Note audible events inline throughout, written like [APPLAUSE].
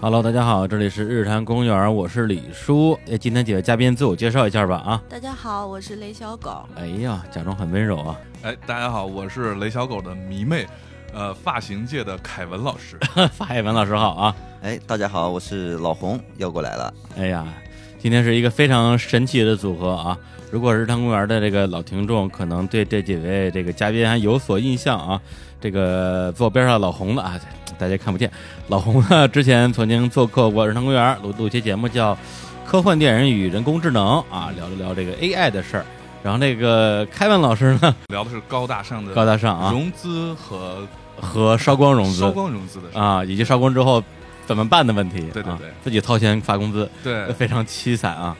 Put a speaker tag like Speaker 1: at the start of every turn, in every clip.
Speaker 1: Hello，大家好，这里是日坛公园，我是李叔。哎，今天几位嘉宾自我介绍一下吧啊！
Speaker 2: 大家好，我是雷小狗。
Speaker 1: 哎呀，假装很温柔啊！ [LAUGHS]
Speaker 3: 哎，大家好，我是雷小狗的迷妹，呃，发型界的凯文
Speaker 1: [LAUGHS]
Speaker 3: 老师。
Speaker 1: 发言文老师好啊！
Speaker 4: 哎，大家好，我是老红，又过来了。
Speaker 1: 哎呀，今天是一个非常神奇的组合啊！如果日坛公园的这个老听众，可能对这几位这个嘉宾还有所印象啊。这个坐边上老红了啊，大家看不见。老红呢，之前曾经做客过日坛公园，录录一期节目叫《科幻电影与人工智能》啊，聊了聊这个 AI 的事儿。然后那个凯文老师呢，
Speaker 3: 聊的是高大上的
Speaker 1: 高大上啊，
Speaker 3: 融资和
Speaker 1: 和烧光融
Speaker 3: 烧
Speaker 1: 资
Speaker 3: 光融资的事儿。
Speaker 1: 啊，以及烧光之后怎么办的问题，
Speaker 3: 对对
Speaker 1: 啊
Speaker 3: 对
Speaker 1: 自己掏钱发工资， [LAUGHS]
Speaker 3: 对，
Speaker 1: 非常凄惨啊。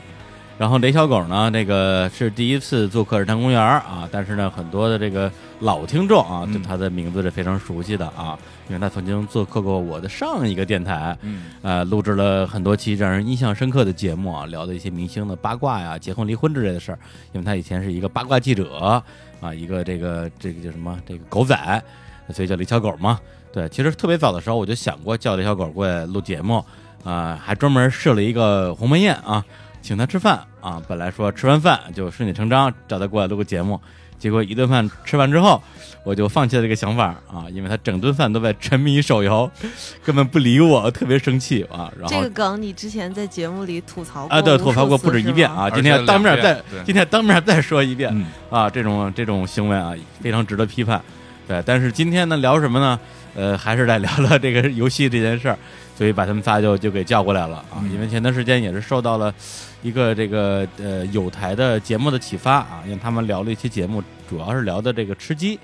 Speaker 1: 然后雷小狗呢，那个是第一次做客日坛公园啊，但是呢，很多的这个老听众啊，
Speaker 3: 嗯
Speaker 1: 对他的名字是非常熟悉的啊，因为他曾经做客过我的上一个电台，
Speaker 3: 嗯，
Speaker 1: 呃，录制了很多期让人印象深刻的节目啊，聊的一些明星的八卦呀、结婚离婚之类的事儿。因为他以前是一个八卦记者啊，一个这个这个叫什么这个狗仔，所以叫李小狗嘛。对，其实特别早的时候我就想过叫李小狗过来录节目啊，还专门设了一个鸿门宴啊，请他吃饭啊。本来说吃完饭就顺理成章找他过来录个节目，结果一顿饭吃完之后，我就放弃了这个想法啊，因为他整顿饭都在沉迷于手游， [LAUGHS] 根本不理我，特别生气啊。然
Speaker 2: 这
Speaker 1: 后
Speaker 2: 个梗你之前在节目里吐槽过
Speaker 1: 啊，对，
Speaker 2: 无数
Speaker 1: 吐槽过
Speaker 2: 次
Speaker 1: 不止一遍
Speaker 2: 是吗
Speaker 1: 啊，
Speaker 3: 而且
Speaker 1: 今天要当面
Speaker 3: 两
Speaker 1: 再
Speaker 3: 遍对，
Speaker 1: 今天当面再说一遍。
Speaker 3: 嗯
Speaker 1: [LAUGHS] 啊，这种这种行为啊，非常值得批判。对，但是今天呢，聊什么呢？呃，还是来聊聊这个 [LAUGHS] 游戏这件事儿，所以把他们仨就就给叫过来了啊。
Speaker 3: 嗯
Speaker 1: 因为前段时间也是受到了一个这个呃有台的节目的启发啊，因为他们聊了一期节目，主要是聊的这个吃鸡。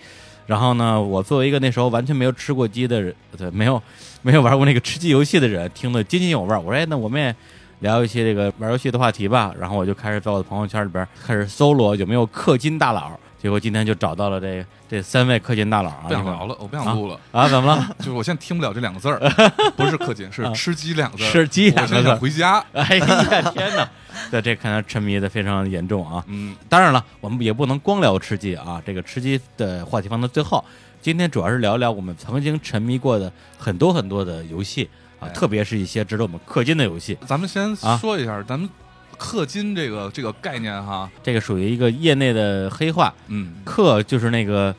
Speaker 1: 然后呢，我作为一个那时候完全没有吃过鸡的人，对，没有 [LAUGHS] 没有玩过那个吃鸡游戏的人，听得津津有味儿。我说，哎，那我们也聊一些这个玩游戏的话题吧。然后我就开始在我的朋友圈里边开始搜罗有没有氪金大佬，结果今天就找到了这 [LAUGHS] 这三位氪金大佬啊
Speaker 3: 不。想聊了，我不想
Speaker 1: [LAUGHS]
Speaker 3: 录了，
Speaker 1: 啊，怎么了？
Speaker 3: 就是我现在听不了这两个
Speaker 1: [LAUGHS]
Speaker 3: 字儿，不是氪金，是吃鸡两个字儿。
Speaker 1: 啊吃鸡
Speaker 3: 我
Speaker 1: 两
Speaker 3: 现
Speaker 1: 个
Speaker 3: 在
Speaker 1: 字
Speaker 3: 想
Speaker 1: 儿。
Speaker 3: 回家。
Speaker 1: 哎呀，天哪！对，这看来沉迷的非常严重啊。
Speaker 3: 嗯，
Speaker 1: 当然了，我们也不能光聊吃鸡啊，这个吃鸡的话题放到最后。今天主要是聊聊我们曾经沉迷过的很多很多的游戏啊，
Speaker 3: 哎
Speaker 1: 特别是一些值得我们氪金的游戏。
Speaker 3: 咱们先
Speaker 1: 啊
Speaker 3: 说一下，咱们氪金这个这个概念哈。
Speaker 1: 这个属于一个业内的黑话，
Speaker 3: 嗯，
Speaker 1: 克就是那个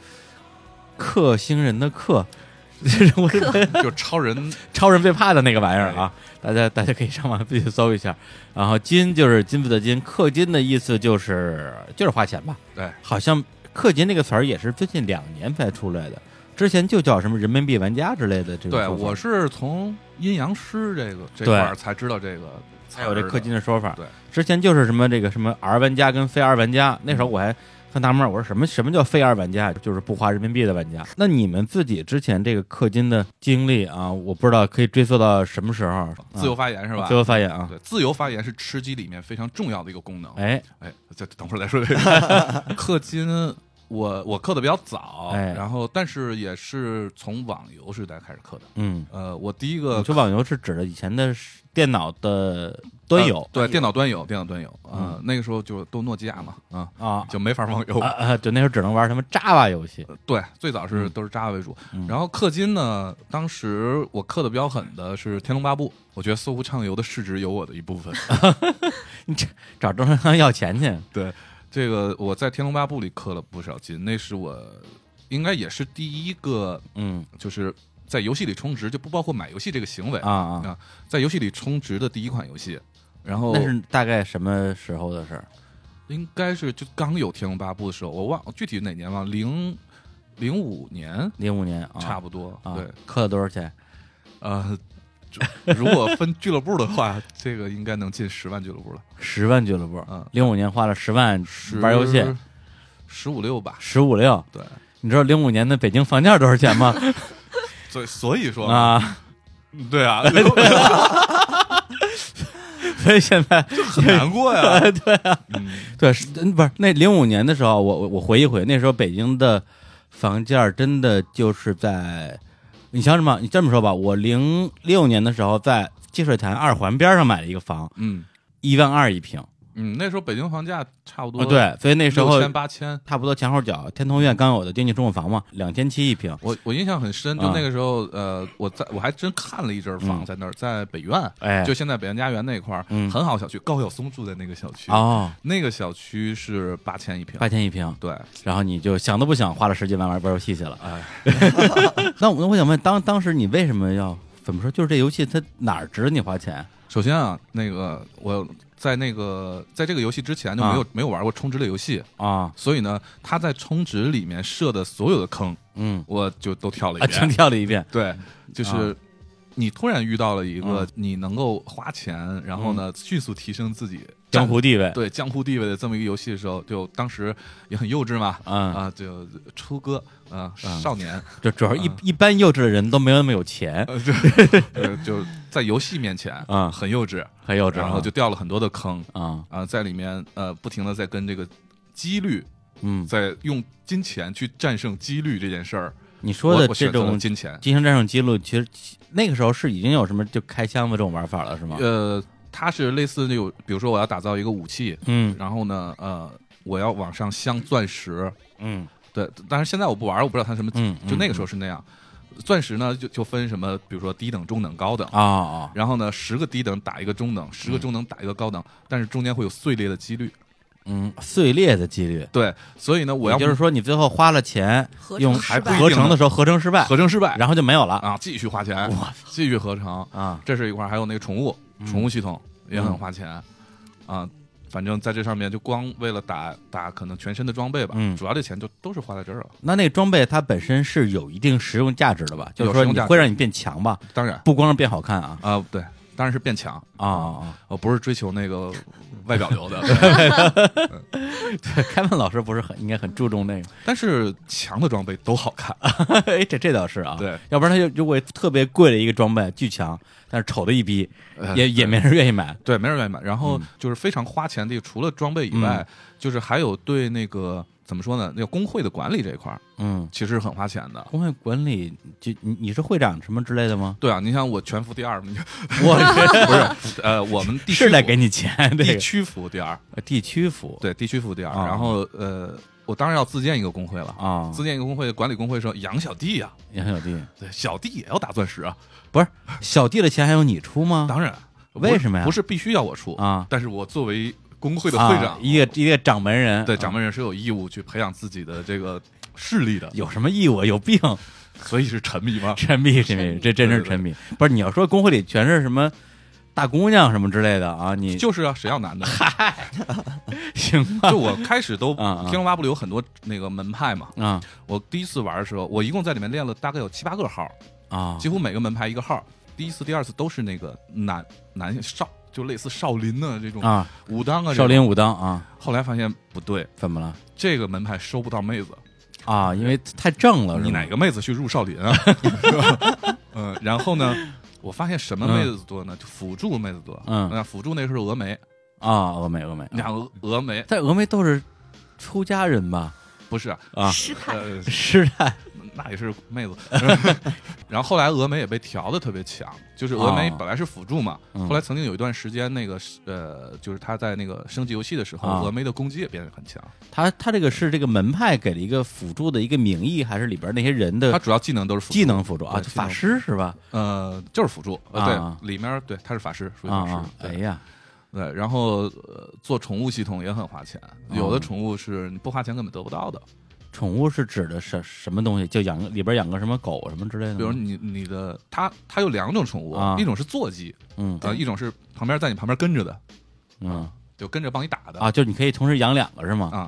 Speaker 1: 克星人的克， [LAUGHS] 就是我
Speaker 3: 就是超人
Speaker 1: 超人最怕的那个玩意儿啊！大家大家可以上网自己搜一下。然后金就是金子的金，氪金的意思就是就是花钱吧。
Speaker 3: 对，
Speaker 1: 好像氪金这个词儿也是最近两年才出来的，之前就叫什么人民币玩家之类 [LAUGHS] 的这个
Speaker 3: 对，
Speaker 1: 说法
Speaker 3: 我是从阴阳师这个这
Speaker 1: 对
Speaker 3: 块儿才知道这个词
Speaker 1: 还
Speaker 3: 儿的，
Speaker 1: 有这氪金的说法。
Speaker 3: 对，
Speaker 1: 之前就是什么这个什么 R 玩家跟非 R 玩家，那时候我还很纳闷儿，我说什么什么叫非 R 玩家，就是不花人民币的玩家。那你们自己之前这个氪金的经历啊，我不知道可以追溯到什么时候？啊
Speaker 3: 自由发言是吧？
Speaker 1: 自由发言啊！
Speaker 3: 对，自由发言是吃鸡里面非常重要的一个功能。
Speaker 1: 哎，
Speaker 3: 哎，这等会儿
Speaker 1: [LAUGHS]
Speaker 3: 再说这个氪金。我我氪的比较早，
Speaker 1: 哎
Speaker 3: 然后但是也是从网游时代开始氪的。
Speaker 1: 嗯，
Speaker 3: 呃，我第
Speaker 1: 你
Speaker 3: 一个
Speaker 1: 说网游是指的以前的电脑的端游
Speaker 3: 呃对电脑端游，电脑端游啊、呃那个时候就都诺基亚嘛，啊、
Speaker 1: 啊
Speaker 3: 就呃没法网游。
Speaker 1: 啊啊！对，那时候只能玩什么 Java 游戏。
Speaker 3: 对，最早是
Speaker 1: 嗯
Speaker 3: 都是 Java 为主，
Speaker 1: 嗯
Speaker 3: 然后氪金呢，当时我氪的比较狠的是《天龙八部》，我觉得搜狐畅游的市值有我的一部分。
Speaker 1: 找中央要钱去，
Speaker 3: 这个我在《天龙八部》里氪了不少金，那是我应该也是第一个，
Speaker 1: 嗯
Speaker 3: 就是在游戏里充值，就不包括买游戏这个行为，
Speaker 1: 啊啊，
Speaker 3: 啊在游戏里充值的第一款游戏。然后
Speaker 1: 那是大概什么时候的事儿？
Speaker 3: 应该是就刚有《天龙八部》的时候，我忘具体哪年了，零零五年
Speaker 1: 零五年啊，
Speaker 3: 差不多。
Speaker 1: 啊
Speaker 3: 对，，
Speaker 1: 氪了多少钱？
Speaker 3: 呃，就如果分俱乐部的话，这个应该能进十万俱乐部了。
Speaker 1: 十万俱乐部
Speaker 3: 嗯，
Speaker 1: 零五年花了十万
Speaker 3: 十
Speaker 1: 玩游戏，
Speaker 3: 十五六吧。
Speaker 1: 十五六。
Speaker 3: 对，
Speaker 1: 你知道零五年的北京房价多少钱
Speaker 3: [LAUGHS]
Speaker 1: 吗？
Speaker 3: 所以所以说，
Speaker 1: 啊，
Speaker 3: 对
Speaker 1: [LAUGHS]
Speaker 3: 啊，
Speaker 1: 所以现在
Speaker 3: 很难过呀。
Speaker 1: [LAUGHS] 对啊，
Speaker 3: 嗯
Speaker 1: 对，是嗯不是那零五年的时候，我我我回忆回，那时候北京的房价真的就是在，你想什么？你这么说吧，我零六年的时候在积水潭二环边上买了一个房，
Speaker 3: 嗯
Speaker 1: 一万二一平，
Speaker 3: 嗯，那时候北京房价差不多
Speaker 1: 哦，对，所以那时候
Speaker 3: 六千八千，
Speaker 1: 差不多前后脚，天通苑刚有的经济中古房嘛，两千七一平，
Speaker 3: 我我印象很深，就
Speaker 1: 啊
Speaker 3: 那个时候，呃，我在我还真看了一阵儿
Speaker 1: 嗯
Speaker 3: 房在那儿，在北苑，
Speaker 1: 哎，
Speaker 3: 就现在北苑家园那块儿，
Speaker 1: 嗯
Speaker 3: 很好小区，高晓松住在那个小区，
Speaker 1: 哦，
Speaker 3: 那个小区是八千一平，
Speaker 1: 八千一平，
Speaker 3: 对，
Speaker 1: 然后你就想都不想，花了十几万玩玩游戏去了。
Speaker 3: 哎，
Speaker 1: [LAUGHS] 那我我想问，当当时你为什么要怎么说？就是这游戏它哪儿值你花钱？
Speaker 3: 首先啊，那个我在那个在这个游戏之前就没有、没有玩过充值类游戏，
Speaker 1: 啊，
Speaker 3: 所以呢，他在充值里面设的所有的坑，
Speaker 1: 嗯，
Speaker 3: 我就都跳了
Speaker 1: 啊，
Speaker 3: 一遍，
Speaker 1: 全跳了一遍，
Speaker 3: 对，就是。
Speaker 1: 啊
Speaker 3: 你突然遇到了一个
Speaker 1: 嗯
Speaker 3: 你能够花钱，然后呢，迅速提升自己
Speaker 1: 江湖地位，
Speaker 3: 对江湖地位的这么一个游戏的时候，就当时也很幼稚嘛，
Speaker 1: 嗯，
Speaker 3: 啊，就初哥啊，
Speaker 1: 嗯 [LAUGHS]
Speaker 3: 少年，
Speaker 1: 就主要一
Speaker 3: 啊
Speaker 1: 一般幼稚的人都没有那么有钱，
Speaker 3: 呃，对，呃就在游戏面前
Speaker 1: 嗯
Speaker 3: 很幼稚，
Speaker 1: 很幼稚啊，
Speaker 3: 然后就掉了很多的坑
Speaker 1: 啊，
Speaker 3: 啊，在里面呃，不停的在跟这个几率，
Speaker 1: 嗯，
Speaker 3: 在用金钱去战胜几率这件事儿，
Speaker 1: 你说的
Speaker 3: 我我
Speaker 1: 这
Speaker 3: 选择了
Speaker 1: 种
Speaker 3: 金钱，
Speaker 1: 金星战胜记录，其实那个时候是已经有什么就开箱子这种玩法了，是吗？
Speaker 3: 呃，它是类似那种，比如说我要打造一个武器，
Speaker 1: 嗯
Speaker 3: 然后呢，呃，我要往上镶钻石，
Speaker 1: 嗯
Speaker 3: 对，当然现在我不玩儿，我不知道它什么
Speaker 1: 嗯，
Speaker 3: 就那个时候是那样。钻石呢，就就分什么，比如说低等、中等、高等。
Speaker 1: 啊啊，
Speaker 3: 然后呢，十个低等打一个中等，十个中等打一个高等，但是中间会有碎裂的几率。
Speaker 1: 嗯，碎裂的几率，
Speaker 3: 对，所以呢，我要
Speaker 1: 也就是说你最后花了钱，
Speaker 2: 合
Speaker 1: 用
Speaker 2: 成失
Speaker 3: 不一
Speaker 2: 败
Speaker 3: 定
Speaker 1: 合成的时候合成失败，
Speaker 3: 合成失败，
Speaker 1: 然后就没有了
Speaker 3: 啊，继续花钱，继续合成，
Speaker 1: 啊，
Speaker 3: 这是一块儿。还有那个宠物，
Speaker 1: 嗯
Speaker 3: 宠物系统也很花钱啊。反正在这上面就光为了打打可能全身的装备吧，
Speaker 1: 嗯
Speaker 3: 主要这钱就都是花在这儿了。
Speaker 1: 那那个装备它本身是有一定实用价值的吧？就是
Speaker 3: 有
Speaker 1: 说
Speaker 3: 实用
Speaker 1: 你
Speaker 3: 价值
Speaker 1: 会让你变强吧，
Speaker 3: 当然
Speaker 1: 不光是变好看啊
Speaker 3: 啊、对，当然是变强，
Speaker 1: 啊啊！ [LAUGHS]
Speaker 3: 我不是追求那个外表流的，
Speaker 1: 啊凯文老师不是很应该很注重
Speaker 3: [LAUGHS]
Speaker 1: 那个？
Speaker 3: 但是强的装备都好看。啊
Speaker 1: [LAUGHS] 哎，这这倒是啊，，
Speaker 3: 对，
Speaker 1: 要不然他就如果特别贵的一个装备巨强，但是丑的一逼，
Speaker 3: 呃
Speaker 1: 也也没人愿意买。
Speaker 3: 对，没人愿意买。然后
Speaker 1: 嗯
Speaker 3: 就是非常花钱的，除了装备以外，就是还有对那个怎么说呢？那个工会的管理这一块儿，
Speaker 1: 嗯，
Speaker 3: 其实是很花钱的。？
Speaker 1: 工会管理就你你是会长什么之类的吗
Speaker 3: [LAUGHS] 对啊，你像我全服第二，你
Speaker 1: 我
Speaker 3: 不是呃，我们地
Speaker 1: [LAUGHS]
Speaker 3: 区
Speaker 1: 是得
Speaker 3: 服
Speaker 1: 给你
Speaker 3: [LAUGHS]
Speaker 1: 钱，这
Speaker 3: 地
Speaker 1: 个哦呃
Speaker 3: 区服第二，
Speaker 1: 地区服
Speaker 3: 对，地区服第二。
Speaker 1: 啊
Speaker 3: 然后呃，我当然要自建一个工会了。
Speaker 1: 啊，
Speaker 3: 自建一个工会，管理工会说养小弟呀、
Speaker 1: 也很有地。
Speaker 3: 对，小弟也要打钻石啊，
Speaker 1: 小弟的钱还用你出吗？
Speaker 3: 当然，不
Speaker 1: 为什么呀
Speaker 3: 不是必须要我出，
Speaker 1: 啊，
Speaker 3: 但是我作为工会的会
Speaker 1: 啊
Speaker 3: 长，
Speaker 1: 一个一个掌门人，
Speaker 3: 对
Speaker 1: 啊
Speaker 3: 掌门人是有义务去培养自己的这个势力的，
Speaker 1: 有什么义务？有
Speaker 3: [LAUGHS]
Speaker 1: 病！
Speaker 3: 所以是沉迷吗？
Speaker 1: 沉迷，沉迷，这真是沉迷。不是你要说工会里全是什么大姑娘什么之类的啊，你
Speaker 3: 就是啊，谁要
Speaker 1: [LAUGHS]
Speaker 3: 男的？
Speaker 1: 行吧
Speaker 3: 就我开始都，
Speaker 1: 啊啊
Speaker 3: 天龙八部里有很多那个门派嘛。
Speaker 1: 啊
Speaker 3: 我第一次玩的时候，我一共在里面练了大概有七八个号，
Speaker 1: 啊
Speaker 3: 几乎每个门派一个号。第一次、第二次都是那个男男少，就类似少林啊这种
Speaker 1: 啊！
Speaker 3: 武当啊。
Speaker 1: 少。林武当啊，
Speaker 3: 后来发现不对，
Speaker 1: 怎么了
Speaker 3: 这个门派收不到妹子，
Speaker 1: 啊？因为太正了，
Speaker 3: 你
Speaker 1: 是
Speaker 3: 哪
Speaker 1: 吗？
Speaker 3: 个妹子去入少
Speaker 1: [LAUGHS]
Speaker 3: 林啊？是吧嗯，然后呢，我发现什么妹子多呢？就辅助妹子多。
Speaker 1: 嗯
Speaker 3: 那辅助那是峨眉，
Speaker 1: 啊？峨眉，峨眉，
Speaker 3: 你看峨峨眉
Speaker 1: 但峨眉都是出家人吧？
Speaker 3: 不是
Speaker 1: 啊，
Speaker 2: 失态。
Speaker 3: 呃，
Speaker 1: 是的，
Speaker 3: 那也是妹子。 [LAUGHS] 然后后来峨眉也被调的特别强，就是峨眉
Speaker 1: 哦
Speaker 3: 本来是辅助嘛，
Speaker 1: 嗯
Speaker 3: 后来曾经有一段时间，那个是呃，就是他在那个升级游戏的时候，
Speaker 1: 啊
Speaker 3: 峨眉的攻击也变得很强。
Speaker 1: 他他这个是这个门派给了一个辅助的一个名义，还是里边那些人
Speaker 3: 他
Speaker 1: 的
Speaker 3: 主要技能都是辅助
Speaker 1: 技，能辅助啊？
Speaker 3: 对技能
Speaker 1: 法师是吧？
Speaker 3: 呃，就是辅助。呃
Speaker 1: 啊
Speaker 3: 对，里面对他是法师，属于
Speaker 1: 啊
Speaker 3: 法师
Speaker 1: 啊。！哎
Speaker 3: 对
Speaker 1: 呀，
Speaker 3: 对，然后呃做宠物系统也很花钱，
Speaker 1: 哦
Speaker 3: 有的宠物是你不花钱根本得不到的，
Speaker 1: 宠物是指的什什么东西？就养个里边养个什么狗什么之类的吗？
Speaker 3: 比如你你的它它有两种宠物
Speaker 1: 嗯啊，
Speaker 3: 一种是坐骑，
Speaker 1: 嗯
Speaker 3: 呃，一种是旁边在你旁边跟着的，
Speaker 1: 嗯
Speaker 3: 就跟着帮你打的
Speaker 1: 啊，就是你可以同时养两个是吗？
Speaker 3: 啊。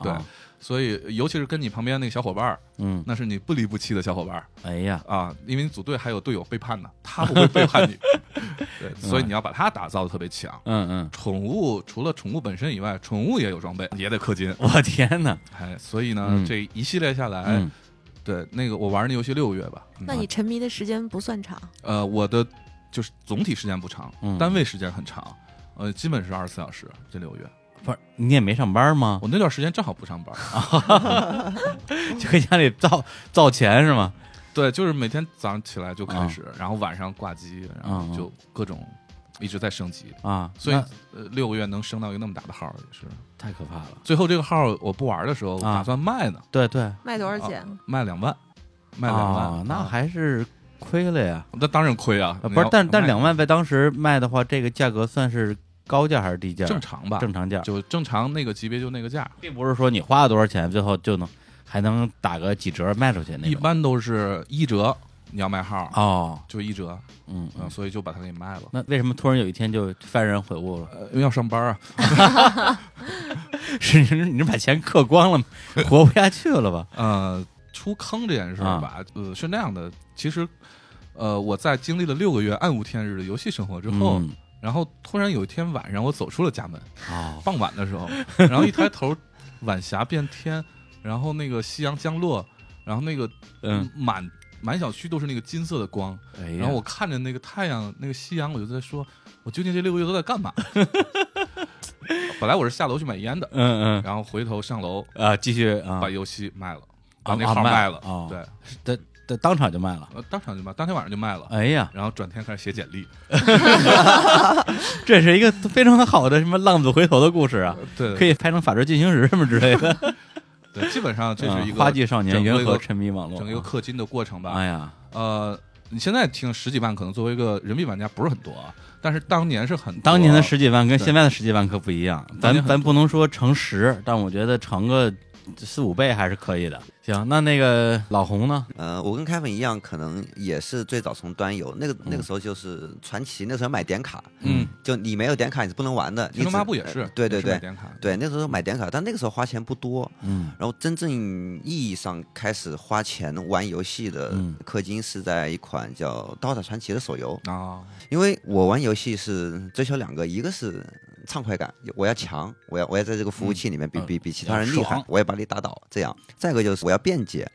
Speaker 3: 对
Speaker 1: 啊
Speaker 3: 所以，尤其是跟你旁边那个小伙伴儿，
Speaker 1: 嗯，
Speaker 3: 那是你不离不弃的小伙伴儿
Speaker 1: 哎呀，
Speaker 3: 啊，因为你组队还有队友背叛呢，他不会背叛你， [LAUGHS] 对，所以你要把他打造的特别强。
Speaker 1: 嗯嗯，
Speaker 3: 宠物除了宠物本身以外，宠物也有装备，也得氪金。
Speaker 1: 我天哪，
Speaker 3: 哎，所以呢，
Speaker 1: 嗯
Speaker 3: 这一系列下来，
Speaker 1: 嗯
Speaker 3: 对那个我玩那游戏六个月吧，嗯
Speaker 2: 那你沉迷的时间不算长，
Speaker 3: 呃，我的就是总体时间不长，
Speaker 1: 嗯
Speaker 3: 单位时间很长，呃，基本是二十四小时这六个月。
Speaker 1: 不是你也没上班吗？
Speaker 3: 我那段时间正好不上
Speaker 1: [LAUGHS]
Speaker 3: 班，
Speaker 1: 就搁家里造造钱是吗？嗯
Speaker 3: 对，就是每天早上起来就开始，然后晚上挂机，然后就各种。一直在升级，
Speaker 1: 啊，
Speaker 3: 所以
Speaker 1: 那
Speaker 3: 呃六个月能升到一个那么大的号儿也是。
Speaker 1: 太可怕了。
Speaker 3: 最后这个号儿我不玩的时候，我
Speaker 1: 啊
Speaker 3: 打算卖呢，
Speaker 1: 对对，啊
Speaker 2: 卖多少钱？
Speaker 3: 啊卖两万，卖两万，啊
Speaker 1: 那还是亏了呀。
Speaker 3: 那当然亏啊，
Speaker 1: 啊
Speaker 3: 你
Speaker 1: 不是
Speaker 3: 要，
Speaker 1: 但但
Speaker 3: 卖
Speaker 1: 两万在当时卖的话，这个价格算是高价还是低价？
Speaker 3: 正常吧，
Speaker 1: 正常价，
Speaker 3: 就正常那个级别就那个价，
Speaker 1: 并不是说你花了多少钱，最后就能还能打个几折卖出去那
Speaker 3: 一
Speaker 1: 种。
Speaker 3: 般都是一折，你要卖号儿
Speaker 1: 哦，
Speaker 3: 就一折，
Speaker 1: 嗯
Speaker 3: 嗯，
Speaker 1: 嗯，
Speaker 3: 所以就把它给卖了。
Speaker 1: 那为什么突然有一天就幡然悔悟了？ [LAUGHS]
Speaker 3: 呃，因为要上班啊，
Speaker 1: 是你你是把钱氪光了
Speaker 3: [LAUGHS]
Speaker 1: 吗？活不下去了吧？
Speaker 3: 呃，出坑这件事
Speaker 1: 啊
Speaker 3: 儿吧，呃，是那样的，其实，呃，我在经历了六个月暗无天日的游戏生活之后，
Speaker 1: 嗯
Speaker 3: 然后突然有一天晚上，我走出了家门，
Speaker 1: 哦，
Speaker 3: 傍晚的
Speaker 1: [LAUGHS]
Speaker 3: 时候，然后一抬头，晚霞变天，然后那个夕阳降落，然后那个
Speaker 1: 嗯，
Speaker 3: 满满小区都是那个金色的光，
Speaker 1: 哎呀
Speaker 3: 然后我看着那个太阳，那个夕阳，我就在说，我究竟这六个月都在干嘛？ [LAUGHS] 本来我是下楼去买烟的，
Speaker 1: 嗯嗯
Speaker 3: 然后回头上楼
Speaker 1: 啊，继续啊
Speaker 3: 把，游戏卖了，把
Speaker 1: 啊
Speaker 3: 那
Speaker 1: 啊
Speaker 3: 号
Speaker 1: 卖
Speaker 3: 了
Speaker 1: 了哦，
Speaker 3: 对，
Speaker 1: 这这当场就卖了。
Speaker 3: 呃，当场就卖，当天晚上就卖了。
Speaker 1: 哎呀，
Speaker 3: 然后转天开始写简历，
Speaker 1: 这是一个非常好的什么浪子回头的故事啊，
Speaker 3: 对，
Speaker 1: 可
Speaker 3: 以，
Speaker 1: 以拍成《法制进行时》什么之类的。
Speaker 3: 对，基本 [LAUGHS] 上这是一
Speaker 1: 嗯
Speaker 3: 个
Speaker 1: 花季少年
Speaker 3: 整个
Speaker 1: 缘
Speaker 3: 一
Speaker 1: 何
Speaker 3: 个
Speaker 1: 沉迷网络啊？
Speaker 3: 整个一个氪金的过程吧。
Speaker 1: 哎呀，
Speaker 3: 呃，你现在听十几万，可能作为一个人民币玩家不是很多，啊，但是当年是很多
Speaker 1: 当年的十几万跟
Speaker 3: 对
Speaker 1: 现在的十几万可不一样，
Speaker 3: 当
Speaker 1: 咱
Speaker 3: 年很
Speaker 1: 咱不能说乘十，但我觉得乘个四五倍还是可以的。行，那那个老红呢？
Speaker 4: 呃，我跟凯文一样，可能也是最早从端游，那个那个时候就是传奇，那时候买点卡，
Speaker 3: 嗯，
Speaker 4: 就你没有点卡你是不能玩的。
Speaker 3: 天
Speaker 4: 你
Speaker 3: 龙
Speaker 4: 只
Speaker 3: 八部也
Speaker 4: 呃
Speaker 3: 是，
Speaker 4: 对
Speaker 3: 也
Speaker 4: 对
Speaker 3: 是买
Speaker 4: 对
Speaker 3: 点卡，
Speaker 4: 对，那时候买点卡，但那个时候花钱不多，
Speaker 1: 嗯
Speaker 4: 然后真正意义上开始花钱玩游戏的
Speaker 1: 嗯
Speaker 4: 氪金是在一款叫《刀塔传奇》的手游，
Speaker 3: 啊，
Speaker 4: 因为我玩游戏是追求两个，一个是畅快感，我要强，我要我要在这个服务器里面比、
Speaker 1: 嗯
Speaker 4: 比比其他人
Speaker 1: 要
Speaker 4: 厉害
Speaker 1: 爽，
Speaker 4: 我要把你打倒，这样；再一个就是我要便捷。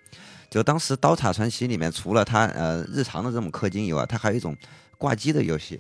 Speaker 4: 就当时《刀塔传奇》里面，除了它呃日常的这种氪金以外，它还有一种挂机的游戏。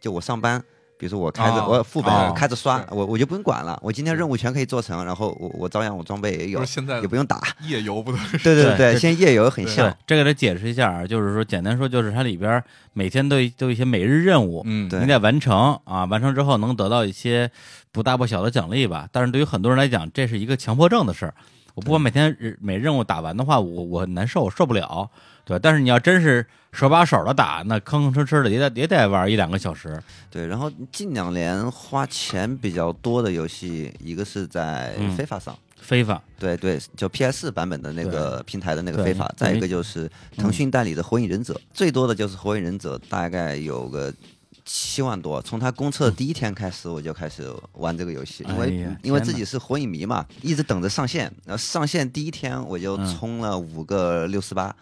Speaker 4: 就我上班，比如说我开着、
Speaker 3: 哦
Speaker 4: 我副本、
Speaker 1: 哦
Speaker 4: 我开着刷
Speaker 3: 是，
Speaker 4: 我我就不用管了，我今天任务全可以做成，然后我我照样我装备也
Speaker 3: 就
Speaker 4: 有
Speaker 3: 是，现在
Speaker 4: 也不用打。
Speaker 3: 夜游不都是
Speaker 4: 对
Speaker 1: 对
Speaker 4: 对
Speaker 1: 这
Speaker 4: 对，现在夜游很
Speaker 3: 对
Speaker 4: 像
Speaker 1: 对，，这个得解释一下啊，就是说简单说就是它里边每天都有都有一些每日任务，
Speaker 3: 嗯
Speaker 4: 对
Speaker 1: 你得完成啊，完成之后能得到一些不大不小的奖励吧。但是对于很多人来讲，这是一个强迫症的事儿。我不管每天日每任务打完的话，我我很难受，我受不了。对，但是你要真是手把手的打，那吭吭哧哧的也得也得玩一两个小时。
Speaker 4: 对，然后近两年花钱比较多的游戏，一个是在
Speaker 1: 嗯
Speaker 4: 非法上，
Speaker 1: 非法
Speaker 4: 对对，就 PS 版本的那个平台的那个
Speaker 1: 对嗯
Speaker 4: 非法，
Speaker 1: 等于
Speaker 4: 再一个就是腾讯代理的《火影忍者》，最多的就是《火影忍者》，大概有个。七万多，从它公测第一天开始，我就开始玩这个游戏，因
Speaker 1: 嗯哎
Speaker 4: 为、
Speaker 1: 呀
Speaker 4: 因为
Speaker 1: 天
Speaker 4: 自
Speaker 1: 哪
Speaker 4: 己是火影迷嘛，一直等着上线。然后上线第一天我就
Speaker 1: 嗯
Speaker 4: 充了五个六四八，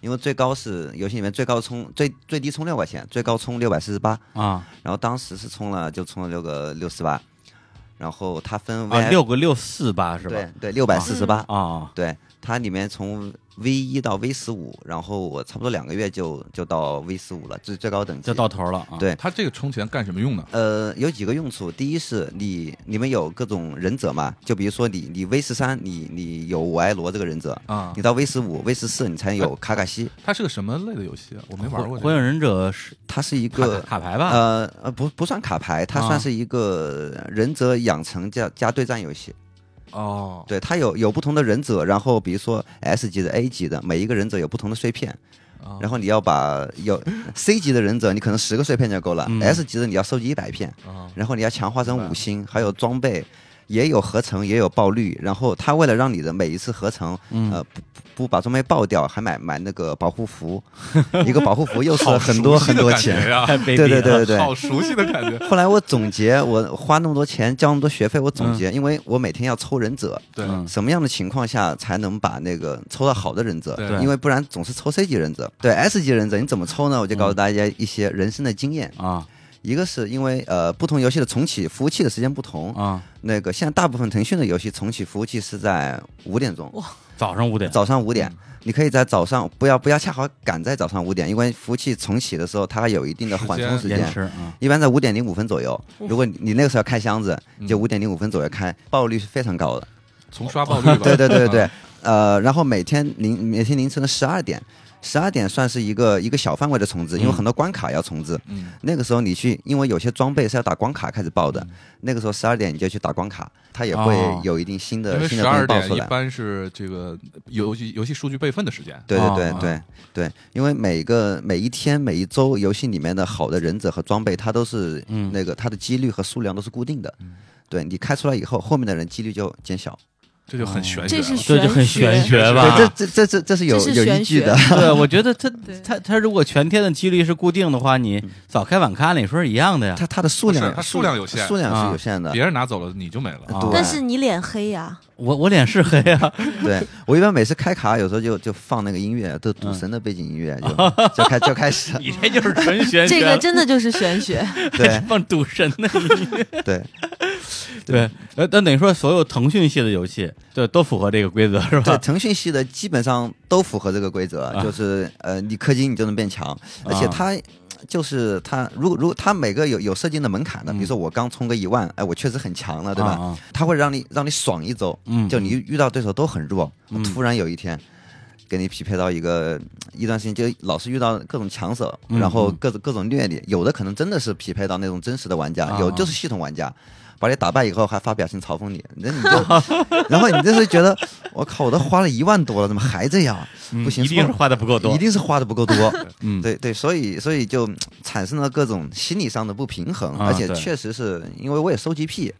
Speaker 4: 因为最高是游戏里面最高充最最低充六块钱，最高充六百四十八。
Speaker 1: 啊
Speaker 4: 然后当时是充了就充了六个六十八，然后它分 V
Speaker 1: 啊，六个六四八是吧？
Speaker 4: 对对六百四十八，
Speaker 1: 啊，
Speaker 4: 对它里面从 V 一到 V 十五，然后我差不多两个月就就到 V 十五了，最最高等级
Speaker 1: 就到头了啊。
Speaker 4: 对
Speaker 3: 他这个充钱干什么用呢？
Speaker 4: 呃，有几个用处。第一是你你们有各种忍者嘛，就比如说你你 V 十三，你你有我爱罗这个忍者，
Speaker 3: 啊
Speaker 4: 你，到 V 十五、V 十四你才有
Speaker 1: 啊
Speaker 4: 卡卡西，
Speaker 3: 它是个什么类的游戏啊？我没玩过
Speaker 1: 火
Speaker 3: 这
Speaker 1: 火
Speaker 3: 个。
Speaker 1: 影忍者是
Speaker 4: 它是一
Speaker 1: 卡
Speaker 4: 个
Speaker 1: 卡牌吧？
Speaker 4: 呃呃不不算卡牌，它
Speaker 1: 啊
Speaker 4: 算是一个忍者养成加加对战游戏。
Speaker 3: 哦，
Speaker 4: 对，它有有不同的忍者，然后比如说 S 级的、A 级的，每一个忍者有不同的碎片，
Speaker 3: 啊
Speaker 4: 然后你要把有 C 级的忍者，你可能十个碎片就够了、
Speaker 1: 嗯
Speaker 4: s 级的你要收集一百片，
Speaker 3: 啊，
Speaker 4: 然后你要强化成五星，还有装备，也有合成，也有爆率。然后它为了让你的每一次合成，
Speaker 3: 嗯
Speaker 4: 呃，不不把装备爆掉，还买买那个保护服，一个保护服又是
Speaker 3: 好
Speaker 4: 很多
Speaker 3: 熟悉
Speaker 4: 很
Speaker 3: 的
Speaker 4: 多
Speaker 3: 感觉 [LAUGHS]
Speaker 4: 钱。
Speaker 3: 呀，
Speaker 1: 太卑鄙
Speaker 4: 呃对对
Speaker 1: 了
Speaker 4: 对对对
Speaker 3: 好熟悉的感觉。
Speaker 4: 后来我总结，我花那么多钱交那么多学费，我总
Speaker 3: 嗯
Speaker 4: 结，因为我每天要抽忍者，
Speaker 3: [LAUGHS] 对
Speaker 1: 嗯
Speaker 4: 什么样的情况下才能把那个抽到好的忍者？
Speaker 3: 对
Speaker 4: 因为不然总是抽 C 级忍者。对 S 级忍者你怎么抽呢？我就告诉大家一些人生的经验。
Speaker 1: 啊
Speaker 4: 一个是因为呃不同游戏的重启服务器的时间不同，
Speaker 1: 啊！
Speaker 4: 那个现在大部分腾讯的游戏重启服务器是在五点钟，
Speaker 1: 早上五点
Speaker 4: 早上五点。你可以在早上不要不要恰好赶在早上五点，因为服务器重启的时候它有一定的
Speaker 3: 时
Speaker 4: 缓
Speaker 3: 间
Speaker 4: 冲时
Speaker 1: 延
Speaker 4: 间。
Speaker 1: 迟啊。
Speaker 4: 一般在五点零五分左右，如果你你那个时候要开箱子，就
Speaker 3: 嗯
Speaker 4: 五点零五分左右开，爆率是非常高的。
Speaker 3: 从刷爆率吧。
Speaker 4: [LAUGHS] 对对对对
Speaker 3: 啊，
Speaker 4: 对，呃，然后每天凌每天凌晨的十二点，十二点算是一个一个小范围的重置，因为
Speaker 1: 嗯
Speaker 4: 很多关卡要重置。
Speaker 3: [LAUGHS] 嗯，
Speaker 4: 那个时候你去，因为有些装备是要打关卡开始报的，那个时候十二点你就去打关卡，它也会
Speaker 1: 哦
Speaker 4: 有一定新的、
Speaker 3: 因为
Speaker 4: 新
Speaker 3: 十二
Speaker 4: 的东西爆
Speaker 3: 点
Speaker 4: 出
Speaker 3: 一
Speaker 4: 来。
Speaker 3: 般是这个游戏游戏数据备份的时间。
Speaker 4: 对对
Speaker 1: 哦哦
Speaker 4: 对对对，因为每个每一天每一周游戏里面的好的忍者和装备，它都是
Speaker 1: 嗯
Speaker 4: 那个它的几率和数量都是固定的。
Speaker 3: 嗯
Speaker 4: 对你开出来以后，后面的人几率就减小。
Speaker 3: 这就很玄学
Speaker 2: 这
Speaker 3: 了，
Speaker 2: 是
Speaker 1: 这就很玄
Speaker 2: 玄
Speaker 1: 学
Speaker 3: 学
Speaker 1: 吧？
Speaker 4: 对，这这这这这是有
Speaker 2: 这是
Speaker 4: 有依
Speaker 2: 玄
Speaker 4: 据
Speaker 2: 学
Speaker 4: 的。 [LAUGHS]
Speaker 1: 对，我觉得他
Speaker 2: 对
Speaker 1: 他他如果全天的几率是固定的话，你
Speaker 4: 嗯
Speaker 1: 早开晚开，理说是一样的呀。
Speaker 4: 它它的数
Speaker 3: 不
Speaker 4: 量
Speaker 3: 啊哦是它数量有限
Speaker 4: 数量
Speaker 1: 啊
Speaker 4: 是有限的。
Speaker 3: 别人拿走了你就没了。
Speaker 1: 啊
Speaker 4: 对
Speaker 2: 但是你脸黑呀、
Speaker 1: 我我脸是黑
Speaker 4: [LAUGHS]
Speaker 1: 啊，
Speaker 4: 对我一般每次开卡，有时候就就放那个音乐，就赌神的背景音乐，就就开就开始。
Speaker 1: 你这就是纯玄学
Speaker 2: 这
Speaker 1: 了
Speaker 2: 个真的就是
Speaker 1: [LAUGHS]
Speaker 2: 玄学。
Speaker 4: 对
Speaker 1: 放赌神的
Speaker 4: [LAUGHS] 对，
Speaker 1: 对，呃，但等于说所有腾讯系的游戏，对，都符合这个规则是
Speaker 4: 对，
Speaker 1: 吧？啊
Speaker 4: 腾讯系的基本上都符合这个规则，就是呃，你氪金你就能变强，而且它。就是它，如果如果它每个有有设定的门槛的，比如说我刚充个一万，哎，我确实很强了，对吧？
Speaker 1: 嗯啊啊
Speaker 4: 它会让你让你爽一周，
Speaker 1: 嗯
Speaker 4: 就你遇到对手都很弱，突然有一天给你匹配到一个一段时间，就老是遇到各种强手，
Speaker 1: 嗯
Speaker 4: 然后
Speaker 1: 嗯
Speaker 4: 各种各种虐你，有的可能真的是匹配到那种真实的玩
Speaker 1: 啊
Speaker 4: 家，有就是系统玩家。把你打败以后还发表情嘲讽你，那你就，然后你就是觉得，我靠，我都花了一万多了，怎么还这样？啊不
Speaker 1: 嗯
Speaker 4: 行，
Speaker 1: 一定是花的不够多
Speaker 4: 一。定是花的不够多。
Speaker 1: 嗯
Speaker 4: 对对，所以所以就嗯产生了各种心理上的不平衡，
Speaker 1: 啊
Speaker 4: 而且
Speaker 1: 对
Speaker 4: 确实是因为我也收集癖，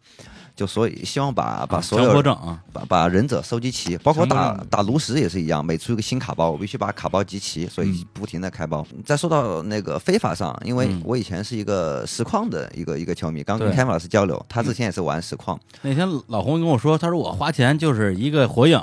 Speaker 4: 就所以希望把把
Speaker 1: 啊
Speaker 4: 所
Speaker 1: 强迫
Speaker 4: 有
Speaker 1: 症啊，
Speaker 4: 把把忍者收集齐，包括
Speaker 3: 强迫
Speaker 4: 打
Speaker 3: 症
Speaker 4: 打炉石也是一样，每出一个新卡包，我必须把卡包集齐，所以不停的开包。再说到那个非法上，因为
Speaker 1: 嗯
Speaker 4: 我以前是一个实况的一个一个球迷，刚跟
Speaker 1: 对嗯
Speaker 4: Kevin 老师交流，他之前也是玩实况，
Speaker 1: 那天老红跟我说，他说我花钱就是一个火影，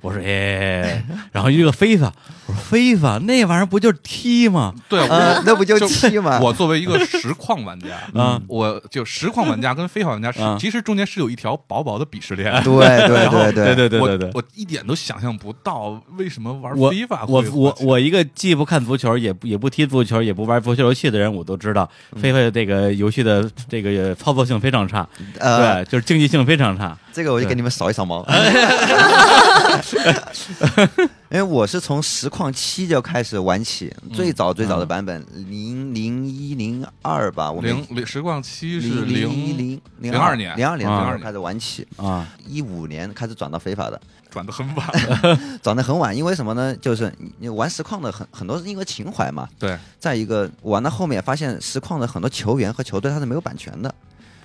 Speaker 1: 我说哎，然后一个非法，我说非法那玩意儿不就是踢吗？
Speaker 3: 对，
Speaker 4: 呃，那不就
Speaker 3: 就
Speaker 1: [LAUGHS]
Speaker 4: 踢吗？
Speaker 3: 我作为一个实况玩家，
Speaker 1: 嗯，
Speaker 3: 我就实况玩家跟非法玩家是
Speaker 1: 嗯
Speaker 3: 其实中间是有一条薄薄的鄙视 [LAUGHS] 链。
Speaker 4: 对对对
Speaker 1: 对对对
Speaker 3: 我
Speaker 1: 对对。
Speaker 3: 我一点都想象不到为什么玩
Speaker 1: 我
Speaker 3: FIFA
Speaker 1: 我
Speaker 3: 会花
Speaker 1: 我
Speaker 3: 钱
Speaker 1: 我一个既不看足球，也不也不踢足球，也不玩足球游戏的人，我都知道，
Speaker 4: 嗯
Speaker 1: 非非这个游戏的这个操作性非常差，
Speaker 4: 呃，
Speaker 1: 对，就是竞技性非常
Speaker 4: [LAUGHS]
Speaker 1: 差。
Speaker 4: 这个我就给你们扫一扫毛。呃因为我是从实况七就开始玩起，最早最早的版本零零一零二吧，我们
Speaker 3: 零零实况七是
Speaker 4: 零一零零
Speaker 3: 02年
Speaker 4: 零二年
Speaker 1: 啊
Speaker 4: 左右开始玩起，
Speaker 1: 啊，
Speaker 4: 一五年开始转到非法的，
Speaker 3: 转的很晚，
Speaker 4: [LAUGHS] 转的很晚，因为什么呢？就是你你玩实况的很很多是因为情怀嘛，
Speaker 3: 对，
Speaker 4: 再一个玩到后面发现实况的很多球员和球队它是没有版权的，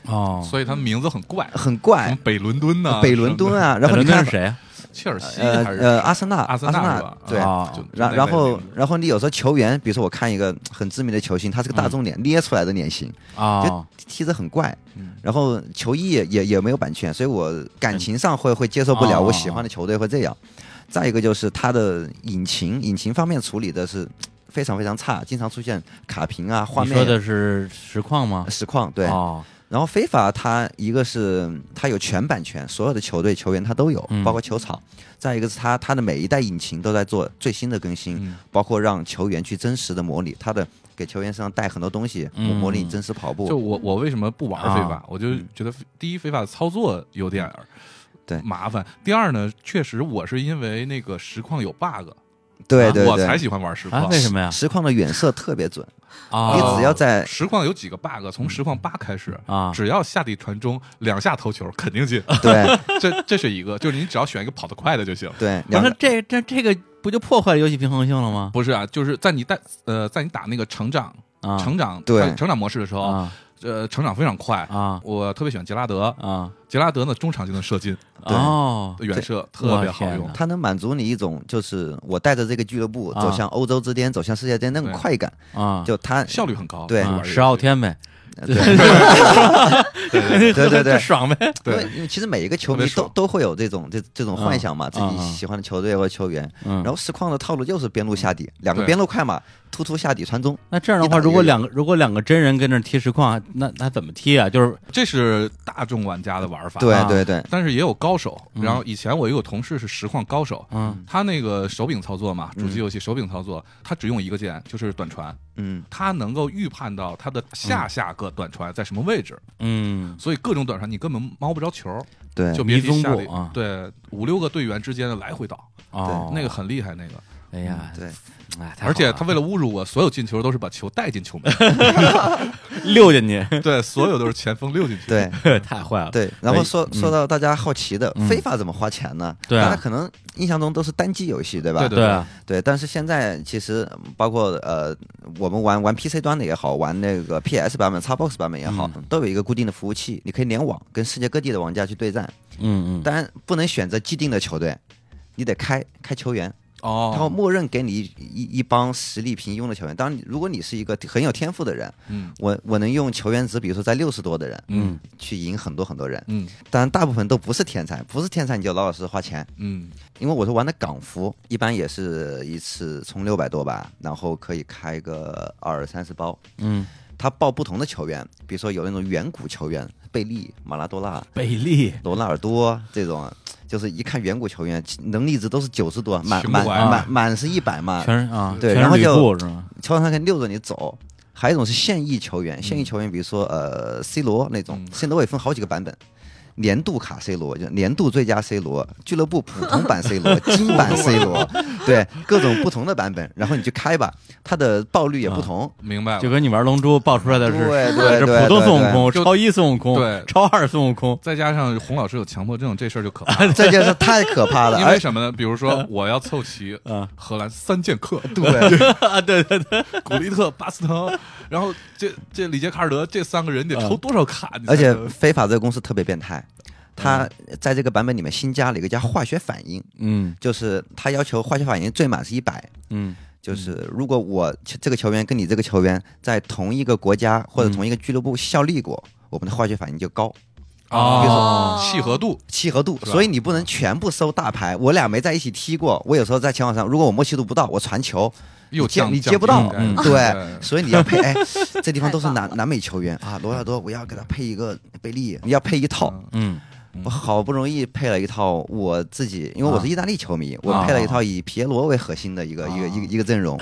Speaker 1: 哦，
Speaker 3: 所以他们名字很怪，
Speaker 4: 很
Speaker 3: 什么
Speaker 4: 怪，
Speaker 3: 北伦敦呐，
Speaker 4: 北伦敦
Speaker 3: 什
Speaker 4: 啊，然后
Speaker 1: 伦
Speaker 4: 你
Speaker 1: 敦
Speaker 4: 看
Speaker 1: 是谁啊？
Speaker 3: 么切尔西
Speaker 4: 呃
Speaker 3: 还是
Speaker 4: 呃阿森纳
Speaker 3: 阿森
Speaker 4: 纳
Speaker 3: 是吧？
Speaker 4: 对。
Speaker 1: 啊
Speaker 3: 就
Speaker 4: 然
Speaker 3: 就
Speaker 4: 然
Speaker 3: 那
Speaker 4: 后
Speaker 3: 类的，
Speaker 4: 然后你有时候球员，比如说我看一个 [SNIFFS] 很知名的球星，他是个大众脸捏出来的脸型，
Speaker 1: 哦，
Speaker 4: 踢得很怪
Speaker 3: 嗯，
Speaker 4: 然后球衣也也也没有版权，所以我感情上会会接受不
Speaker 1: 哦
Speaker 4: 了，
Speaker 1: 哦
Speaker 4: 我喜欢的球队会这样。再一个就是它的引擎，引擎方面处理的是非常非常差，经常出现卡屏啊、画
Speaker 1: 你说
Speaker 4: 面
Speaker 1: 的是实况吗？
Speaker 4: 实况对。
Speaker 1: 哦，
Speaker 4: 然后非法它一个是它有全版权，所有的球队球员它都有
Speaker 1: 嗯，
Speaker 4: 包括球场。再一个是它它的每一代引擎都在做最新的更新，
Speaker 3: 嗯
Speaker 4: 包括让球员去真实的模拟它的。给球员身上带很多东西，模
Speaker 1: 嗯
Speaker 4: 模拟真实跑步，
Speaker 3: 就我我为什么不玩非法
Speaker 1: 啊？
Speaker 3: 我就觉得第一非法操作有点儿
Speaker 4: 嗯对
Speaker 3: 麻烦，第二呢，确实我是因为那个实况有 bug，
Speaker 4: 对对
Speaker 3: 我
Speaker 4: 对，
Speaker 3: 才喜欢玩实
Speaker 1: 啊，
Speaker 3: 况
Speaker 1: 为。什
Speaker 4: [LAUGHS]
Speaker 1: 么呀？
Speaker 4: 实况的远射特别准，
Speaker 1: 啊，
Speaker 4: 你只要
Speaker 1: [LAUGHS]
Speaker 4: 在
Speaker 3: 实况有几个 bug，从
Speaker 4: 嗯
Speaker 3: 实况八开始
Speaker 1: 啊
Speaker 3: 只要下地传中两下投球肯
Speaker 4: [LAUGHS]
Speaker 3: 定进，
Speaker 4: 对
Speaker 3: 这这是一个，就是你只要选一个跑得快的就行。
Speaker 4: 对，
Speaker 1: [LAUGHS] 不
Speaker 4: 两
Speaker 1: 是
Speaker 4: 个
Speaker 1: 这这这个不就破坏了游戏平衡性了吗？
Speaker 3: 不是啊，就是在你带呃，在你打那个成长、
Speaker 1: 啊，
Speaker 3: 成长
Speaker 4: 对
Speaker 3: 在成长模式的时候，
Speaker 1: 啊
Speaker 3: 呃，成长非常快。
Speaker 1: 啊
Speaker 3: 我特别喜欢杰拉德，
Speaker 1: 啊
Speaker 3: 杰拉德呢中场就能射进，
Speaker 4: 对
Speaker 1: 哦，
Speaker 3: 远射特别好
Speaker 1: 我
Speaker 3: 用
Speaker 1: 天。
Speaker 4: 它能满足你一种就是我带着这个俱乐部
Speaker 1: 啊
Speaker 4: 走向欧洲之巅，走向世界之巅那种
Speaker 3: 对
Speaker 4: 快感，
Speaker 1: 啊，
Speaker 4: 就它
Speaker 3: 效率很高，
Speaker 4: 对
Speaker 3: 玩
Speaker 1: 啊
Speaker 3: 这个
Speaker 1: 十傲天呗， [LAUGHS]
Speaker 4: 对
Speaker 1: 对
Speaker 4: 对对对
Speaker 1: 这爽呗，
Speaker 4: 因
Speaker 3: 对
Speaker 1: [LAUGHS]
Speaker 4: 为因为其实每一个球
Speaker 3: 特
Speaker 4: 迷
Speaker 3: 别
Speaker 4: 都
Speaker 3: 爽
Speaker 4: 都会有这种这这种幻想嘛，自己
Speaker 1: 啊啊
Speaker 4: 喜欢的球队或者球员，
Speaker 1: 嗯
Speaker 4: 然后实况的套路就是边路下底，两个
Speaker 3: 对
Speaker 4: 边路快马突突下底传中，
Speaker 1: 那这样的
Speaker 4: 一
Speaker 1: 话，
Speaker 4: 打一个
Speaker 1: 如果两个如果两个真人跟那儿踢实况，那那怎么踢啊？就是
Speaker 3: 这是大众玩家的玩法。
Speaker 4: 对
Speaker 1: 啊
Speaker 4: 对对，
Speaker 3: 但是也有高手。
Speaker 1: 嗯
Speaker 3: 然后以前我也有同事是实况高手，
Speaker 1: 嗯
Speaker 3: 他那个手柄操作嘛，
Speaker 4: 嗯
Speaker 3: 主机游戏手柄操作，他只用一个键，就是短传。
Speaker 4: 嗯，
Speaker 3: 他能够预判到他的下下个短传在什么位置，
Speaker 1: 嗯
Speaker 3: 所以各种短传你根本摸不着球，
Speaker 4: 对
Speaker 3: 就别
Speaker 1: 迷
Speaker 3: 提
Speaker 1: 踪
Speaker 3: 下
Speaker 1: 步
Speaker 3: 底
Speaker 1: 啊
Speaker 3: 对，五六个队员之间的来回倒，
Speaker 1: 哦，
Speaker 3: 那个很厉害，那个
Speaker 1: 哎呀，
Speaker 4: 嗯对，
Speaker 1: 哎，太好
Speaker 3: 而且他为了侮辱我，所有进球都是把球带进球
Speaker 4: [LAUGHS]
Speaker 3: 门，
Speaker 1: 溜进去，
Speaker 3: 对，所有都是前锋溜进去。
Speaker 4: 对，
Speaker 1: [LAUGHS] 太坏了。
Speaker 4: 对，然后说
Speaker 1: 嗯
Speaker 4: 说到大家好奇的
Speaker 1: 嗯，
Speaker 4: 非法怎么花钱呢？
Speaker 1: 对啊
Speaker 4: 大家可能印象中都是单机游戏，对吧？
Speaker 3: 对
Speaker 1: 对啊，
Speaker 4: 对但是现在其实嗯包括呃，我们玩玩 PC 端的也好，玩那个 PS 版本、Xbox 版本也好，都有一个固定的服务器，你可以联网跟世界各地的玩家去对战，
Speaker 1: 嗯嗯，
Speaker 4: 当然不能选择既定的球队，你得开开球员，然后
Speaker 3: 哦，
Speaker 4: 默认给你一一一帮实力平庸的球员。当然，如果你是一个很有天赋的人，
Speaker 3: 嗯
Speaker 4: 我我能用球员值，比如说在六十多的人，
Speaker 1: 嗯，
Speaker 4: 去赢很多很多人。
Speaker 3: 嗯
Speaker 4: 当然，大部分都不是天才，不是天才你就老老实实花钱。
Speaker 3: 嗯
Speaker 4: 因为我是玩的港服，一般也是一次充六百多吧，然后可以开个二三十包。
Speaker 1: 嗯，
Speaker 4: 他报不同的球员，比如说有那种远古球员，贝利、马拉多纳、
Speaker 1: 贝利，
Speaker 4: 罗纳尔多这种，就是一看远古球员能力值都是九十多，满
Speaker 3: 情
Speaker 4: 满
Speaker 3: 怀啊
Speaker 4: 满满是一百嘛，
Speaker 1: 全是啊，
Speaker 4: 对
Speaker 1: 全
Speaker 4: 然后
Speaker 1: 是吕
Speaker 4: 就啊
Speaker 1: 布是吗？
Speaker 4: 球场上可以溜着你走。还有一种是现役球员，
Speaker 3: 嗯
Speaker 4: 现役球员比如说呃 C 罗那种，C 罗也分好几个版本。年度卡 C 罗，就年度最佳 C 罗，俱乐部普通版 C
Speaker 3: [LAUGHS]
Speaker 4: 罗，金版 C 罗， [LAUGHS] 对各种不同的版本，然后你去开吧，它的爆率也
Speaker 3: 啊
Speaker 4: 不同，
Speaker 3: 明白
Speaker 1: 就
Speaker 3: 了。
Speaker 1: 跟你玩龙珠爆出来的是
Speaker 4: 对
Speaker 1: [LAUGHS] 是
Speaker 4: 对
Speaker 1: 是
Speaker 4: 对
Speaker 1: 普通
Speaker 4: 对
Speaker 1: 孙悟空、
Speaker 3: 对
Speaker 1: 超一孙悟空、
Speaker 3: 对
Speaker 1: 超二孙悟
Speaker 4: [LAUGHS]
Speaker 1: 空，
Speaker 3: 再加上洪老师有强迫症，这事儿就可怕了。
Speaker 4: 这件事太可怕
Speaker 3: [LAUGHS]
Speaker 4: 了，
Speaker 3: 因为
Speaker 4: 而
Speaker 3: 什么呢？比如说，我要凑
Speaker 4: [LAUGHS]
Speaker 3: 齐
Speaker 1: 啊
Speaker 3: 荷兰三剑客，
Speaker 4: 嗯对
Speaker 1: 啊，对对对，
Speaker 3: 古利特、巴斯滕，然后这这里杰卡尔德这三个人得抽多少卡？你才
Speaker 4: 嗯而且
Speaker 3: 能
Speaker 4: 非法这个公司特别变态，
Speaker 3: 嗯
Speaker 4: 它在这个版本里面新加了一个叫化学反应，
Speaker 1: 嗯
Speaker 4: 就是它要求化学反应最满是一百，
Speaker 1: 嗯
Speaker 4: 就是如果我球这个球员跟你这个球员在同一个国家或者同一个俱乐部效力过，我们的化学反应就高，比如
Speaker 1: 哦
Speaker 3: 契合度，
Speaker 4: 契合度。
Speaker 3: 吧
Speaker 4: 所以你不能全部收大牌。我俩没在一起踢过，我有时候在前场上，如果我默契度不到，我传球
Speaker 3: 又
Speaker 4: 你接
Speaker 3: 降
Speaker 4: 你
Speaker 3: 降
Speaker 4: 接不到，
Speaker 3: 低
Speaker 1: 嗯
Speaker 3: 应该 [LAUGHS]
Speaker 4: 对，所以你要配。哎，这地方都是
Speaker 2: 太棒
Speaker 4: 南南美球员啊，罗纳尔多，我要给他配一个贝利，你要配一套。
Speaker 1: 嗯，
Speaker 4: 我好不容易配了一套我自己，因为我是意大利球迷，
Speaker 1: 啊
Speaker 4: 我配了一套以皮耶罗为核心的一个、
Speaker 3: 啊
Speaker 4: 一个一个一个阵容，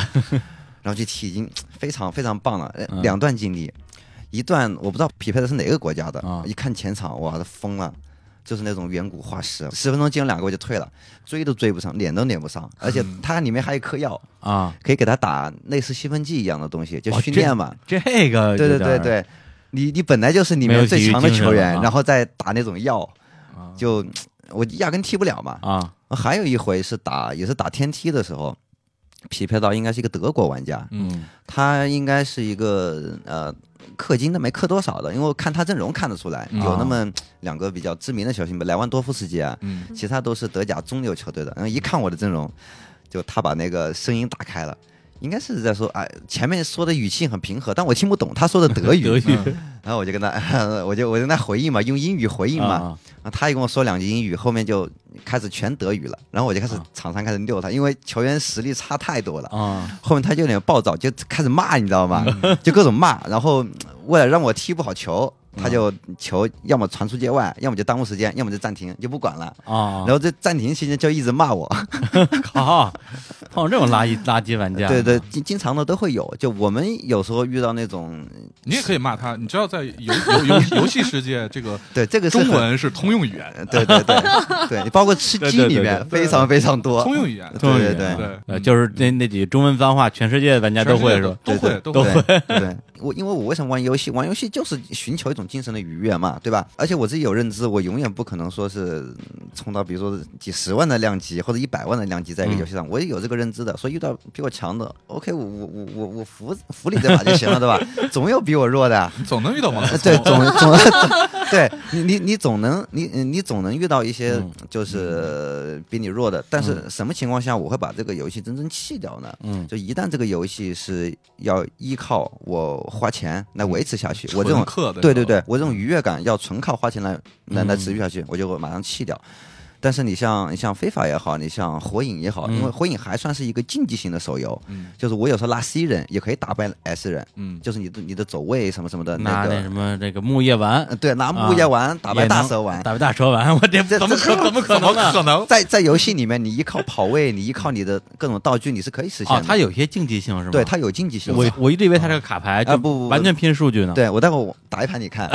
Speaker 4: 然后去踢已经非常非常棒了。呃
Speaker 1: 嗯
Speaker 4: 两段经历，一段我不知道匹配的是哪个国家的，
Speaker 1: 啊
Speaker 4: 一看前场哇，都疯了。就是那种远古化石，十分钟进了两个我就退了，追都追不上，撵都撵不上，而且
Speaker 1: 嗯
Speaker 4: 它里面还有嗑药， [LAUGHS]
Speaker 1: 啊，
Speaker 4: 可以给它打类似兴奋剂一样的东西，就
Speaker 1: 哦
Speaker 4: 训
Speaker 1: 这
Speaker 4: 练嘛。
Speaker 1: 呃这个
Speaker 4: 对对
Speaker 1: 有点
Speaker 4: 对
Speaker 1: 儿，
Speaker 4: 对，你你本来就是里
Speaker 1: 没有体
Speaker 4: 面最
Speaker 1: 育
Speaker 4: 强的
Speaker 1: 精神
Speaker 4: 球
Speaker 1: 了
Speaker 4: 员
Speaker 1: 啊，
Speaker 4: 然后再打那种药，
Speaker 3: 啊
Speaker 4: 就我压根踢不了嘛。呃
Speaker 1: 啊，
Speaker 4: 还有一回是打也是打天梯的时候，匹配到应该是一个德国玩家，
Speaker 1: 嗯
Speaker 4: 他应该是一个呃氪金的没氪多少的，因为我看他阵容看得出来，
Speaker 3: 嗯
Speaker 4: 有
Speaker 1: 啊
Speaker 4: 那么两个比较知名的球星吧，莱万多夫斯基啊，
Speaker 3: 嗯
Speaker 4: 其他都是德甲中游球队的。然后一看我的阵容，就他把那个声音打开了。应该是在说，哎，前面说的语气很平和，但我听不懂他说的德语。
Speaker 1: [LAUGHS] 德语
Speaker 4: 然后我就跟他， [LAUGHS] 我就我就跟他回应嘛，用英语回应嘛。
Speaker 1: 啊
Speaker 4: 然后他也跟我说两句英语，后面就开始全德语了。然后我就开始场上开始溜他，因为球员实力差太多了。
Speaker 1: 啊，
Speaker 4: 后面他就有点暴躁，就开始骂，你知道吗？
Speaker 1: 嗯
Speaker 4: [LAUGHS] 就各种骂。然后嗯为了让我踢不好球，他就
Speaker 1: 啊
Speaker 4: 球要么传出界外，要么就耽误时间，要么就暂停，就不管了。
Speaker 1: 啊
Speaker 4: 然，后这暂停期间就一直骂我，
Speaker 3: 啊
Speaker 4: [LAUGHS]
Speaker 1: 靠，碰上这种垃圾垃圾
Speaker 3: 啊
Speaker 1: 玩家，
Speaker 4: 对对，经经常的都会有。就我们有时候遇到那种，
Speaker 3: 你也可以骂他。你知道，在
Speaker 4: [LAUGHS]
Speaker 3: 游游游游戏世界，这个
Speaker 4: 对这个是
Speaker 3: 中
Speaker 4: 很，
Speaker 3: 文是通用语言，
Speaker 4: [LAUGHS] 对对对对，包括吃
Speaker 1: 对
Speaker 4: 鸡
Speaker 1: 对
Speaker 4: 里
Speaker 1: 对
Speaker 4: 面
Speaker 1: 对
Speaker 4: 非常非常多，
Speaker 3: 通用语言，
Speaker 4: 对
Speaker 1: 终于
Speaker 4: 对嗯
Speaker 1: 啊
Speaker 4: 对
Speaker 3: 对
Speaker 1: 呃，就是那那几中文脏话，全世界玩家都会说，
Speaker 3: 全世界
Speaker 4: 对
Speaker 3: 都
Speaker 4: 对
Speaker 3: 会都会。
Speaker 4: 对对，我因为我为什么玩游戏？玩游戏就是寻求一种精神的愉悦嘛，对吧？而且我自己有认知，我永远不可能说是嗯冲到比如说几十万的量级或者一百万的量级
Speaker 3: 嗯
Speaker 4: 在一个游戏上，我也有这个认知的。所以遇到比我强的，OK，我我我我我服服你这把就行了，对吧？ [LAUGHS] 总有比我弱的啊。
Speaker 3: 你总能遇到王思
Speaker 4: 呃
Speaker 3: 聪
Speaker 4: 对，
Speaker 1: [LAUGHS]
Speaker 4: 总总总，对你你你总能你你总能遇到一些
Speaker 1: 嗯
Speaker 4: 就是比你弱的，但是什么情况下我会把这个游戏真正弃掉呢？
Speaker 1: 嗯
Speaker 4: 就一旦这个游戏是要依靠我花钱来维持下去，
Speaker 1: 嗯
Speaker 4: 我这
Speaker 3: 纯
Speaker 4: 种
Speaker 3: 客的，
Speaker 4: 对对对，，我这种愉悦感要纯靠花钱来来来
Speaker 1: 嗯
Speaker 4: 持续下去，我就会马上弃掉。但是你像你像非法也好，你像火影也好，
Speaker 1: 嗯
Speaker 4: 因为火影还算是一个竞技型的手游，
Speaker 3: 嗯
Speaker 4: 就是我有时候拉 C 人也可以打败 S 人，
Speaker 3: 嗯，
Speaker 4: 就是你的你的走位什么什么的
Speaker 1: 拿
Speaker 4: 个
Speaker 1: 那什么这个木叶丸
Speaker 4: 嗯，对，拿木叶丸、打败
Speaker 1: 啊也
Speaker 4: 大
Speaker 1: 能
Speaker 4: 蛇丸。
Speaker 1: 打败大蛇丸，我这
Speaker 4: [LAUGHS] 这
Speaker 1: 怎么
Speaker 4: 这
Speaker 1: 可怎么可
Speaker 3: 怎
Speaker 1: 能
Speaker 3: 么
Speaker 1: 呢？
Speaker 3: 可能？
Speaker 4: 在在游戏里面，你依靠跑位，你依靠你的各种道具，你是可以实现
Speaker 1: 哦
Speaker 4: 的。，
Speaker 1: 它有些竞技性是吗？
Speaker 4: 对，它有竞技性。
Speaker 1: 我我一直以为它是个卡牌，就
Speaker 4: 啊不不不
Speaker 1: 完全拼数据呢，
Speaker 4: 对我待会
Speaker 1: [LAUGHS]
Speaker 4: 儿我打一盘你看。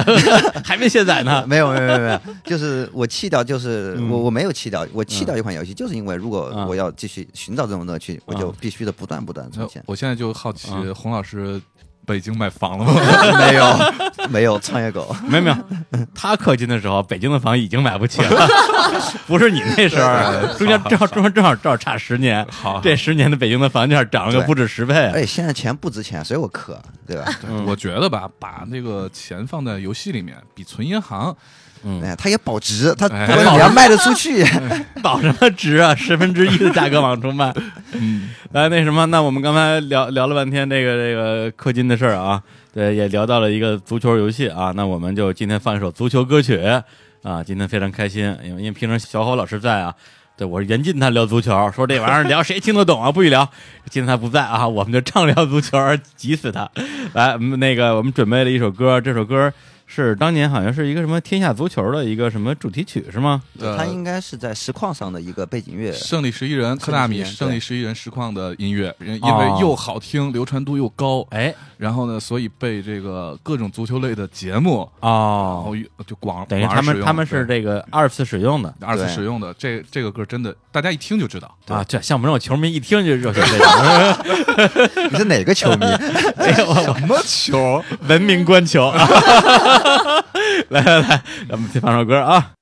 Speaker 1: 还没卸载呢。
Speaker 4: 没有没有没有没有，就是我弃掉，就是我我没有弃掉，我弃掉一款游戏，就是因为如果
Speaker 1: 嗯
Speaker 4: 我要继续寻找这种乐趣，我就必须的不断不断地
Speaker 3: 那
Speaker 4: 重现。
Speaker 3: 呃我现在就好奇
Speaker 1: 啊，
Speaker 3: 洪老师北京买房了
Speaker 4: [LAUGHS]
Speaker 3: 吗？
Speaker 4: 没有，没有创
Speaker 1: [LAUGHS]
Speaker 4: 业狗，
Speaker 1: 没有没有，他氪金的时候，北京的房已经买不起
Speaker 4: [LAUGHS]
Speaker 1: 了，不是你那时候，中间正好正好正好正好差十年，
Speaker 3: 好，
Speaker 1: 这十年的北京的房价涨了个
Speaker 4: 对
Speaker 1: 不止十倍啊
Speaker 4: 而！且哎现在钱不值钱，所以我氪，对吧？
Speaker 1: 嗯
Speaker 3: 我觉得吧，把那个钱放在游戏里面，比存银行
Speaker 1: 嗯，
Speaker 4: 哎，它也保值，它
Speaker 3: 哎
Speaker 4: 关
Speaker 1: [LAUGHS]
Speaker 4: 键你要卖得出去。
Speaker 1: 保什么值啊？十分之一的价格往出卖。
Speaker 3: 嗯，
Speaker 1: 来，那什么，那我们刚才聊聊了半天这个这个氪金的事儿啊，对，也聊到了一个足球游戏啊，那我们就今天放一首足球歌曲啊，今天非常开心，因为因为平常小侯老师在啊。对，我是严禁他聊足球，说这玩意儿聊谁听得懂啊？不许聊。今天他不在啊，我们就畅聊足球，急死他。来，嗯那个我们准备了一首歌，这首歌是当年好像是一个什么天下足球的一个什么主题曲是吗？
Speaker 3: 呃
Speaker 4: 它应该是在实况上的一个背景乐，
Speaker 3: 胜利十一人科纳米
Speaker 4: 胜利十
Speaker 3: 胜利十
Speaker 4: 一人
Speaker 3: 一人实况的音乐，因因
Speaker 1: 哦
Speaker 3: 为又好听，流传度又高，
Speaker 1: 哎，
Speaker 3: 然后呢，所以被这个各种足球类的节目，然
Speaker 1: 哦，
Speaker 3: 后就广
Speaker 1: 等于
Speaker 3: 广而
Speaker 1: 他们
Speaker 3: 使用
Speaker 1: 他们是
Speaker 3: 对
Speaker 1: 这个二次使用的。
Speaker 3: 二次
Speaker 4: 对
Speaker 3: 使用的，这这个歌真的，大家一听就知道。
Speaker 1: 啊，这像我们这种球迷一听就热血沸腾，
Speaker 3: [LAUGHS]
Speaker 4: 你是哪个球迷？啊
Speaker 1: 哎呦，我
Speaker 3: 什么球？
Speaker 1: 文明观球。 [LAUGHS] 来来来，咱们先放首歌啊。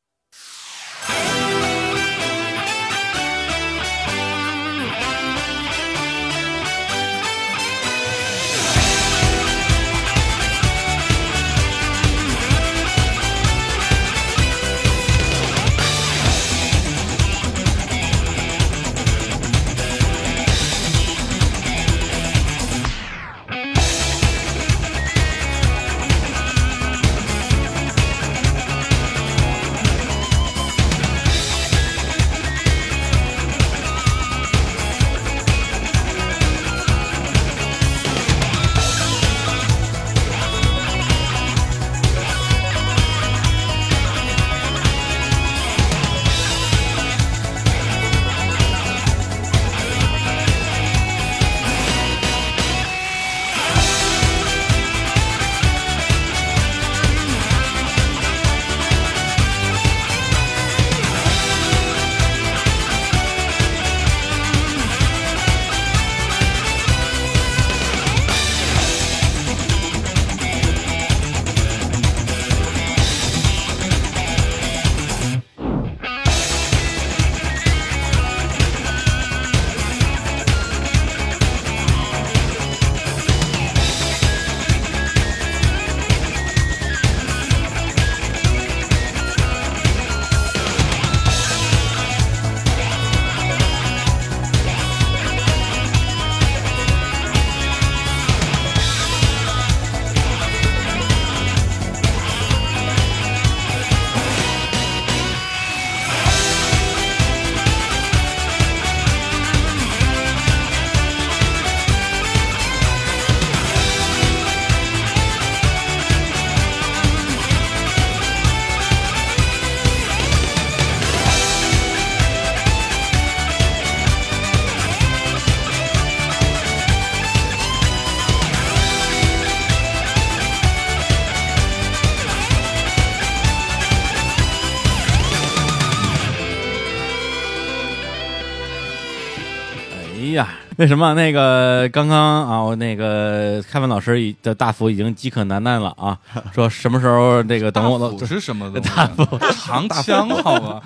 Speaker 1: 哎呀，那什么，那个刚刚啊，我那个凯文老师已的大福已经饥渴难耐了
Speaker 3: [LAUGHS]
Speaker 1: 啊，说什么时候这个等我
Speaker 3: 大
Speaker 1: 的
Speaker 3: 斧是什么东西？啊
Speaker 1: 大福，
Speaker 3: 长枪好吧？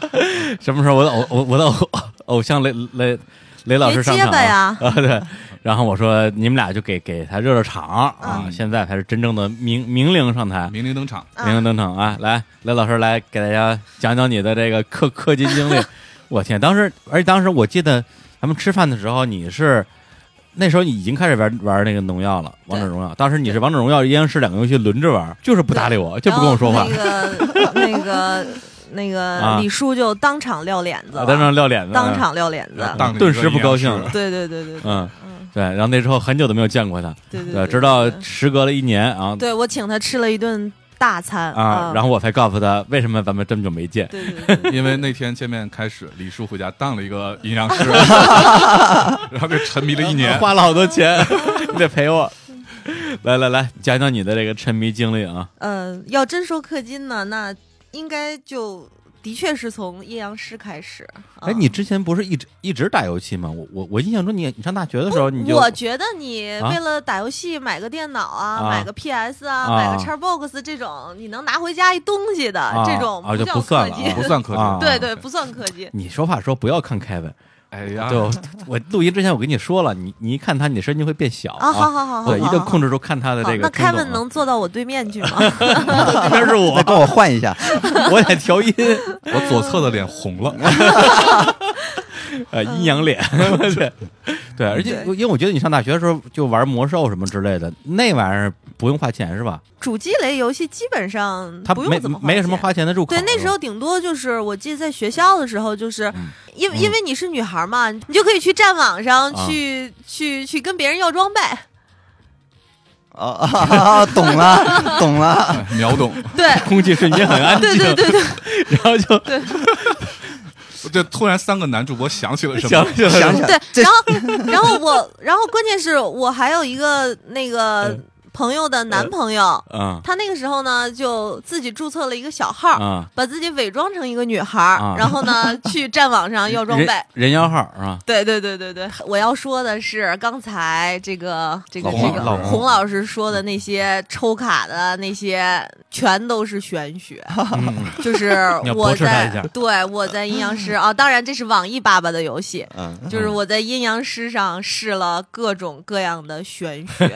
Speaker 1: 什么时候我的偶我我的偶偶像雷雷雷老师上场、
Speaker 2: 结巴呀
Speaker 1: [LAUGHS] 啊，对。然后我说你们俩就给给他热热场啊，
Speaker 3: 嗯
Speaker 1: 现在才是真正的明明令上台。
Speaker 3: 明灵登场，
Speaker 2: 嗯
Speaker 1: 零零等等啊，来，雷老师来给大家讲讲你的这个氪氪金经
Speaker 2: [LAUGHS]
Speaker 1: 历。我天，当时而且当时我记得咱们吃饭的时候，你是那时候你已经开始玩玩那个农药了，王者荣耀。当时你是王者荣耀、阴阳师两个游戏轮着玩，就是不搭理我，就不跟我说话，
Speaker 2: 然后
Speaker 1: [LAUGHS]
Speaker 2: 那个那个那
Speaker 1: 啊
Speaker 2: 个李叔就当场撂脸子
Speaker 1: 在
Speaker 2: 了，
Speaker 1: 那儿撂脸子，
Speaker 2: 当场撂脸子。
Speaker 1: 嗯
Speaker 3: 当着一个
Speaker 1: 顿时不高兴
Speaker 3: 阴阳师
Speaker 2: 对对对对，对
Speaker 1: [LAUGHS] 嗯，
Speaker 2: 嗯，
Speaker 1: 对。然后那时候很久都没有见过他，
Speaker 2: 对对
Speaker 1: 对，
Speaker 2: 对，
Speaker 1: 直到
Speaker 2: 对
Speaker 1: 时隔了一年啊
Speaker 2: 对我请他吃了一顿大餐
Speaker 1: 啊，然
Speaker 2: 后
Speaker 1: 后我才告诉他为什么咱们这么久没见。
Speaker 2: 对对对对
Speaker 3: 因为那天见面开始，李叔回家当了一个阴阳
Speaker 1: [LAUGHS]
Speaker 3: 师，然后就沉迷了一
Speaker 2: 啊
Speaker 3: 年。
Speaker 1: 花了好多钱， [LAUGHS] 你得陪我。 [LAUGHS] 来来来，讲
Speaker 2: 呃
Speaker 1: 讲你的这个沉迷经历啊！
Speaker 2: 嗯，要真说氪金呢，那应该就的确是从阴阳师开始。
Speaker 1: 哎，
Speaker 2: 嗯
Speaker 1: 你之前不是一直一直打游戏吗？我我我印象中你你上大学的时候哦你就
Speaker 2: 我觉得你
Speaker 1: 啊
Speaker 2: 为了打游戏买个电脑啊，
Speaker 1: 啊
Speaker 2: 买个 PS 啊，
Speaker 1: 啊
Speaker 2: 买个 Xbox 这种你能拿回家一东西的、
Speaker 1: 啊
Speaker 2: 这种
Speaker 1: 啊就
Speaker 2: 叫
Speaker 1: 不算
Speaker 2: 科
Speaker 1: 了
Speaker 2: 技，
Speaker 1: 啊
Speaker 3: 不
Speaker 2: [LAUGHS]
Speaker 3: 算科技
Speaker 1: 啊，
Speaker 2: 对对，不算科技。
Speaker 1: 你说话说不要看凯
Speaker 2: [LAUGHS]
Speaker 1: 文，
Speaker 3: 哎呀，
Speaker 2: 啊
Speaker 1: 对我我录音之前我跟你说了，你你一看他你的声音就会变小
Speaker 2: 啊，好好好好，
Speaker 1: 对，一定
Speaker 2: 好
Speaker 1: 控制住看他的
Speaker 2: 好
Speaker 1: 这个。啊
Speaker 2: 那凯文能坐到我对面去吗？
Speaker 1: [LAUGHS] 那边是我
Speaker 4: [LAUGHS]
Speaker 2: [LAUGHS]
Speaker 4: 再，跟我换一下，
Speaker 1: [LAUGHS] 我得调音，
Speaker 3: 我左侧的脸红
Speaker 1: [LAUGHS]
Speaker 3: 了，
Speaker 1: 呃，阴阳脸， [LAUGHS] 对对，而且因为我觉得你上大学的时候就玩魔兽什么之类的，那玩意儿不用花钱是吧？
Speaker 2: 主机类游戏基本上
Speaker 1: 他
Speaker 2: 不用
Speaker 1: 没
Speaker 2: 怎么
Speaker 1: 没什么
Speaker 2: 钱
Speaker 1: 花钱的入口。
Speaker 2: 对，那时候顶多就是，我记得在学校的时候，就是
Speaker 1: 嗯
Speaker 2: 因为因为你是女孩嘛，你就可以去战网上
Speaker 1: 啊
Speaker 2: 去去去跟别人要装备。
Speaker 4: 哦哦哦，哦懂了
Speaker 2: [LAUGHS]
Speaker 4: 懂了，
Speaker 3: 秒懂，
Speaker 2: [LAUGHS] 对，
Speaker 1: 空气瞬间很安静，
Speaker 2: 对对对对，
Speaker 1: [LAUGHS] 然后就
Speaker 3: 这突然三个男主播想起了什
Speaker 1: [LAUGHS] 想
Speaker 3: 么？
Speaker 1: 起来
Speaker 4: 想
Speaker 1: 了。
Speaker 4: 想
Speaker 2: 对，
Speaker 4: 这
Speaker 2: 然后然后我，然后关键是我还有一个那个
Speaker 1: 嗯
Speaker 2: 朋友的男朋友，
Speaker 1: 嗯
Speaker 2: 他那个时候呢就自己注册了一个小号，
Speaker 1: 啊，
Speaker 2: 把自己伪装成一个女孩，
Speaker 1: 啊
Speaker 2: 儿，然后
Speaker 1: [LAUGHS]
Speaker 2: 呢去战网上要装
Speaker 1: 人
Speaker 2: 备。
Speaker 1: 人妖号是吧？
Speaker 2: 对对对对对，我要说的是刚才这个这个
Speaker 3: 老
Speaker 2: 这
Speaker 3: 黄
Speaker 2: 个
Speaker 3: 老黄
Speaker 2: 洪老师说的那些抽卡的那些，全都是玄学，
Speaker 3: 嗯
Speaker 2: [LAUGHS] 就是
Speaker 1: 你要
Speaker 2: 我
Speaker 1: 驳斥他
Speaker 2: 在
Speaker 1: 一下
Speaker 2: 对我在阴阳
Speaker 3: [LAUGHS]
Speaker 2: 师啊，当然这是网易爸爸的游戏，
Speaker 4: 嗯，
Speaker 2: 就是我在阴阳师上试了各种各样的玄
Speaker 3: [LAUGHS]
Speaker 2: 学，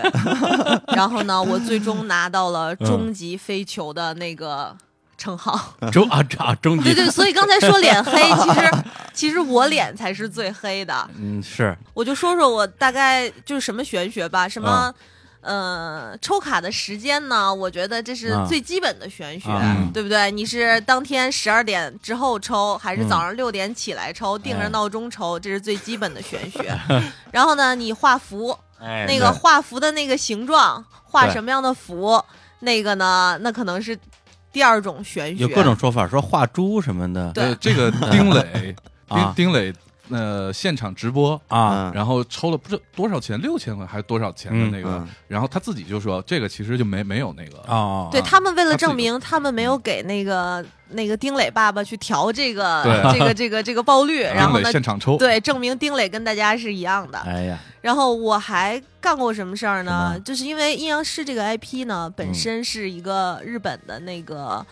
Speaker 2: 然后呢，我最终拿到了终极飞球的那个称
Speaker 3: [LAUGHS]
Speaker 2: 号。
Speaker 1: 中啊啊终极
Speaker 2: 对，对，所以刚才说脸黑，其实其实我脸才是最黑的。
Speaker 1: 嗯是
Speaker 2: 我就说说我大概就是什么玄学吧，什么。
Speaker 1: 啊
Speaker 2: 呃，抽卡的时间呢？我觉得这是
Speaker 1: 啊
Speaker 2: 最基本的玄学，
Speaker 1: 啊
Speaker 2: 对不对？你是当天十二点之后抽，还是早上六点起来抽，定
Speaker 1: 嗯
Speaker 2: 着
Speaker 1: 哎
Speaker 2: 闹钟抽，这是最基本的玄学。 [LAUGHS] 然后呢，你画符，
Speaker 1: [LAUGHS] 哎
Speaker 2: 那个画符的那个形状，画
Speaker 1: 对
Speaker 2: 什么样的符，那个呢，那可能是第二种玄学。
Speaker 1: 有各种说法，说画猪什么的
Speaker 2: 对
Speaker 3: 呃这个丁磊，
Speaker 1: [LAUGHS] 啊
Speaker 3: 丁丁磊，呃，现场直播，
Speaker 4: 嗯
Speaker 1: 啊，
Speaker 3: 然后抽了不知道多少钱，六千块还是多少钱的那个
Speaker 4: 嗯嗯，
Speaker 3: 然后他自己就说这个其实就没没有那个
Speaker 1: 哦，
Speaker 2: 对他们为了
Speaker 3: 他自己
Speaker 2: 证明他们没有给那个那个丁磊爸爸去调这个
Speaker 3: 对
Speaker 2: 这个这个这个爆率，然
Speaker 3: 丁
Speaker 2: 后
Speaker 3: 磊
Speaker 2: 呢，
Speaker 3: 现场抽，
Speaker 2: 对证明丁磊跟大家是一样的。
Speaker 1: 哎呀，
Speaker 2: 然后我还干过什么事儿呢
Speaker 1: 什么？
Speaker 2: 就是因为阴阳师这个 IP 呢，本身是一个日本的那个。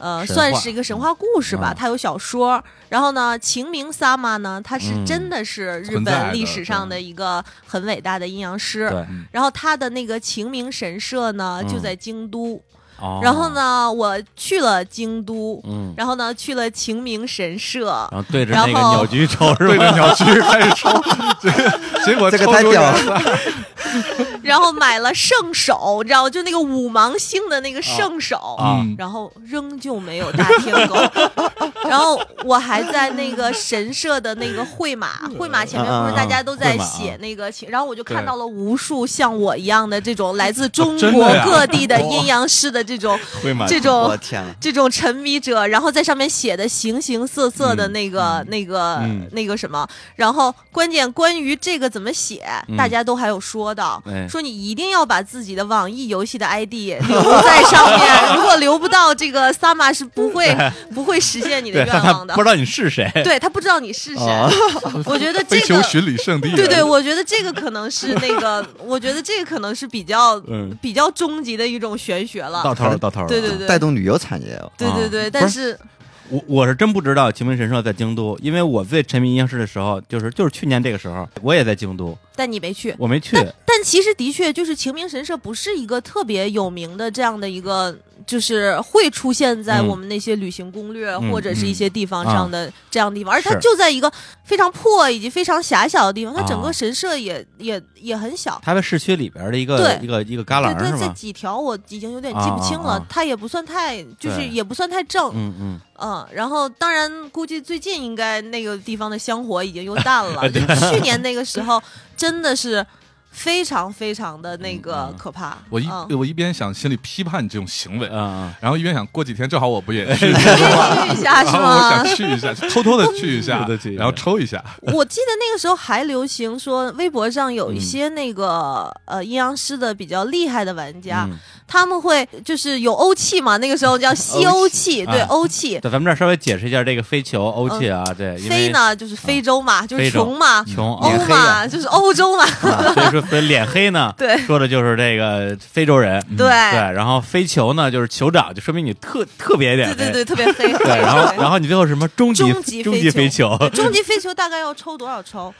Speaker 2: 呃，
Speaker 1: 神话
Speaker 2: 算是一个神话故事吧
Speaker 1: 嗯，
Speaker 2: 它有小说。然后呢，晴明萨玛呢，他是
Speaker 1: 嗯
Speaker 2: 真的是日
Speaker 3: 存在的
Speaker 2: 本历史上的一个很伟大的阴阳师。
Speaker 1: 对，
Speaker 2: 然后他的那个晴明神社呢，
Speaker 1: 嗯
Speaker 2: 就在京都。
Speaker 1: 哦
Speaker 2: 然后，呢，我去了京都，
Speaker 1: 嗯，
Speaker 2: 然后呢去了晴明神社，
Speaker 1: 然后对着
Speaker 2: 然
Speaker 1: 那
Speaker 2: 后
Speaker 1: 个鸟居抽是
Speaker 3: 对着
Speaker 1: 吧？
Speaker 3: 鸟区开始抽，结结果
Speaker 4: 这个
Speaker 3: 抽
Speaker 4: 太
Speaker 3: 出
Speaker 4: 屌
Speaker 3: 来了，
Speaker 2: 然后买了圣手，你知道，就那个五芒星的那个圣手，
Speaker 1: 啊
Speaker 3: 嗯
Speaker 2: 然后仍旧没有大天狗。 [LAUGHS] 然后我还在那个神社的那个会马，会马前面不是大家都在写那个情，然后我就看到了无数像我一样的这种来自中
Speaker 3: 真
Speaker 2: 国
Speaker 3: 的呀
Speaker 2: 各地的阴阳师的这种
Speaker 1: 会
Speaker 2: [LAUGHS]
Speaker 1: 买
Speaker 2: 这
Speaker 4: 我
Speaker 2: 种
Speaker 4: 天了，啊
Speaker 2: 这种沉迷者，然后在上面写的形形色色的那个、那个、
Speaker 1: 嗯
Speaker 2: 那个什么，然后关键关于这个怎么写，
Speaker 1: 嗯
Speaker 2: 大家都还有说到，
Speaker 1: 哎
Speaker 2: 说你一定要把自己的网易游戏的 ID 留在上面，如果留不到这个 Sama 是不会不会实现你
Speaker 1: [LAUGHS] [LAUGHS]
Speaker 2: 的
Speaker 1: 对，但
Speaker 2: 愿
Speaker 1: 他
Speaker 2: 望的
Speaker 1: 不知，道你是谁，
Speaker 2: 对他不知道你是谁，啊
Speaker 4: 哦
Speaker 3: 啊 [LAUGHS]
Speaker 2: 我觉得
Speaker 3: 非
Speaker 2: 这
Speaker 3: 球
Speaker 2: 个。
Speaker 3: 巡礼圣地，啊
Speaker 2: 对对，我觉得这个可能是那
Speaker 1: [LAUGHS]
Speaker 2: 个，我觉得这个可能是比较、
Speaker 1: 嗯
Speaker 2: 比较终极的一种玄学了
Speaker 1: 到。头了，到头了，
Speaker 2: 啊对对对
Speaker 4: 带动旅游产业哦，
Speaker 2: 对对
Speaker 1: 啊
Speaker 2: 对，
Speaker 1: 不
Speaker 2: 但
Speaker 1: 是
Speaker 2: 是
Speaker 1: 我我是真不知道晴明神社在京都，因为我最沉迷阴阳师的时候，就是就是去年这个时候，我也在京都，
Speaker 2: 但你没去，
Speaker 1: 我没去。
Speaker 2: 但但其实的确，就是晴明神社不是一个特别有名的这样的一个，就是会出现在
Speaker 1: 嗯
Speaker 2: 我们那些旅行攻略、
Speaker 1: 嗯啊
Speaker 2: 或者是一些地方上的这样的地方，而
Speaker 1: 是
Speaker 2: 它就在一个非常破以及非常狭小的地方，它整
Speaker 1: 啊
Speaker 2: 个神社也、也也很小。
Speaker 1: 它在市区里边的一个
Speaker 2: 对
Speaker 1: 一个一个旮旯
Speaker 2: 对
Speaker 1: 是
Speaker 2: 对，这
Speaker 1: 吗？
Speaker 2: 几条我已经有点记不清了，
Speaker 1: 啊啊啊
Speaker 2: 它也不算太，就是
Speaker 1: 对
Speaker 2: 也不算太正，
Speaker 1: 嗯嗯，
Speaker 2: 嗯，然后当然，估计最近应该那个地方的香火已经又淡了。就去年那个时候，真的是非常非常的那个可怕。
Speaker 3: 我
Speaker 2: [LAUGHS]
Speaker 3: 一
Speaker 2: 嗯
Speaker 3: 我一边想心里批判你这种行为，
Speaker 1: 嗯
Speaker 3: 然后一边想过几天正好我不也 [LAUGHS] 去，
Speaker 2: 你去一下
Speaker 3: 然
Speaker 2: 是
Speaker 3: 后我
Speaker 2: 吗
Speaker 3: 想？去 [LAUGHS] 一下，偷偷的去一
Speaker 1: 偷
Speaker 3: 下
Speaker 1: 偷地去一，下
Speaker 3: 然后抽一下，
Speaker 2: [LAUGHS] 我记得那个时候还流行说，微博上有一些那个、呃阴阳师的比较厉害的玩家，
Speaker 1: 嗯，
Speaker 2: 他们会就是有欧气嘛，那个时候叫西欧气，
Speaker 1: 啊
Speaker 2: 对欧气。
Speaker 1: 在咱们这儿稍微解释一下这个飞球欧气啊，对，因
Speaker 2: 非
Speaker 1: 为
Speaker 2: 嗯呢哦就是非洲嘛，就是
Speaker 1: 非洲
Speaker 2: 穷嘛，
Speaker 1: 穷啊，
Speaker 2: 欧 [LAUGHS]
Speaker 1: 嗯
Speaker 4: 脸黑
Speaker 2: 嘛
Speaker 4: 啊
Speaker 2: 就是欧洲嘛，
Speaker 1: 所以说所以脸黑呢，
Speaker 2: [LAUGHS] 对
Speaker 1: 说的就是这个非洲人，
Speaker 2: [LAUGHS] 对
Speaker 1: 对，然后非球呢就是酋长，就说明你特特别一点
Speaker 2: 对对
Speaker 1: 黑，
Speaker 2: 对，特别黑。
Speaker 1: [LAUGHS] 对，然
Speaker 2: [LAUGHS]
Speaker 1: 后然后你最后什么终极
Speaker 2: 终极
Speaker 1: 终
Speaker 2: 飞
Speaker 1: 极
Speaker 2: 球
Speaker 1: 飞球，
Speaker 2: 终极飞球大概要抽多少抽？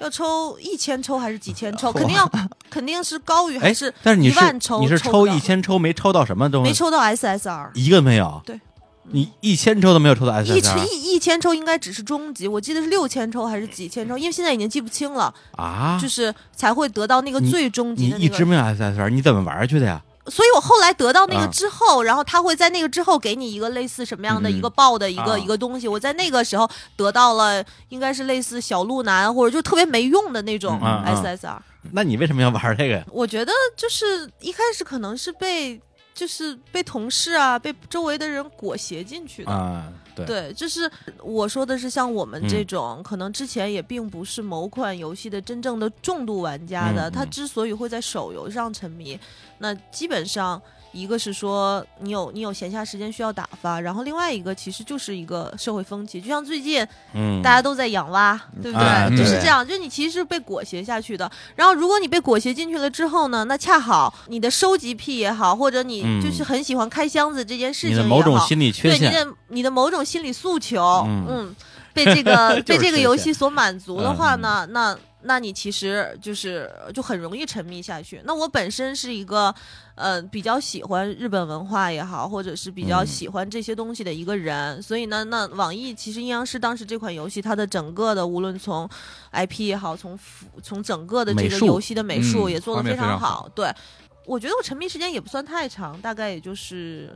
Speaker 2: 要抽一千抽还是几千抽？肯定要，肯定是高于还
Speaker 1: 哎
Speaker 2: 是，
Speaker 1: 但是你
Speaker 2: 一万
Speaker 1: 是
Speaker 2: 抽
Speaker 1: 你是
Speaker 2: 抽
Speaker 1: 抽
Speaker 2: 不到
Speaker 1: 一千抽没抽到什么东
Speaker 2: 没
Speaker 1: 西，
Speaker 2: 抽到 SSR。
Speaker 1: 一个没有，
Speaker 2: 对，
Speaker 1: 你一千抽都没有抽到 S S
Speaker 2: 一千
Speaker 1: R
Speaker 2: 一一千抽应该只是中级，我记得是六千抽还是几千抽，因为现在已经记不清了，
Speaker 1: 啊
Speaker 2: 就，是才会得到那个
Speaker 1: 你
Speaker 2: 最终
Speaker 1: 你
Speaker 2: 级的
Speaker 1: 一
Speaker 2: 那
Speaker 1: 直
Speaker 2: 个。
Speaker 1: 没有 S S R，你怎么玩去的呀？
Speaker 2: 所以我后来得到那
Speaker 1: 啊
Speaker 2: 个之后，然后他会在那个之后给你一个类似什么样的
Speaker 1: 嗯嗯
Speaker 2: 一个爆的一个
Speaker 3: 啊
Speaker 2: 一个东西。我在那个时候得到了，应该是类似小鹿男或者就特别没用的那种
Speaker 1: 嗯啊啊
Speaker 2: SSR。
Speaker 1: 那你为什么要玩这个呀？
Speaker 2: 我觉得就是一开始可能是被就是被同事啊，被周围的人裹挟进去的。
Speaker 1: 啊，对，嗯
Speaker 2: 对，就是我说的是像我们这种，可能之前也并不是某款游戏的真正的重度玩家的，
Speaker 1: 嗯
Speaker 2: 他
Speaker 1: 嗯
Speaker 2: 之所以会在手游上沉迷，那基本上一个是说你有你有闲暇时间需要打发，然后另外一个其实就是一个社会风气，就像最近
Speaker 1: 嗯，
Speaker 2: 大家都在养蛙，对不对？
Speaker 1: 啊
Speaker 2: 就是
Speaker 4: 对
Speaker 2: 这样，就是你其实是被裹挟下去的。然后，如果你被裹挟进去了之后呢，那恰好你的收集癖也好，或者你
Speaker 1: 嗯
Speaker 2: 就是很喜欢开箱子这件事
Speaker 1: 你
Speaker 2: 情
Speaker 1: 的
Speaker 2: 也好，
Speaker 1: 某种心理缺
Speaker 2: 对你
Speaker 1: 陷，
Speaker 2: 的你的某种心理诉求，
Speaker 1: 嗯
Speaker 2: 嗯，被
Speaker 1: [LAUGHS]
Speaker 2: 这个
Speaker 1: 就是缺
Speaker 2: 被这个
Speaker 1: 陷嗯
Speaker 2: 游戏所满足的话呢，那那你其实就是就很容易沉迷下去。那我本身是一个呃比较喜欢日本文化也好，或者是比较
Speaker 1: 嗯
Speaker 2: 喜欢这些东西的一个人，所以呢，那网易其实阴阳师当时这款游戏，它的整个的无论从 IP 也好，从服从整个的这
Speaker 1: 美
Speaker 2: 个
Speaker 1: 术
Speaker 2: 游戏的美术
Speaker 3: 嗯
Speaker 2: 也做得
Speaker 3: 画面
Speaker 2: 非
Speaker 3: 非常
Speaker 2: 好，对。我觉得我沉迷时间也不算太长，大概也就是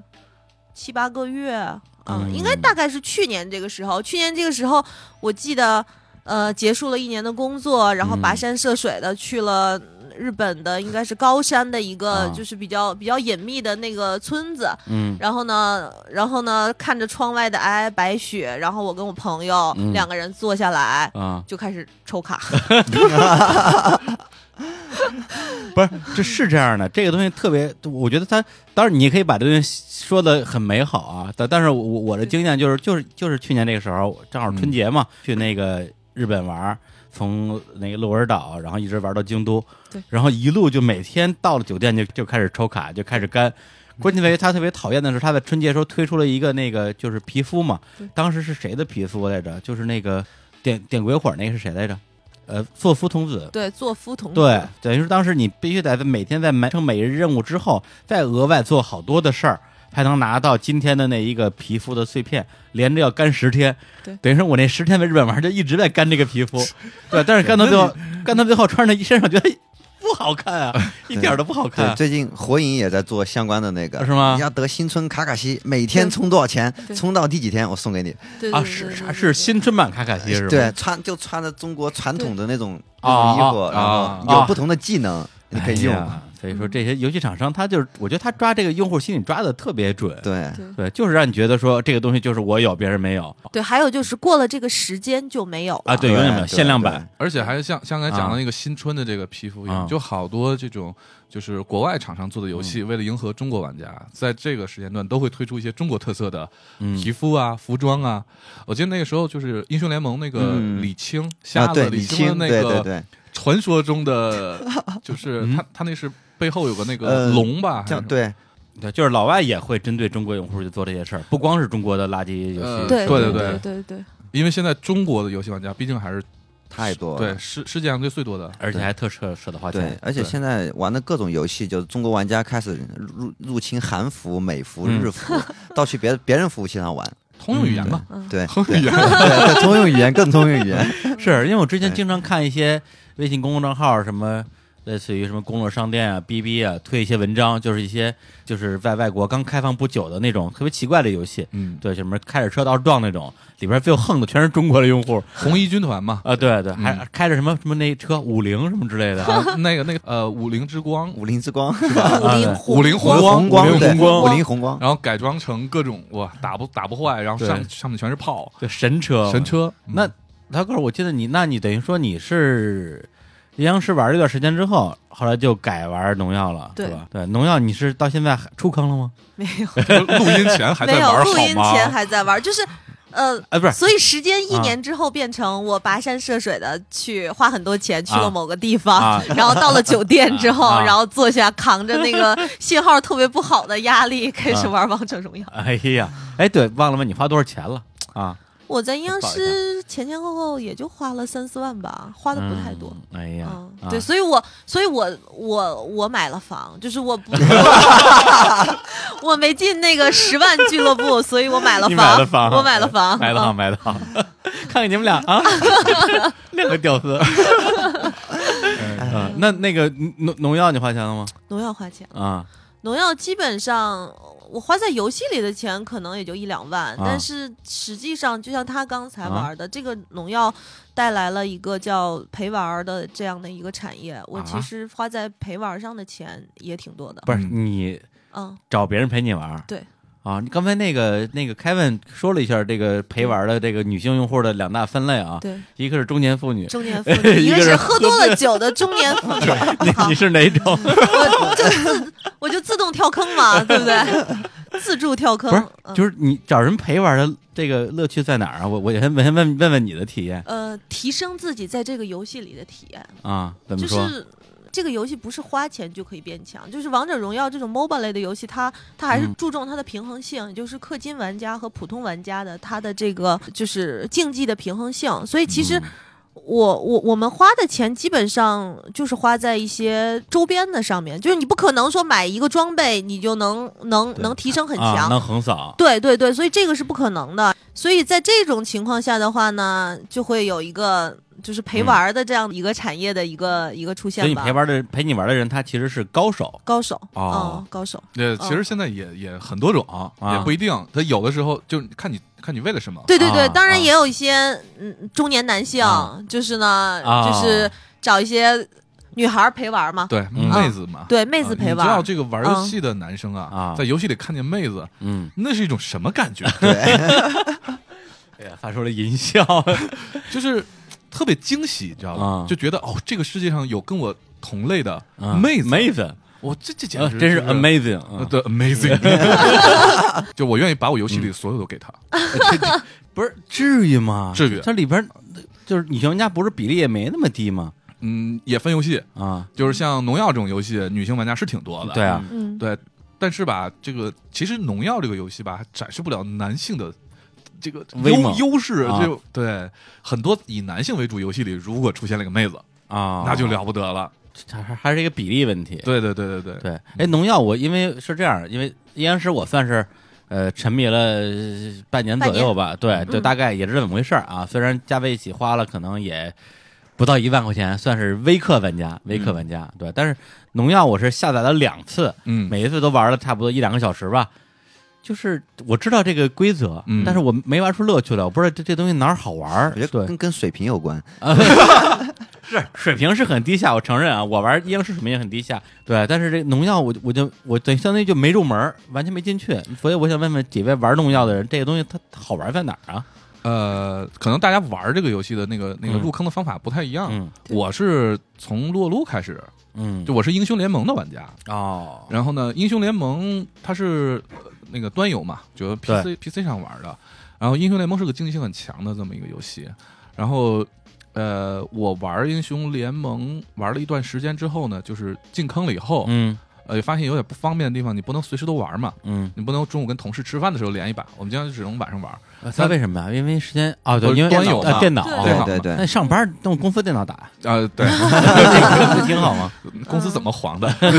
Speaker 2: 七八个月，嗯，
Speaker 1: 嗯
Speaker 2: 应该大概是去年这个时候。去年这个时候，我记得，呃，结束了一年的工作，然后跋
Speaker 1: 嗯
Speaker 2: 山涉水的去了日本的，应该是高山的一个
Speaker 1: 啊，
Speaker 2: 就是比较比较隐秘的那个村子。
Speaker 1: 嗯
Speaker 2: 然后呢，然后呢，看着窗外的皑皑白雪，然后我跟我朋友
Speaker 1: 嗯
Speaker 2: 两个人坐下来，
Speaker 1: 啊，
Speaker 2: 就开始抽卡。 [LAUGHS]
Speaker 1: [LAUGHS] 不是，这是这样的，这个东西特别，我觉得它当然你可以把这东西说的很美好啊，但但是我我的经验就是就是就是去年这个时候正好春节
Speaker 2: 嗯
Speaker 1: 嘛，去那个日本玩儿，从那个鹿儿岛，然后一直玩到京都
Speaker 2: 对，
Speaker 1: 然后一路就每天到了酒店就就开始抽卡，就开始干。关键在于他特别讨厌的是，他在春节时候推出了一个那个就是皮肤嘛
Speaker 2: 对，
Speaker 1: 当时是谁的皮肤来着？就是那个电电鬼火那个是谁来着？呃，作夫童子，
Speaker 2: 对，做夫童子
Speaker 1: 对，等于是当时你必须得在每天在完成每日任务之后，再额外做好多的事儿，才能拿到今天的那一个皮肤的碎片，连着要干十天。
Speaker 2: 对
Speaker 1: 等于说我那十天在日本玩就一直在干这个皮肤，对，但是干到最后，干到最后穿着一身上觉得不好看啊，一点儿都不好看
Speaker 4: 对，
Speaker 1: 啊。
Speaker 4: 最近火影也在做相关的那个，
Speaker 1: 是吗
Speaker 4: 你要得新春卡卡西，每天充多少钱
Speaker 2: 对？
Speaker 4: 充到第几天我送给你。
Speaker 2: 对
Speaker 1: 啊，
Speaker 2: 对
Speaker 1: 是
Speaker 2: 对
Speaker 1: 啥
Speaker 2: 对
Speaker 1: 是
Speaker 2: 对
Speaker 1: 新春版卡卡西是吧？
Speaker 4: 对，穿就穿着中国传统的那种
Speaker 1: 对
Speaker 4: 那种衣服，
Speaker 1: 啊
Speaker 4: 然
Speaker 3: 啊
Speaker 4: 后有不同的技能，你可以用
Speaker 1: 哎。呀所
Speaker 2: 嗯
Speaker 1: 以说这些游戏厂商，他就是我觉得他抓这个用户心理抓的特别准，
Speaker 4: 对，
Speaker 2: 对
Speaker 1: 对，就是让你觉得说这个东西就是我有，别人没有
Speaker 2: 对，还有就是过了这个时间就没有了
Speaker 1: 啊，对，永远没有
Speaker 4: 对
Speaker 1: 限量版，
Speaker 3: 而且还像像刚才讲的那个新春的这个皮肤一
Speaker 1: 啊
Speaker 3: 样，就好多这种就是国外厂商做的游戏，为了迎合中国玩家，在这个时间段都会推出一些中国特色的
Speaker 1: 嗯
Speaker 3: 皮肤啊、服装啊。我记得那个时候就是英雄联盟那个
Speaker 4: 嗯
Speaker 3: 李青，
Speaker 4: 啊
Speaker 3: 瞎
Speaker 4: 对，
Speaker 3: 子
Speaker 4: 李
Speaker 3: 青
Speaker 4: 青，
Speaker 3: 的那
Speaker 4: 对对
Speaker 3: 个
Speaker 1: 哎
Speaker 4: 对，
Speaker 3: 传说中
Speaker 4: [LAUGHS]
Speaker 3: 的，就是
Speaker 1: 嗯
Speaker 3: 他他那是背后有个那个
Speaker 4: 呃
Speaker 3: 龙吧？还是什
Speaker 4: 这样
Speaker 3: 么
Speaker 4: 对，
Speaker 1: 对，就是老外也会针对中国用户去做这些事儿，不光是中国的垃圾游戏，
Speaker 3: 呃
Speaker 2: 对
Speaker 3: 对
Speaker 2: 对
Speaker 3: 对对
Speaker 2: 对对，
Speaker 3: 因为现在中国的游戏玩家毕竟还是
Speaker 4: 太多了
Speaker 3: 对。世世界上最最多
Speaker 4: 嗯
Speaker 3: 的，
Speaker 1: 而且还特舍舍得花
Speaker 4: 对
Speaker 1: 钱，，
Speaker 4: 而且
Speaker 3: 对
Speaker 4: 现在玩的各种游戏，就是中国玩家开始入入侵韩服、美服、
Speaker 1: 嗯
Speaker 4: 日服， [LAUGHS] 到去别别人服务器上玩。
Speaker 3: 通用语言嘛，
Speaker 2: 嗯，
Speaker 4: [LAUGHS] 对，
Speaker 3: 通用语言。
Speaker 4: 对，对通用语言更通用语言。
Speaker 1: 是因为我之前
Speaker 4: 对
Speaker 1: 经常看一些微信公众账号什么。类似于什么公乐商店啊、BB 啊，推一些文章，就是一些就是在外国刚开放不久的那种特别奇怪的游戏，
Speaker 3: 嗯，
Speaker 1: 对，什么开着车到处撞那种，里边最横的全是中国的用户
Speaker 3: 红衣军团
Speaker 4: [LAUGHS]
Speaker 3: 嘛，
Speaker 1: 啊，对对，还
Speaker 3: 嗯
Speaker 1: 开着什么什么那车五菱什么之类的，啊
Speaker 3: [LAUGHS] 啊，那个那个呃，五菱之光，
Speaker 4: [LAUGHS] 武林之
Speaker 2: [LAUGHS]
Speaker 4: 光，
Speaker 2: 五菱宏
Speaker 3: 五菱宏
Speaker 1: 光
Speaker 4: 红光，
Speaker 1: 哎武林
Speaker 4: 对
Speaker 1: 红光
Speaker 4: 武林红光，
Speaker 3: 然后改装成各种哇，打不打不坏，然后
Speaker 1: 对
Speaker 3: 上上面全是炮，
Speaker 4: 哦
Speaker 1: 就神车，
Speaker 3: 神车。
Speaker 1: 那大哥，我记得你，那你等于说你是阴阳师玩了一段时间之后，后来就改玩农药了，
Speaker 2: 对
Speaker 1: 是吧？对，农药你是到现在还出坑了吗？
Speaker 2: 没有
Speaker 3: 嗯录音前还在
Speaker 2: 没有
Speaker 3: 玩，
Speaker 2: 录
Speaker 3: 好
Speaker 2: 音
Speaker 3: 吗？
Speaker 2: 前还在玩，就是呃。
Speaker 1: 哎，不是，
Speaker 2: 所以时间一
Speaker 1: 啊
Speaker 2: 年之后变成我跋山涉水的去花很多钱去了
Speaker 1: 啊
Speaker 2: 某个地方，
Speaker 1: 啊
Speaker 2: 然后到了酒店之后，
Speaker 1: 啊
Speaker 2: 然后坐下扛着那个信号特别不好的压力开
Speaker 1: 啊
Speaker 2: 始玩王者荣耀。
Speaker 1: 哎呀，哎，对，忘了问你花多少钱了啊？
Speaker 2: 我在阴阳
Speaker 1: 不好意
Speaker 2: 师前前后后也就花了三四万吧，花的不太多。嗯
Speaker 1: 嗯。哎呀，啊
Speaker 2: 对，所以我，所以我，我，我买了房，就是
Speaker 1: [LAUGHS]
Speaker 2: 我不，我没进那个十万俱乐部，所以我买了
Speaker 1: 你
Speaker 2: 房，
Speaker 1: 买了房，呃
Speaker 2: 我买了房，
Speaker 1: 买了
Speaker 2: 嗯
Speaker 1: 房，买了房。 [LAUGHS] 看看你们俩啊， [LAUGHS] 两个屌丝。
Speaker 3: 哎
Speaker 1: 嗯，那那个农农药你花钱了吗？
Speaker 2: 农药花钱了，
Speaker 1: 啊，
Speaker 2: 农药基本上我花在游戏里的钱可能也就一两万，
Speaker 1: 啊
Speaker 2: 但是实际上就像他刚才玩的，这个农药带来了一个叫陪玩的这样的一个产业，我
Speaker 1: 啊
Speaker 2: 其实花在陪玩上的钱也挺多的，
Speaker 1: 不是你
Speaker 2: 嗯，
Speaker 1: 找别人陪你玩儿。
Speaker 2: 对。
Speaker 1: 啊，你刚才那个那个 Kevin 说了一下这个陪玩的这个女性用户的两大分类啊， [LAUGHS]
Speaker 2: 对。
Speaker 1: 一个是中年妇
Speaker 2: [LAUGHS]
Speaker 1: 女，
Speaker 2: 中年妇女，
Speaker 1: [LAUGHS] 一
Speaker 2: 一
Speaker 1: 个
Speaker 2: 个
Speaker 1: 是
Speaker 2: 是喝多了酒的中年妇女，
Speaker 1: 你
Speaker 2: 好
Speaker 1: 你，是哪
Speaker 2: [LAUGHS]
Speaker 1: 种？
Speaker 2: 嗯我就自 [LAUGHS] 我就自动跳坑嘛，对不对？自助跳坑
Speaker 1: 不是，
Speaker 2: 嗯
Speaker 1: 就是你找人陪玩的这个乐趣在哪儿啊？我我先问问问问你的体验
Speaker 2: 呃，提升自己在这个游戏里的体验，
Speaker 1: 啊，怎么
Speaker 2: 就
Speaker 1: 说？
Speaker 2: 是这个游戏不是花钱就可以变强，就是王者荣耀这种 MOBA 类的游戏，它它还是
Speaker 1: 嗯
Speaker 2: 注重它的平衡性，也就是氪金玩家和普通玩家的它的这个就是竞技的平衡性。所以其实
Speaker 1: 嗯
Speaker 2: 我我我们花的钱基本上就是花在一些周边的上面，就是你不可能说买一个装备你就能能能提升很
Speaker 1: 啊，
Speaker 2: 强，
Speaker 1: 能横扫，
Speaker 2: 对对对，所以这个是不可能的。所以在这种情况下的话呢，就会有一个就是陪玩儿的这样一个产业的一个、一个出
Speaker 1: 所以
Speaker 2: 现
Speaker 1: 你
Speaker 2: 吧。
Speaker 1: 陪玩的陪你玩的人，他其实是高手
Speaker 2: 高手
Speaker 1: 哦
Speaker 2: 嗯，高手，
Speaker 3: 也其实现在也也很多种，啊也不一定。他有的时候就看你看你为了什么。
Speaker 2: 对对对，
Speaker 1: 啊
Speaker 2: 当
Speaker 1: 啊
Speaker 2: 然也有一些嗯中年男性，
Speaker 1: 啊
Speaker 2: 就是呢，
Speaker 1: 啊
Speaker 2: 就是找一些女孩儿陪玩儿嘛，
Speaker 3: 对，
Speaker 1: 嗯
Speaker 3: 妹子嘛，
Speaker 2: 对妹子陪
Speaker 3: 啊你知道
Speaker 2: 玩。
Speaker 3: 这个玩
Speaker 2: 嗯
Speaker 3: 游戏的男生啊
Speaker 1: 啊，
Speaker 3: 在游戏里看见妹子，
Speaker 1: 嗯，
Speaker 3: 那是一种什么感觉？
Speaker 1: 哎呀，发出了淫 [LAUGHS] 笑，
Speaker 3: [LAUGHS] 就是特别惊喜，你知道
Speaker 1: 啊
Speaker 3: 吧？就觉得哦，这个世界上有跟我同类的
Speaker 1: 啊
Speaker 3: 嗯妹子，
Speaker 1: 妹子，
Speaker 3: 我这这简
Speaker 1: 呃
Speaker 3: 直
Speaker 1: 真
Speaker 3: 是
Speaker 1: 是 amazing，
Speaker 3: 呃
Speaker 1: 啊
Speaker 3: 对 amazing，就 [LAUGHS] 我愿意把我游戏里所有都给他。
Speaker 1: 不是至于吗？
Speaker 3: 至于
Speaker 1: 它里边呃就是女性玩家不是比例也没那么低吗？
Speaker 3: 嗯，也分游戏，
Speaker 1: 啊，
Speaker 3: 就是像农药这种游戏，女性玩家是挺多的。
Speaker 1: 对啊，
Speaker 3: [LAUGHS]
Speaker 2: 嗯，
Speaker 3: 对，但是吧，这个其实农药这个游戏吧，还展示不了男性的这个
Speaker 1: 威
Speaker 3: 优
Speaker 1: 猛
Speaker 3: 优势。
Speaker 1: 啊
Speaker 3: 就对很多以男性为主游戏里，如果出现了一个妹子，
Speaker 1: 啊，
Speaker 3: 那就了不得了。
Speaker 1: 还还还是一个比例问题。
Speaker 3: 对对对对嗯对，
Speaker 1: 对，哎，农药我因为是这样，因为阴阳师我算是呃沉迷了呃半年左右吧，对对，
Speaker 2: 嗯
Speaker 1: 大概也是这么回事儿啊。虽然加在一起花了可能也不到一万块钱，算是微氪玩家，微氪玩家对。但是农药我是下载了两次，
Speaker 3: 嗯，
Speaker 1: 每一次都玩了差不多一两个小时吧。就是我知道这个规则，
Speaker 3: 嗯
Speaker 1: 但是我没玩出乐趣来，我不知道这这东西哪儿好玩儿。
Speaker 4: 我觉得
Speaker 1: 对，
Speaker 4: 跟跟水平有关。
Speaker 1: [LAUGHS] 是水平是很低下，我承认啊，我玩阴阳师水平也很低下，对，但是这农药我就我就我等于相当于就没入门儿，完全没进去，所以我想问问几位玩农药的人，这个东西它好玩在哪儿啊？
Speaker 3: 呃，可能大家玩这个游戏的那个那
Speaker 1: 嗯
Speaker 3: 个入坑的方法不太一样。
Speaker 1: 嗯
Speaker 3: 我是从撸啊撸开始，
Speaker 1: 嗯，
Speaker 3: 就我是英雄联盟的玩家。
Speaker 1: 哦，
Speaker 3: 然后呢，英雄联盟它是呃那个端游嘛，就 PC PC 上玩的。然后英雄联盟是个竞技性很强的这么一个游戏。然后，呃，我玩英雄联盟玩了一段时间之后呢，就是进坑了以后，
Speaker 1: 嗯
Speaker 3: 呃，发现有点不方便的地方，你不能随时都玩嘛，
Speaker 1: 嗯，
Speaker 3: 你不能中午跟同事吃饭的时候连一把，我们经常就只能晚上玩。
Speaker 1: 那为什么呀？因为时间哦，对，因为
Speaker 3: 端游
Speaker 1: 啊
Speaker 3: 嘛
Speaker 1: 电脑
Speaker 2: 对
Speaker 1: 哦
Speaker 4: 对
Speaker 3: 好
Speaker 4: 对
Speaker 3: 嘛
Speaker 4: 对，
Speaker 1: 那上班用公司电脑打，
Speaker 3: 呃，对，
Speaker 1: [LAUGHS]
Speaker 3: [LAUGHS]
Speaker 1: 这挺好吗？
Speaker 3: 公司怎么
Speaker 1: [LAUGHS]
Speaker 3: 黄
Speaker 1: 啊
Speaker 3: 的？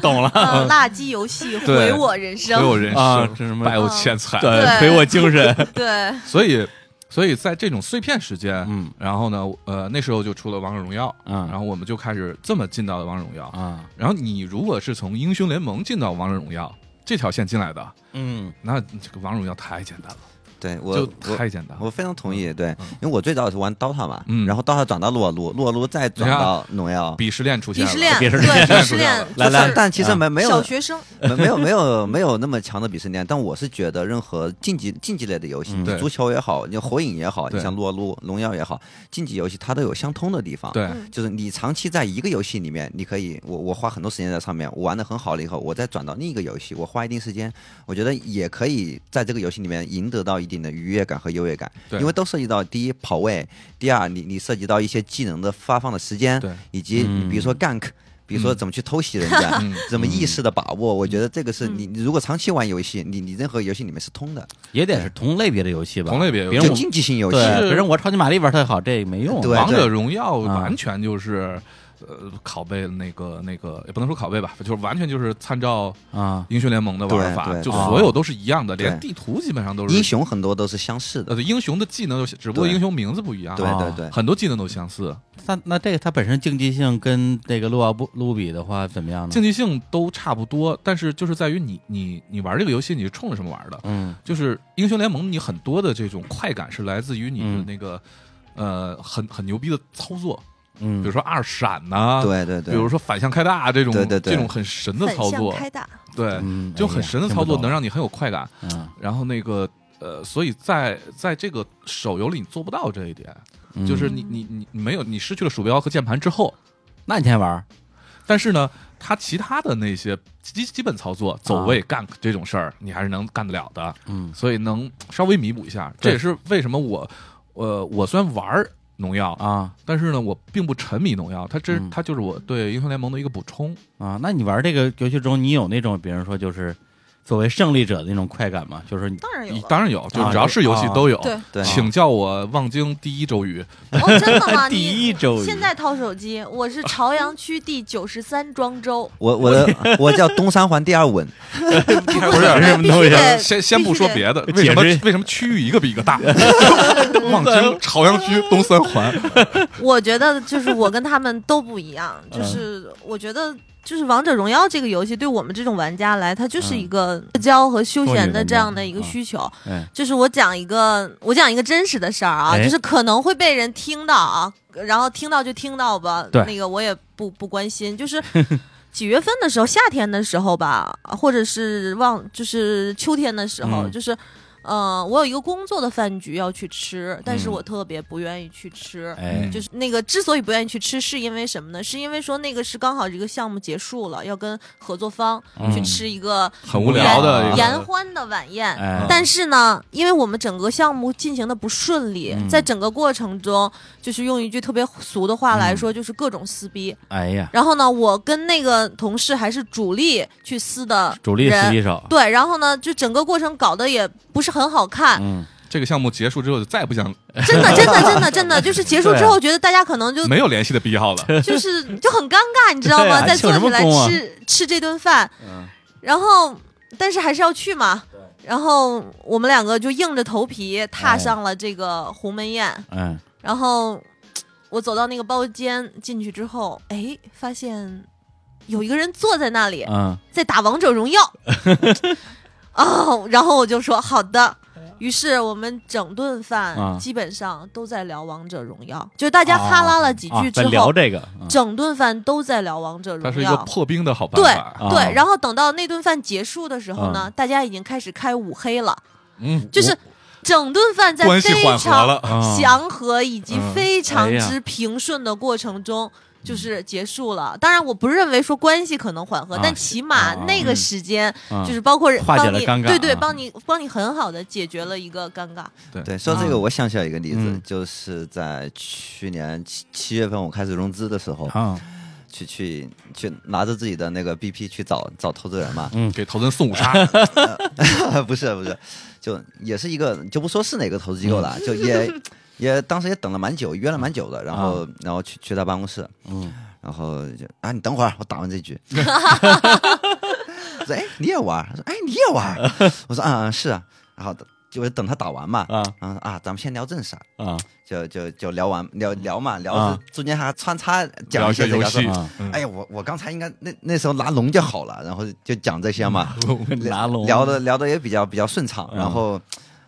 Speaker 1: 懂了
Speaker 2: 嗯，辣鸡游戏
Speaker 3: 对
Speaker 2: 毁我人生，
Speaker 3: 所有人
Speaker 1: 啊，
Speaker 3: 生
Speaker 1: 这什么
Speaker 3: 败我钱财。
Speaker 1: 对，
Speaker 2: 对
Speaker 1: 陪我精神， [LAUGHS]
Speaker 2: 对，
Speaker 3: [LAUGHS] 所以，所以在这种碎片时间，
Speaker 1: 嗯
Speaker 3: 然后呢，呃，那时候就出了《王者荣耀》，
Speaker 1: 嗯
Speaker 3: 然后我们就开始这么进到了《王者荣耀》
Speaker 1: 啊，
Speaker 3: 然后你如果是从英雄联盟进到《王者荣耀》这条线进来的，
Speaker 1: 嗯，
Speaker 3: 那这个《王者荣耀》太简单了。
Speaker 4: 对
Speaker 3: 就
Speaker 4: 我我
Speaker 3: 太简单了。
Speaker 4: 我非常同意，对，因为我最早是玩 DOTA 嘛，
Speaker 3: 嗯
Speaker 4: 然后 DOTA 转到撸啊撸，撸啊撸再转到农药。
Speaker 3: 鄙视链出现
Speaker 2: 鄙
Speaker 3: 了，
Speaker 2: 视链，
Speaker 1: 鄙
Speaker 2: 对
Speaker 1: 视链
Speaker 2: 鄙视
Speaker 3: 出
Speaker 2: 链，
Speaker 1: 来
Speaker 2: 就是
Speaker 1: 来
Speaker 4: 但其实没没
Speaker 2: 小
Speaker 4: 有
Speaker 2: 学生
Speaker 4: 没没有没有没有那么强的鄙视链，但我是觉得任何竞技竞技类的游戏，
Speaker 1: 嗯
Speaker 4: 你
Speaker 3: 对
Speaker 4: 足球也好，你火影也好，
Speaker 3: 对
Speaker 4: 你像撸啊撸、农药也好，竞技游戏它都有相通的地方。
Speaker 3: 对
Speaker 2: 嗯
Speaker 4: 就是你长期在一个游戏里面，你可以，我我花很多时间在上面，我玩的很好了以后，我再转到另一个游戏，我花一定时间，我觉得也可以在这个游戏里面赢得到一定的愉悦感和优越感，
Speaker 3: 对
Speaker 4: 因为都涉及到第一跑位，第二你你涉及到一些技能的发放的时间
Speaker 3: 对，
Speaker 4: 以及
Speaker 1: 嗯
Speaker 4: 你比如说 gank。比如说怎么去偷袭人家，
Speaker 3: 嗯
Speaker 4: 怎么意识的把握，我觉得这个是你你如果长期玩游戏，你你任何游戏里面是通的，
Speaker 1: 也得是同类别的游戏吧？
Speaker 3: 同类别游
Speaker 1: 别
Speaker 3: 戏
Speaker 1: 人
Speaker 4: 就
Speaker 1: 我
Speaker 4: 竞技性游戏。
Speaker 1: 对，
Speaker 3: 是
Speaker 1: 别人我超级玛丽玩太好，这没用。
Speaker 4: 对
Speaker 3: 王者
Speaker 4: 对嗯
Speaker 3: 荣耀
Speaker 1: 啊
Speaker 3: 完全就是。呃，拷贝那个那个也不能说拷贝吧，就是完全就是参照
Speaker 1: 啊，
Speaker 3: 英雄联盟的玩法，
Speaker 4: 对对
Speaker 3: 就
Speaker 4: 对
Speaker 3: 所有都是一样的，
Speaker 4: 对
Speaker 3: 连地图基本上都是
Speaker 4: 英雄很多都是相似
Speaker 3: 呃
Speaker 4: 的，
Speaker 3: 对英雄的技能都是，只不过
Speaker 4: 对
Speaker 3: 英雄名字不一样，
Speaker 4: 对
Speaker 1: 啊
Speaker 4: 对对。
Speaker 3: 很多技能都相似，
Speaker 1: 那那这个它本身竞技性跟那个撸啊不撸比的话怎么样呢
Speaker 3: 竞？技性都差不多，但是就是在于你你你玩这个游戏你是冲着什么玩的，
Speaker 1: 嗯
Speaker 3: 就是英雄联盟你很多的这种快感是来自于你的
Speaker 1: 嗯
Speaker 3: 那个、呃很很牛逼的操作，比如
Speaker 1: 嗯，
Speaker 3: 说二闪呐、
Speaker 4: 对对对，
Speaker 3: 啊比如说反向开大啊这种
Speaker 4: 对对对哎
Speaker 3: 这种很神的
Speaker 2: 反
Speaker 3: 操
Speaker 2: 向
Speaker 3: 作，
Speaker 2: 开打，
Speaker 3: 对，
Speaker 1: 嗯
Speaker 3: 就很神的操作能让你很有快感。
Speaker 1: 哎呀听不懂
Speaker 3: 然后那个呃，所以在在这个手游里你做不到这一点，
Speaker 1: 嗯
Speaker 3: 就是你你你你没有你失去了鼠标和键盘之后，
Speaker 1: 那你先玩儿
Speaker 3: 但是呢，它其他的那些基基本操作、走位、gank 这种事儿，你还是能干得了的。
Speaker 1: 嗯
Speaker 3: 啊所以能稍微弥补一下。这
Speaker 1: 对
Speaker 3: 也是为什么我，呃，我虽然玩儿农药，
Speaker 1: 啊
Speaker 3: 但是呢，我并不沉迷农药，它这
Speaker 1: 嗯
Speaker 3: 它就是我对英雄联盟的一个补充。
Speaker 1: 啊，那你玩这个游戏中，你有那种比如说就是作为胜利者的那种快感吗？就是你
Speaker 2: 当然有了。
Speaker 3: 当然有，就
Speaker 1: 啊
Speaker 3: 只要是游戏都有。
Speaker 2: 对，
Speaker 4: 对
Speaker 3: 请叫我望京第一周
Speaker 2: [LAUGHS]
Speaker 3: 瑜。
Speaker 2: 哦，真的
Speaker 1: [LAUGHS]
Speaker 2: 吗？
Speaker 1: 第一
Speaker 2: 你
Speaker 1: 周瑜
Speaker 2: 现在掏手机，我是朝阳区第九十三庄周，
Speaker 4: 我我的 [LAUGHS] 我叫东三环第二
Speaker 1: [LAUGHS]
Speaker 4: 稳，
Speaker 3: 不
Speaker 1: 这是
Speaker 3: 是，
Speaker 1: 什么东西啊？
Speaker 2: 对
Speaker 3: 先先不说别的，
Speaker 1: 必
Speaker 3: 为
Speaker 1: 须
Speaker 3: 什
Speaker 1: 得
Speaker 3: 么
Speaker 1: 解释
Speaker 3: 为什么区域一个比一个
Speaker 2: [LAUGHS]
Speaker 3: 大？望京、朝阳区、东三环，
Speaker 2: [LAUGHS] 我觉得就是我跟他们都不一样，
Speaker 1: 嗯
Speaker 2: 就是我觉得。就是王者荣耀这个游戏，对我们这种玩家来，它就是一个
Speaker 1: 嗯
Speaker 2: 社交和休闲的这样的一个需求。
Speaker 1: 哎
Speaker 2: 就是我讲一个，我讲一个真实的事儿啊，
Speaker 1: 哎
Speaker 2: 就是可能会被人听到啊，然后听到就听到吧，
Speaker 1: 对
Speaker 2: 那个我也不不关心。就是几月份的时候，夏天的时候吧，或者是忘，就是秋天的时候，
Speaker 1: 嗯
Speaker 2: 就是。嗯，我有一个工作的饭局要去吃，但
Speaker 1: 嗯
Speaker 2: 是我特别不愿意去吃。
Speaker 3: 嗯
Speaker 1: 哎
Speaker 2: 就是那个之所以不愿意去吃，是因为什么呢？是因为说那个是刚好这个项目结束了，要跟合作方去
Speaker 1: 嗯
Speaker 2: 吃一个
Speaker 3: 很无聊的一
Speaker 1: 嗯
Speaker 3: 个嗯
Speaker 2: 言欢的晚宴。嗯
Speaker 1: 哎，
Speaker 2: 但是呢，因为我们整个项目进行的不顺利，
Speaker 1: 嗯
Speaker 2: 在整个过程中，就是用一句特别俗的话来说，就是各种撕逼。
Speaker 1: 哎呀，
Speaker 2: 然后呢，我跟那个同事还是主力去撕的
Speaker 1: 主力
Speaker 2: 人
Speaker 1: 死一手，
Speaker 2: 对，然后呢，就整个过程搞得也不是很好看，
Speaker 1: 嗯，
Speaker 3: 这个项目结束之后就再也不想
Speaker 2: 真的，真的，真的，真的，就是结束之后，觉得大家可能就
Speaker 3: 没有联系的必要了。
Speaker 2: 就是就很尴尬，你知道
Speaker 1: 对
Speaker 2: 吗？
Speaker 1: 啊
Speaker 2: 再
Speaker 1: 你
Speaker 2: 坐
Speaker 1: 有什
Speaker 2: 起
Speaker 1: 么
Speaker 2: 来
Speaker 1: 功啊
Speaker 2: 吃吃这顿饭，
Speaker 1: 嗯
Speaker 2: 然后但是还是要去嘛。然后我们两个就硬着头皮踏上了这个鸿门宴。
Speaker 1: 哎，
Speaker 2: 然后我走到那个包间进去之后，哎，发现有一个人坐在那里
Speaker 1: 嗯，
Speaker 2: 在打王者
Speaker 1: [LAUGHS]
Speaker 2: 荣耀。哦，然后我就说好的。
Speaker 1: 哎
Speaker 2: 于是我们整顿
Speaker 1: 啊
Speaker 2: 饭基本上都在聊王者荣耀，就是大家哈拉了几
Speaker 1: 啊
Speaker 2: 句之
Speaker 1: 咱
Speaker 2: 后，
Speaker 1: 聊这个，嗯
Speaker 2: 整顿饭都在聊王者
Speaker 3: 它
Speaker 2: 荣
Speaker 3: 是一个
Speaker 2: 耀。
Speaker 3: 破冰的好办
Speaker 2: 对
Speaker 3: 法。
Speaker 1: 啊嗯
Speaker 2: 对，然后等到那顿饭结束的时候呢，大家已经开始开五黑了，
Speaker 3: 嗯，
Speaker 2: 就是整顿饭在
Speaker 3: 关系
Speaker 2: 非
Speaker 3: 缓和了
Speaker 2: 常
Speaker 1: 啊
Speaker 2: 祥和以及
Speaker 3: 嗯
Speaker 2: 非常
Speaker 1: 哎呀
Speaker 2: 之平顺的过程中。
Speaker 1: 哎
Speaker 2: 就是结束了，当然我不认为说关系可能缓和，
Speaker 1: 啊
Speaker 2: 但起码
Speaker 1: 啊
Speaker 2: 那个时间
Speaker 1: 嗯
Speaker 2: 就是包括人
Speaker 1: 化解
Speaker 2: 帮
Speaker 1: 了
Speaker 2: 你
Speaker 1: 尴尬
Speaker 2: 对对，
Speaker 1: 啊
Speaker 2: 帮你帮你很好的解决了一个尴尬。
Speaker 4: 对，说这
Speaker 1: 啊
Speaker 4: 个我想起来一个例子
Speaker 1: 嗯，
Speaker 4: 就是在去年七七月份我开始融资的时候，
Speaker 1: 啊，
Speaker 4: 去去去拿着自己的那个 BP 去找找投资
Speaker 1: [LAUGHS]
Speaker 4: 人嘛，
Speaker 3: 给投资人送五杀，
Speaker 4: 不是不是，就也是一个就不说是哪个投资机构了，
Speaker 1: 嗯 [LAUGHS]
Speaker 4: 就也也当时也等了蛮久，约了蛮久的，然后、然后去去他办公室，
Speaker 1: 啊嗯，
Speaker 4: 然后就啊你等会儿，我打完这
Speaker 1: [LAUGHS]
Speaker 4: 局。说哎你也玩儿？他说哎你也
Speaker 1: [LAUGHS]
Speaker 4: 玩儿？我说啊是啊，然后就等他打完嘛，
Speaker 1: 啊
Speaker 4: 然后啊咱们先聊正事儿。
Speaker 1: 啊
Speaker 4: 就就就聊完聊聊嘛，聊
Speaker 1: 啊
Speaker 4: 是中间还穿插
Speaker 3: 聊
Speaker 4: 讲
Speaker 3: 一
Speaker 4: 一
Speaker 3: 下
Speaker 4: 些
Speaker 3: 游
Speaker 4: 这个
Speaker 3: 戏
Speaker 4: 说。
Speaker 1: 啊，
Speaker 3: 嗯
Speaker 4: 哎呀，我我刚才应该那那时候拿龙就好了，然后就讲这些嘛，
Speaker 1: [LAUGHS] 拿龙
Speaker 4: 聊的聊的也比较比较顺畅，
Speaker 1: 嗯
Speaker 4: 然后。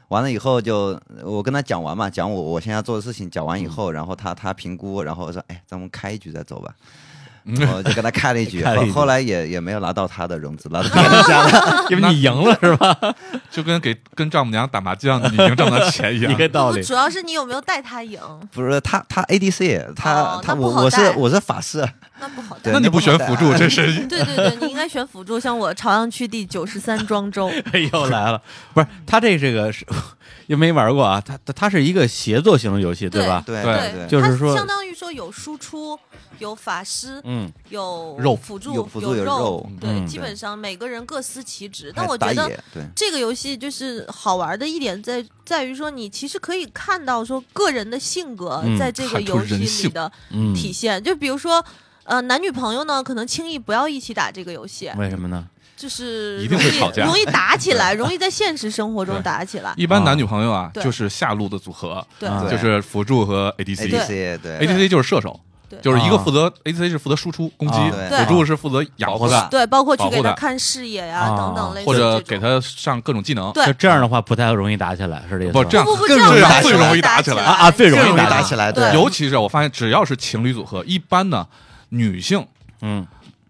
Speaker 4: 完了以后就我跟他讲完嘛，讲我我现在做的事情，讲完以后，然后他他评估，然后说，哎，咱们开一局再走吧。我就跟他开了一局，
Speaker 1: 开了一
Speaker 4: 后
Speaker 1: 局
Speaker 4: 后来也也没有拿到他的融资，拿到别人家的。
Speaker 1: 因为你赢
Speaker 3: [LAUGHS]
Speaker 1: 了是吧？
Speaker 3: 就跟给跟丈母娘打麻将，你赢丈母娘 [LAUGHS] 钱一样
Speaker 1: 一。个道
Speaker 2: 不
Speaker 1: 理。
Speaker 2: 主要是你有没有带他赢，
Speaker 4: 不是他，他 ADC，他
Speaker 2: 哦
Speaker 4: 他
Speaker 2: 那
Speaker 4: 我
Speaker 2: 不好
Speaker 4: 我是
Speaker 2: 带
Speaker 4: 我是法师，
Speaker 2: 那不好带
Speaker 4: 对。
Speaker 3: 那你不选辅助，
Speaker 2: [LAUGHS]
Speaker 3: 真是
Speaker 2: 对对对，你应该选辅助，像我朝阳区第九十三庄周，
Speaker 1: 又来了，不是他这这个是又没玩过啊，他他他是一个协作型的游戏，吧？
Speaker 4: 对
Speaker 3: 对
Speaker 4: 对，
Speaker 1: 就是说
Speaker 2: 它相当于说有输出，有法师，
Speaker 1: 嗯，
Speaker 2: 有
Speaker 3: 肉
Speaker 2: 辅助，
Speaker 4: 有辅助有
Speaker 2: 肉
Speaker 4: 肉，
Speaker 2: 对，
Speaker 1: 嗯
Speaker 2: 基本上每个人各司其职。
Speaker 4: 还
Speaker 2: 但我
Speaker 4: 打
Speaker 2: 觉得
Speaker 4: 野对
Speaker 2: 这个游戏就是好玩的一点在在于说，你其实可以看到说个人的性格
Speaker 1: 嗯
Speaker 2: 在这个
Speaker 3: 看出
Speaker 2: 游戏
Speaker 3: 人
Speaker 2: 里
Speaker 3: 性
Speaker 2: 的
Speaker 1: 嗯，
Speaker 2: 体现。就比如说，呃，男女朋友呢，可能轻易不要一起打这个游戏，
Speaker 1: 为什么呢？
Speaker 2: 就是
Speaker 3: 一定
Speaker 2: 容
Speaker 3: 会
Speaker 2: 易
Speaker 3: 吵架
Speaker 2: 容易打起来，容易在现实生活中
Speaker 3: 对
Speaker 2: 打起来。
Speaker 3: 一般男女朋友啊，
Speaker 2: 对
Speaker 3: 就是下路的组合，
Speaker 2: 对
Speaker 1: 啊
Speaker 3: 就是辅助和 ADC。
Speaker 4: ADC 对
Speaker 3: ADC 就是射手
Speaker 2: 对，
Speaker 3: 就是一个负责 ADC 是负责输出攻击
Speaker 1: 啊，
Speaker 4: 对
Speaker 2: 对
Speaker 3: 辅助是负责
Speaker 1: 保
Speaker 3: 养
Speaker 1: 护
Speaker 3: 护
Speaker 1: 他
Speaker 3: 他，
Speaker 2: 对，包括去
Speaker 3: 保护
Speaker 2: 给他
Speaker 3: 他
Speaker 2: 看视野呀、
Speaker 1: 啊
Speaker 2: 等等类似
Speaker 3: 或者
Speaker 2: 这种
Speaker 3: 给他上各种技能。
Speaker 1: 就
Speaker 2: 对。
Speaker 1: 这样的话不太容易打起来，是这意思吗？
Speaker 3: 不这样
Speaker 2: 不不，这
Speaker 4: 更
Speaker 2: 样
Speaker 4: 容易
Speaker 2: 反
Speaker 4: 打
Speaker 2: 而
Speaker 4: 起
Speaker 2: 容
Speaker 4: 来
Speaker 2: 易
Speaker 3: 啊
Speaker 2: 起来
Speaker 1: 啊啊最容易
Speaker 4: 更容易
Speaker 1: 打
Speaker 4: 打
Speaker 1: 起
Speaker 4: 起来，
Speaker 2: 对
Speaker 3: 尤其是我发现，只要是情侣组合，一般呢，女性
Speaker 1: 嗯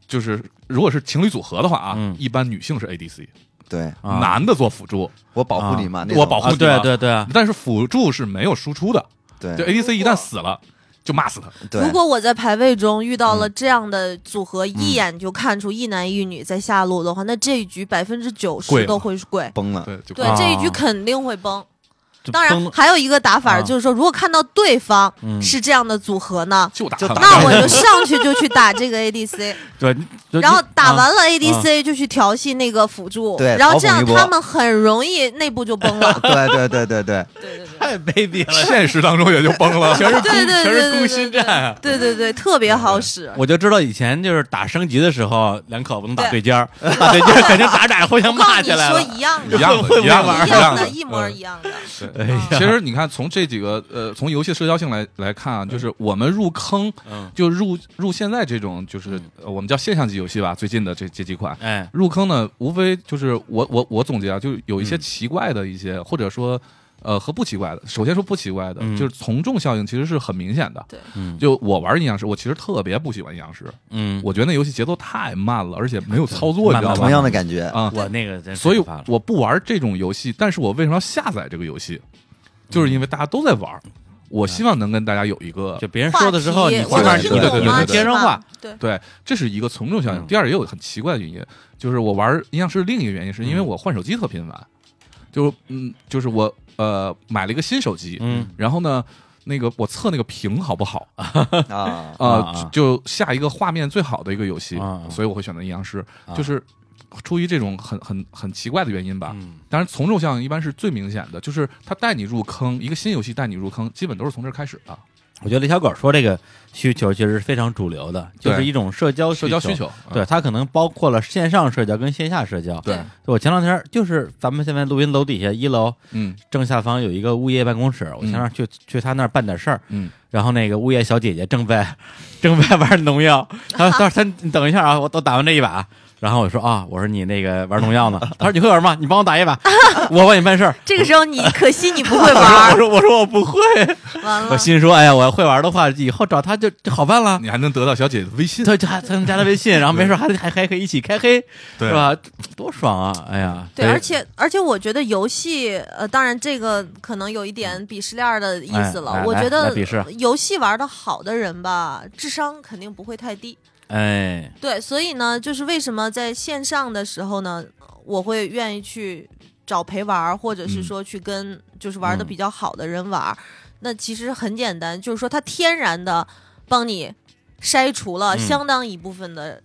Speaker 3: 就是如果是情侣组合的话啊，
Speaker 1: 嗯
Speaker 3: 一般女性是 ADC，、
Speaker 4: 对，
Speaker 1: 啊
Speaker 3: 男的做辅助，
Speaker 4: 我保
Speaker 1: 啊
Speaker 4: 护你嘛，那
Speaker 3: 我
Speaker 4: 种
Speaker 3: 保护
Speaker 1: 啊，
Speaker 3: 你
Speaker 1: 对
Speaker 3: 嘛
Speaker 1: 对对啊，
Speaker 3: 但是辅助是没有输出的。就
Speaker 4: 对
Speaker 3: ADC 一旦死了，就骂死他。
Speaker 4: 对，
Speaker 2: 如果我在排位中遇到了这样的组合，一眼就看出一男一女在下路的话，那这一局百分之九
Speaker 3: 跪
Speaker 2: 十
Speaker 3: 了
Speaker 2: 都会跪。
Speaker 4: 崩了，
Speaker 3: 对，就
Speaker 2: 对
Speaker 1: 啊，
Speaker 2: 这一局肯定会崩。
Speaker 1: 就
Speaker 2: 当
Speaker 1: 崩
Speaker 2: 然，
Speaker 1: 了
Speaker 2: 还有一个打
Speaker 1: 啊
Speaker 2: 法就是说，如果看到对方
Speaker 1: 嗯
Speaker 2: 是这样的组合呢，
Speaker 3: 就打
Speaker 4: 就
Speaker 3: 他
Speaker 4: 打
Speaker 2: 那我就上去就去打这个 ADC，
Speaker 1: 对，就
Speaker 2: 然后打
Speaker 1: 啊
Speaker 2: 完了 ADC 就去调戏那个辅助，
Speaker 4: 对
Speaker 2: 然后
Speaker 4: 嘲讽
Speaker 2: 这样
Speaker 4: 一波
Speaker 2: 他们很容易内部就崩了。
Speaker 4: 对啊对对对
Speaker 3: [LAUGHS]
Speaker 4: 对，
Speaker 2: 对对对。
Speaker 1: 太卑鄙了，
Speaker 3: 现实当中也就崩了。
Speaker 1: 全是攻
Speaker 2: 对对
Speaker 1: [LAUGHS] 全
Speaker 2: 对
Speaker 1: 是
Speaker 2: 对
Speaker 1: 攻
Speaker 2: 对
Speaker 1: 心
Speaker 2: 对
Speaker 1: 战啊！
Speaker 2: 对对对，特别好使。
Speaker 1: 我就知道以前就是打升级的时候，两口子能打对
Speaker 2: 对
Speaker 1: 尖儿，打对尖儿肯定打着打着互相
Speaker 2: 我告诉
Speaker 1: 骂
Speaker 2: 你
Speaker 1: 起来
Speaker 2: 说
Speaker 1: 了。
Speaker 2: 一样的，
Speaker 3: 一样
Speaker 1: 会
Speaker 3: 的，
Speaker 1: 不会
Speaker 3: 样
Speaker 1: 玩儿
Speaker 2: 一
Speaker 3: 的，样
Speaker 2: 样
Speaker 3: 的
Speaker 2: 的，，一模一样的。
Speaker 3: 对
Speaker 1: 哎呀
Speaker 3: 其实你看，从这几个呃，从游戏社交性来来看啊，就是我们入坑，
Speaker 1: 嗯，
Speaker 3: 就入入现在这种，就是
Speaker 1: 嗯
Speaker 3: 呃我们叫现象级游戏吧，最近的这这几款，
Speaker 1: 哎，
Speaker 3: 入坑呢，无非就是我我我总结啊，就是有一些
Speaker 1: 嗯
Speaker 3: 奇怪的一些，或者说呃和不奇怪的。首先说不奇怪的，
Speaker 1: 嗯
Speaker 3: 就是从众效应其实是很明显的。
Speaker 2: 对
Speaker 1: 嗯
Speaker 3: 就我玩阴阳师，我其实特别不喜欢阴阳师，
Speaker 1: 嗯，
Speaker 3: 我觉得那游戏节奏太慢了，而且没有操作，你
Speaker 1: 慢
Speaker 3: 知道
Speaker 1: 慢
Speaker 4: 同
Speaker 3: 吧？
Speaker 4: 样的感觉，
Speaker 3: 啊，
Speaker 1: 我那个真是
Speaker 3: 所以
Speaker 1: 可怕了
Speaker 3: 我不玩这种游戏，但是我为什么要下载这个游戏？就是因为大家都在玩，
Speaker 1: 嗯
Speaker 3: 我希望能跟大家有一个
Speaker 1: 就别人说的时候，
Speaker 2: 话题
Speaker 1: 你起
Speaker 2: 我
Speaker 1: 码
Speaker 2: 能
Speaker 1: 你
Speaker 2: 听
Speaker 3: 对对对
Speaker 2: 懂吗？
Speaker 1: 能
Speaker 3: 对对
Speaker 1: 接上话，
Speaker 2: 对，
Speaker 3: 对，这是一个从众效应。
Speaker 1: 嗯
Speaker 3: 第二，也有很奇怪的原因，就是我玩阴阳师另一个原因，是因为
Speaker 1: 嗯
Speaker 3: 我换手机特频繁，就嗯，就是我呃买了一个新手机，
Speaker 1: 嗯
Speaker 3: 然后呢，那个我测那个屏好不好啊、
Speaker 4: 啊，
Speaker 3: 呃
Speaker 1: 啊啊
Speaker 3: 就就下一个画面最好的一个游戏，
Speaker 1: 啊啊
Speaker 3: 所以我会选择阴阳师，
Speaker 1: 啊
Speaker 3: 就是出于这种很很很奇怪的原因吧。
Speaker 1: 嗯
Speaker 3: 当然，从众效应一般是最明显的，就是它带你入坑，一个新游戏带你入坑，基本都是从这儿开始的
Speaker 1: 我觉得李小狗说这个需求其实是非常主流的，就
Speaker 3: 对
Speaker 1: 是一种社交嗯
Speaker 3: 社交需。求。啊
Speaker 1: 对，它可能包括了线上社交跟线下社交。
Speaker 3: 对
Speaker 2: 对，
Speaker 1: 我前两天就是咱们现在录音楼底下一楼
Speaker 3: 嗯
Speaker 1: 正下方有一个物业办公室，我前两天去、去他那儿办点事儿，
Speaker 3: 嗯，
Speaker 1: 然后那个物业小姐姐正在正在玩农
Speaker 2: [LAUGHS]
Speaker 1: 药，她说她说她你等一下啊，我都打完这一把。然后我说啊，我说你那个玩农药呢？她说你会玩吗？你帮我打一
Speaker 2: [LAUGHS]
Speaker 1: 把，我帮你办事儿。
Speaker 2: 这个时候你可惜你不
Speaker 1: [LAUGHS]
Speaker 2: 会
Speaker 1: 我
Speaker 2: 玩，
Speaker 1: 说我说我不会，
Speaker 3: 嗯
Speaker 2: 完
Speaker 1: 我
Speaker 2: 了。
Speaker 1: 心说哎呀，我要会玩的话，以后找她就就好办了。
Speaker 3: 你还能得到小姐姐的微信，
Speaker 1: 他加他加他微信，然后没事还还还可以一起开黑，
Speaker 3: 对
Speaker 1: 是吧？多爽啊！哎呀，
Speaker 2: 对，
Speaker 1: 所以
Speaker 2: 而且而且，我觉得游戏，呃，当然这个可能有一点鄙视链的意思了。
Speaker 1: 哎来
Speaker 2: 我觉
Speaker 1: 来
Speaker 2: 得
Speaker 1: 来鄙视
Speaker 2: 游戏玩的好的人吧，智商肯定不会太低。
Speaker 1: 哎，
Speaker 2: 对，所以呢，就是为什么在线上的时候呢，我会愿意去找陪玩儿，或者是
Speaker 3: 嗯
Speaker 2: 说去跟就是玩的
Speaker 1: 嗯
Speaker 2: 比较好的人玩儿。那其实很简单，就是说它天然的帮你筛除了
Speaker 1: 嗯
Speaker 2: 相当一部分的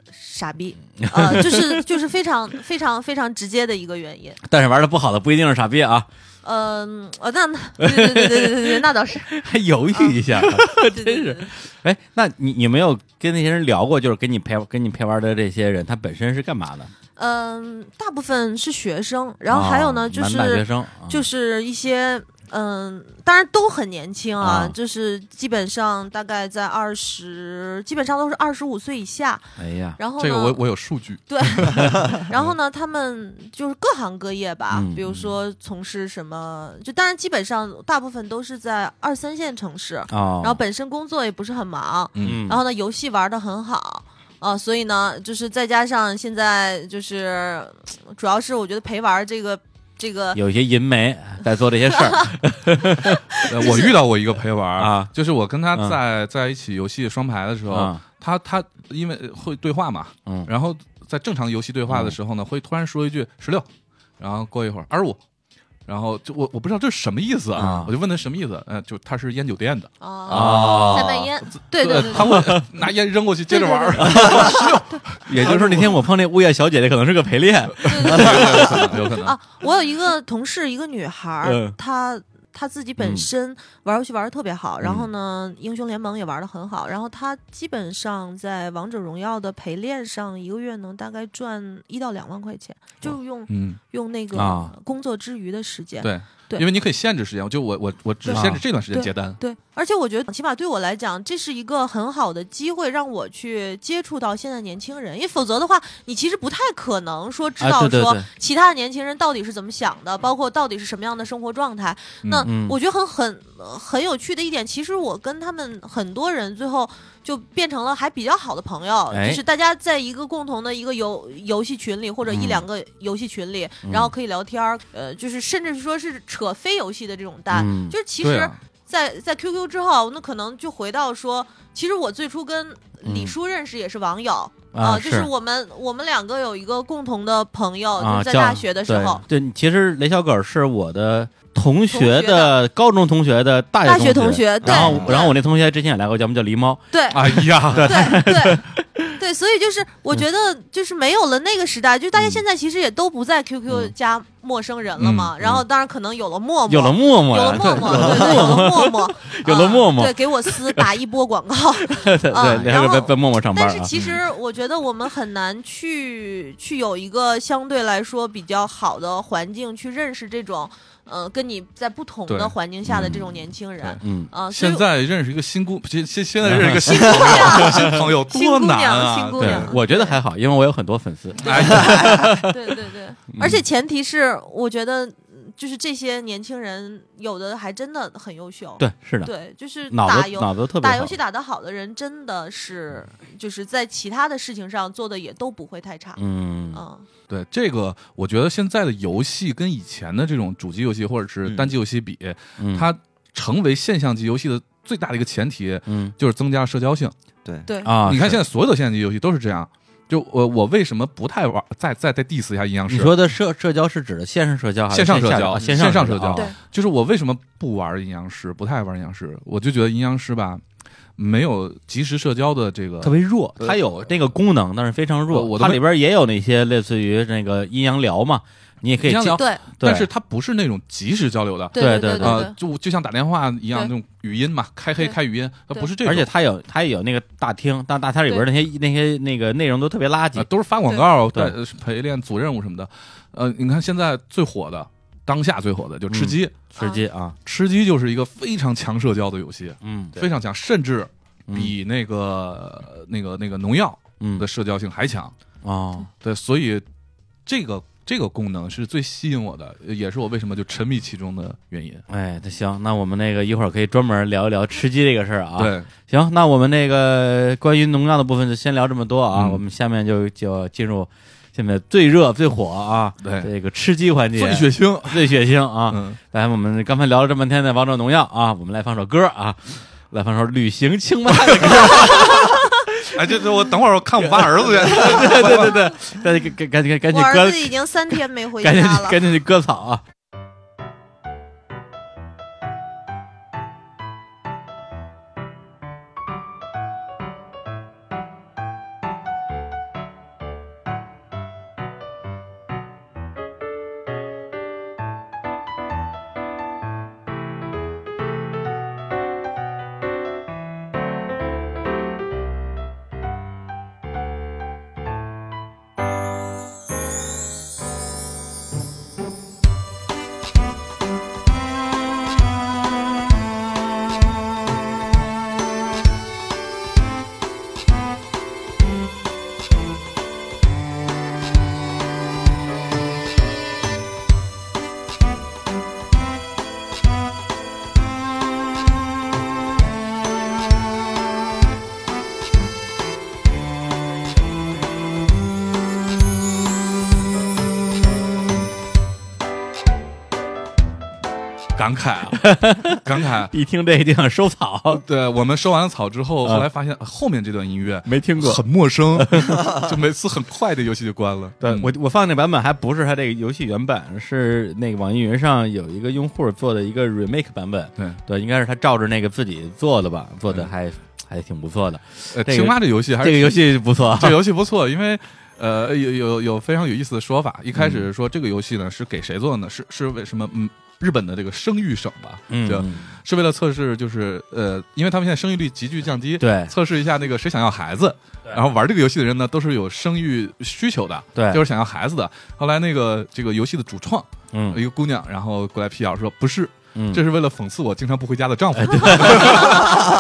Speaker 1: [LAUGHS]
Speaker 2: 傻逼，呃，就是就是非常非常非常直接的一个原因。
Speaker 1: 但是玩的不好的不一定是傻逼啊， [LAUGHS]
Speaker 2: 嗯、呃，那对对对对对对对，那倒是，
Speaker 1: 还犹豫一下。
Speaker 2: 对对对
Speaker 1: [LAUGHS] 真是
Speaker 2: 对
Speaker 1: [LAUGHS] 哎，那你你没有跟那些人聊过，就是跟你陪跟你陪玩的这些人，他本身是干嘛的？
Speaker 2: 嗯、大部分是学生，然后还有呢，
Speaker 1: 哦
Speaker 2: 就
Speaker 1: 男大学
Speaker 2: 是
Speaker 1: 生，啊
Speaker 2: 就是一些嗯，当然都很年轻啊，
Speaker 1: 啊
Speaker 2: 就是基本上大概在二十，基本上都是二十五岁以下。
Speaker 1: 哎呀，
Speaker 2: 然后呢
Speaker 3: 这个我我有数据，
Speaker 2: 对，然后呢，他们就是各行各业吧，
Speaker 1: 嗯
Speaker 2: 比如
Speaker 1: 嗯
Speaker 2: 说从事什么，就当然基本上大部分都是在二三线城市，
Speaker 1: 哦，
Speaker 2: 然后本身工作也不是很忙，
Speaker 1: 嗯，
Speaker 2: 然后呢，游戏玩的很好。啊、所以呢，就是再加上现在就是，主要是我觉得陪玩这个这个
Speaker 1: 嗯有一些银媒在做这些事
Speaker 2: [LAUGHS]
Speaker 1: 儿
Speaker 3: 呃我遇到过一个陪玩儿，
Speaker 1: 啊
Speaker 3: 就是我跟他
Speaker 1: 嗯
Speaker 3: 在在一起游戏双排的时候，
Speaker 1: 啊，
Speaker 3: 他他因为会对话嘛，
Speaker 1: 嗯
Speaker 3: 然后在正常游戏对话的时候呢，会突然说一句十六，然后过一会儿二十五，然后就我我不知道这是什么意思
Speaker 1: 啊
Speaker 3: 我就问他什么意思，呃，就他是烟酒店的，
Speaker 2: 啊，
Speaker 1: 哦
Speaker 2: 在卖烟，对对对，
Speaker 3: 他会拿烟扔过去接着玩儿，
Speaker 1: 也就是说那天我碰那物业小姐姐可能是个陪练，
Speaker 2: 对对
Speaker 3: [LAUGHS] 有可能有可能
Speaker 2: 啊，我有一个同事，一个女孩儿，
Speaker 1: 嗯
Speaker 2: 她她自己本身玩游戏玩的特别好，然后呢，英雄联盟也玩的很好，然后她基本上在王者荣耀的陪练上，一个月能大概赚一到两万块钱，就是用、
Speaker 3: 嗯，
Speaker 2: 用那
Speaker 1: 啊
Speaker 2: 个工作之余的时间。
Speaker 3: 对
Speaker 2: 对
Speaker 3: 因为你可以限制时间，就我我我只
Speaker 1: 啊
Speaker 3: 限制这段时间
Speaker 2: 对
Speaker 3: 接单，
Speaker 2: 对，而且我觉得，起码对我来讲，这是一个很好的机会，让我去接触到现在年轻人。因为否则的话，你其实不太可能说知
Speaker 1: 哎
Speaker 2: 道
Speaker 1: 对对
Speaker 2: 说
Speaker 1: 对
Speaker 2: 其他的年轻人到底是怎么想的，包括到底是什么样的生活状态。那
Speaker 1: 嗯嗯
Speaker 2: 我觉得很很呃很有趣的一点，其实我跟他们很多人最后就变成了还比较好的朋友，
Speaker 1: 哎
Speaker 2: 就是大家在一个共同的一个游游戏群里，或者一
Speaker 1: 嗯
Speaker 2: 两个游戏群里，然后可以聊天儿，呃，就是甚至说是扯非游戏的这种蛋，
Speaker 1: 嗯
Speaker 2: 就是其
Speaker 3: 对
Speaker 2: 实。
Speaker 3: 啊，
Speaker 2: 在在 QQ 之后，那可能就回到说，其实我最初跟李
Speaker 1: 嗯
Speaker 2: 叔认识也是网友呃
Speaker 1: 啊
Speaker 2: 哦就是是我们我们两个有一个共同的朋友，
Speaker 1: 啊，
Speaker 2: 哦就是在
Speaker 1: 叫
Speaker 2: 大学的时候，
Speaker 1: 对，对你其实雷小狗是我的同
Speaker 2: 同
Speaker 1: 学
Speaker 2: 学
Speaker 1: 的
Speaker 2: 的
Speaker 1: 高中同学的大
Speaker 2: 大
Speaker 1: 学
Speaker 2: 同
Speaker 1: 学。
Speaker 2: 学，对，
Speaker 1: 然后
Speaker 4: 对，
Speaker 1: 然后我那同学之前也来过节目，叫狸猫。
Speaker 2: 对
Speaker 3: 哎
Speaker 1: [LAUGHS]
Speaker 3: 呀，
Speaker 2: 对对对，所以就是我觉得就是没有了那个时代，就是大家
Speaker 1: 嗯
Speaker 2: 现在其实也都不在 QQ 加陌生人了嘛，
Speaker 1: 嗯
Speaker 2: 然后当然可能有了陌陌，
Speaker 1: 有了陌陌
Speaker 2: 有了
Speaker 1: 呀，，
Speaker 2: 陌陌，对对，
Speaker 1: [LAUGHS] 有
Speaker 2: 有了陌陌
Speaker 1: 了
Speaker 2: 啊
Speaker 1: 陌陌
Speaker 2: 对，给我撕打一波广告，
Speaker 1: 对对
Speaker 2: 啊
Speaker 1: 对，然
Speaker 2: 然
Speaker 1: 后
Speaker 2: 后
Speaker 1: 奔奔陌陌上班
Speaker 2: 但是
Speaker 1: 啊。
Speaker 2: 其实我觉得我们很难去去有一个相对来说比较好的环境去认识这种，呃，跟你在不同
Speaker 3: 对
Speaker 2: 的环境下的这种
Speaker 3: 嗯
Speaker 2: 年轻人
Speaker 1: 嗯，
Speaker 2: 啊。所以
Speaker 3: 现在认识一个新姑，现现现在认
Speaker 2: [LAUGHS]
Speaker 3: 识一个新朋友，新朋友
Speaker 2: 新
Speaker 3: 多
Speaker 2: 姑
Speaker 3: 难
Speaker 2: 娘，
Speaker 3: 啊
Speaker 2: 新！姑
Speaker 1: 对
Speaker 2: 娘，，
Speaker 1: 我觉得还好，因为我有很多粉丝。
Speaker 3: 对哎呀，
Speaker 2: 对
Speaker 1: [LAUGHS]
Speaker 2: 对对，而
Speaker 1: 嗯
Speaker 2: 且前提是，我觉得嗯就是这些年轻人有的还真的很优秀。
Speaker 1: 对，是的，
Speaker 2: 对，就是
Speaker 1: 脑
Speaker 2: 打
Speaker 1: 子
Speaker 2: 游
Speaker 1: 脑子特别
Speaker 2: 打游
Speaker 1: 好
Speaker 2: 戏打得好的人，真的是就是在其他的事情上做的也都不会太差。
Speaker 1: 嗯
Speaker 2: 嗯，
Speaker 3: 对这个，我觉得现在的游戏跟以前的这种主机游戏或者是单机游戏比，
Speaker 1: 嗯，
Speaker 3: 它成为现象级游戏的最大的一个前提
Speaker 1: 嗯
Speaker 3: 就是增加社交性。
Speaker 4: 对，
Speaker 2: 对，
Speaker 1: 啊，
Speaker 3: 你看
Speaker 1: 是
Speaker 3: 现在所有的现象级游戏都是这样。就我我为什么不太玩？再再再 diss 一下阴阳
Speaker 1: 你
Speaker 3: 师，
Speaker 1: 说的社社交是指的线上社交还是
Speaker 3: 线上社
Speaker 1: 下
Speaker 3: 交
Speaker 1: 啊线
Speaker 3: 线
Speaker 1: 上
Speaker 3: 上社交
Speaker 1: 啊
Speaker 3: 就是我为什么不玩阴阳师？不太玩阴阳师，我就觉得阴阳师吧，没有及时社交的这个
Speaker 1: 特别弱，
Speaker 4: 对
Speaker 1: 它有这个功能，但是非常弱。
Speaker 3: 我我都
Speaker 1: 它
Speaker 3: 没
Speaker 1: 里边也有那些类似于那个阴阳聊嘛，你也可以
Speaker 3: 阴阳
Speaker 1: 进
Speaker 3: 聊
Speaker 2: 对
Speaker 1: 对
Speaker 3: 但是它不是那种及时交流的，
Speaker 1: 对对
Speaker 2: 对对
Speaker 1: 对
Speaker 3: 啊、
Speaker 2: 对，
Speaker 3: 就就像打电话一样，那
Speaker 2: 对
Speaker 3: 种语音嘛，开黑
Speaker 2: 对
Speaker 3: 开语音，它
Speaker 2: 对
Speaker 3: 不是这种，
Speaker 1: 而且它有它也有那个大厅，但大厅里边那些那些那个内容都特别垃
Speaker 3: 啊
Speaker 1: 圾。
Speaker 3: 都是发广告、
Speaker 1: 对
Speaker 3: 带呃陪练、组任务什么的。呃，你看现在最火的，当下最火的就吃鸡，
Speaker 1: 吃鸡啊，
Speaker 3: 吃鸡就是一个非常强社交的游戏，
Speaker 1: 嗯
Speaker 4: 对
Speaker 3: 非常强，甚至比那个、那个那个农药
Speaker 1: 嗯
Speaker 3: 的社交性还强。
Speaker 1: 哦，
Speaker 3: 对，所以这个这个功能是最吸引我的，也是我为什么就沉迷其中的原因。
Speaker 1: 哎，那行，那我们那个一会儿可以专门聊一聊吃鸡这个事儿啊。，
Speaker 3: 对，
Speaker 1: 行，那我们那个关于农药的部分就先聊这么多啊，
Speaker 3: 嗯
Speaker 1: 我们下面就就进入现在最热最火啊，
Speaker 3: 对
Speaker 1: 这个吃鸡环节，
Speaker 3: 最血腥。
Speaker 1: 最血腥
Speaker 3: [LAUGHS]
Speaker 1: 啊。
Speaker 3: 嗯，
Speaker 1: 来，我们刚才聊了这半天的《王者荣耀》啊，我们来放首歌啊，来放首《旅行青 [LAUGHS] 蛙》的歌。
Speaker 3: 哎，这这我等会儿我看我爸儿子去。
Speaker 1: [LAUGHS] 对对对对，大家赶赶紧赶紧
Speaker 2: 我儿
Speaker 1: 割
Speaker 2: 子，已经三天
Speaker 1: [LAUGHS]
Speaker 2: 没回
Speaker 1: 赶紧
Speaker 2: 家了。
Speaker 1: 赶紧去割草啊！ [LAUGHS]
Speaker 5: 我
Speaker 3: 感慨啊，感慨。
Speaker 1: 一听这就想收草，
Speaker 3: 对我们收完了草之后，后来发现后面这段音乐
Speaker 1: 啊没听过。
Speaker 3: 很陌
Speaker 1: [LAUGHS]
Speaker 3: 生，就每次很快这游戏就关了。
Speaker 1: 对
Speaker 3: 嗯
Speaker 1: 我我放那版本还不是它这个游戏原版，是那个网易云上有一个用户做的一个 remake 版本。
Speaker 3: 对，
Speaker 1: 对，嗯应该是他照着那个自己做的吧，做的还还挺不错的。这
Speaker 3: 呃，
Speaker 1: 个
Speaker 3: 青蛙这游戏还
Speaker 1: 这
Speaker 3: 是
Speaker 1: 个游戏不错，啊 [LAUGHS]
Speaker 3: 这游戏不错，因为呃有有有非常有意思的说法。一开始说这个游戏呢是给谁做的呢？是是为什么？嗯，日本的这个生育省吧，
Speaker 1: 嗯，
Speaker 3: 就
Speaker 1: 嗯
Speaker 3: 是为了测试，就是呃，因为他们现在生育率急剧降低，
Speaker 1: 对
Speaker 3: 测试一下那个谁想要孩子。然后玩这个游戏的人呢，都是有生育需求的，
Speaker 1: 对
Speaker 3: 就是想要孩子的。后来那个这个游戏的主创，
Speaker 1: 嗯
Speaker 3: 一个姑娘，然后过来辟谣说不是，
Speaker 1: 嗯，哎
Speaker 3: 这是为了讽刺我经常不回家的丈夫。
Speaker 1: 不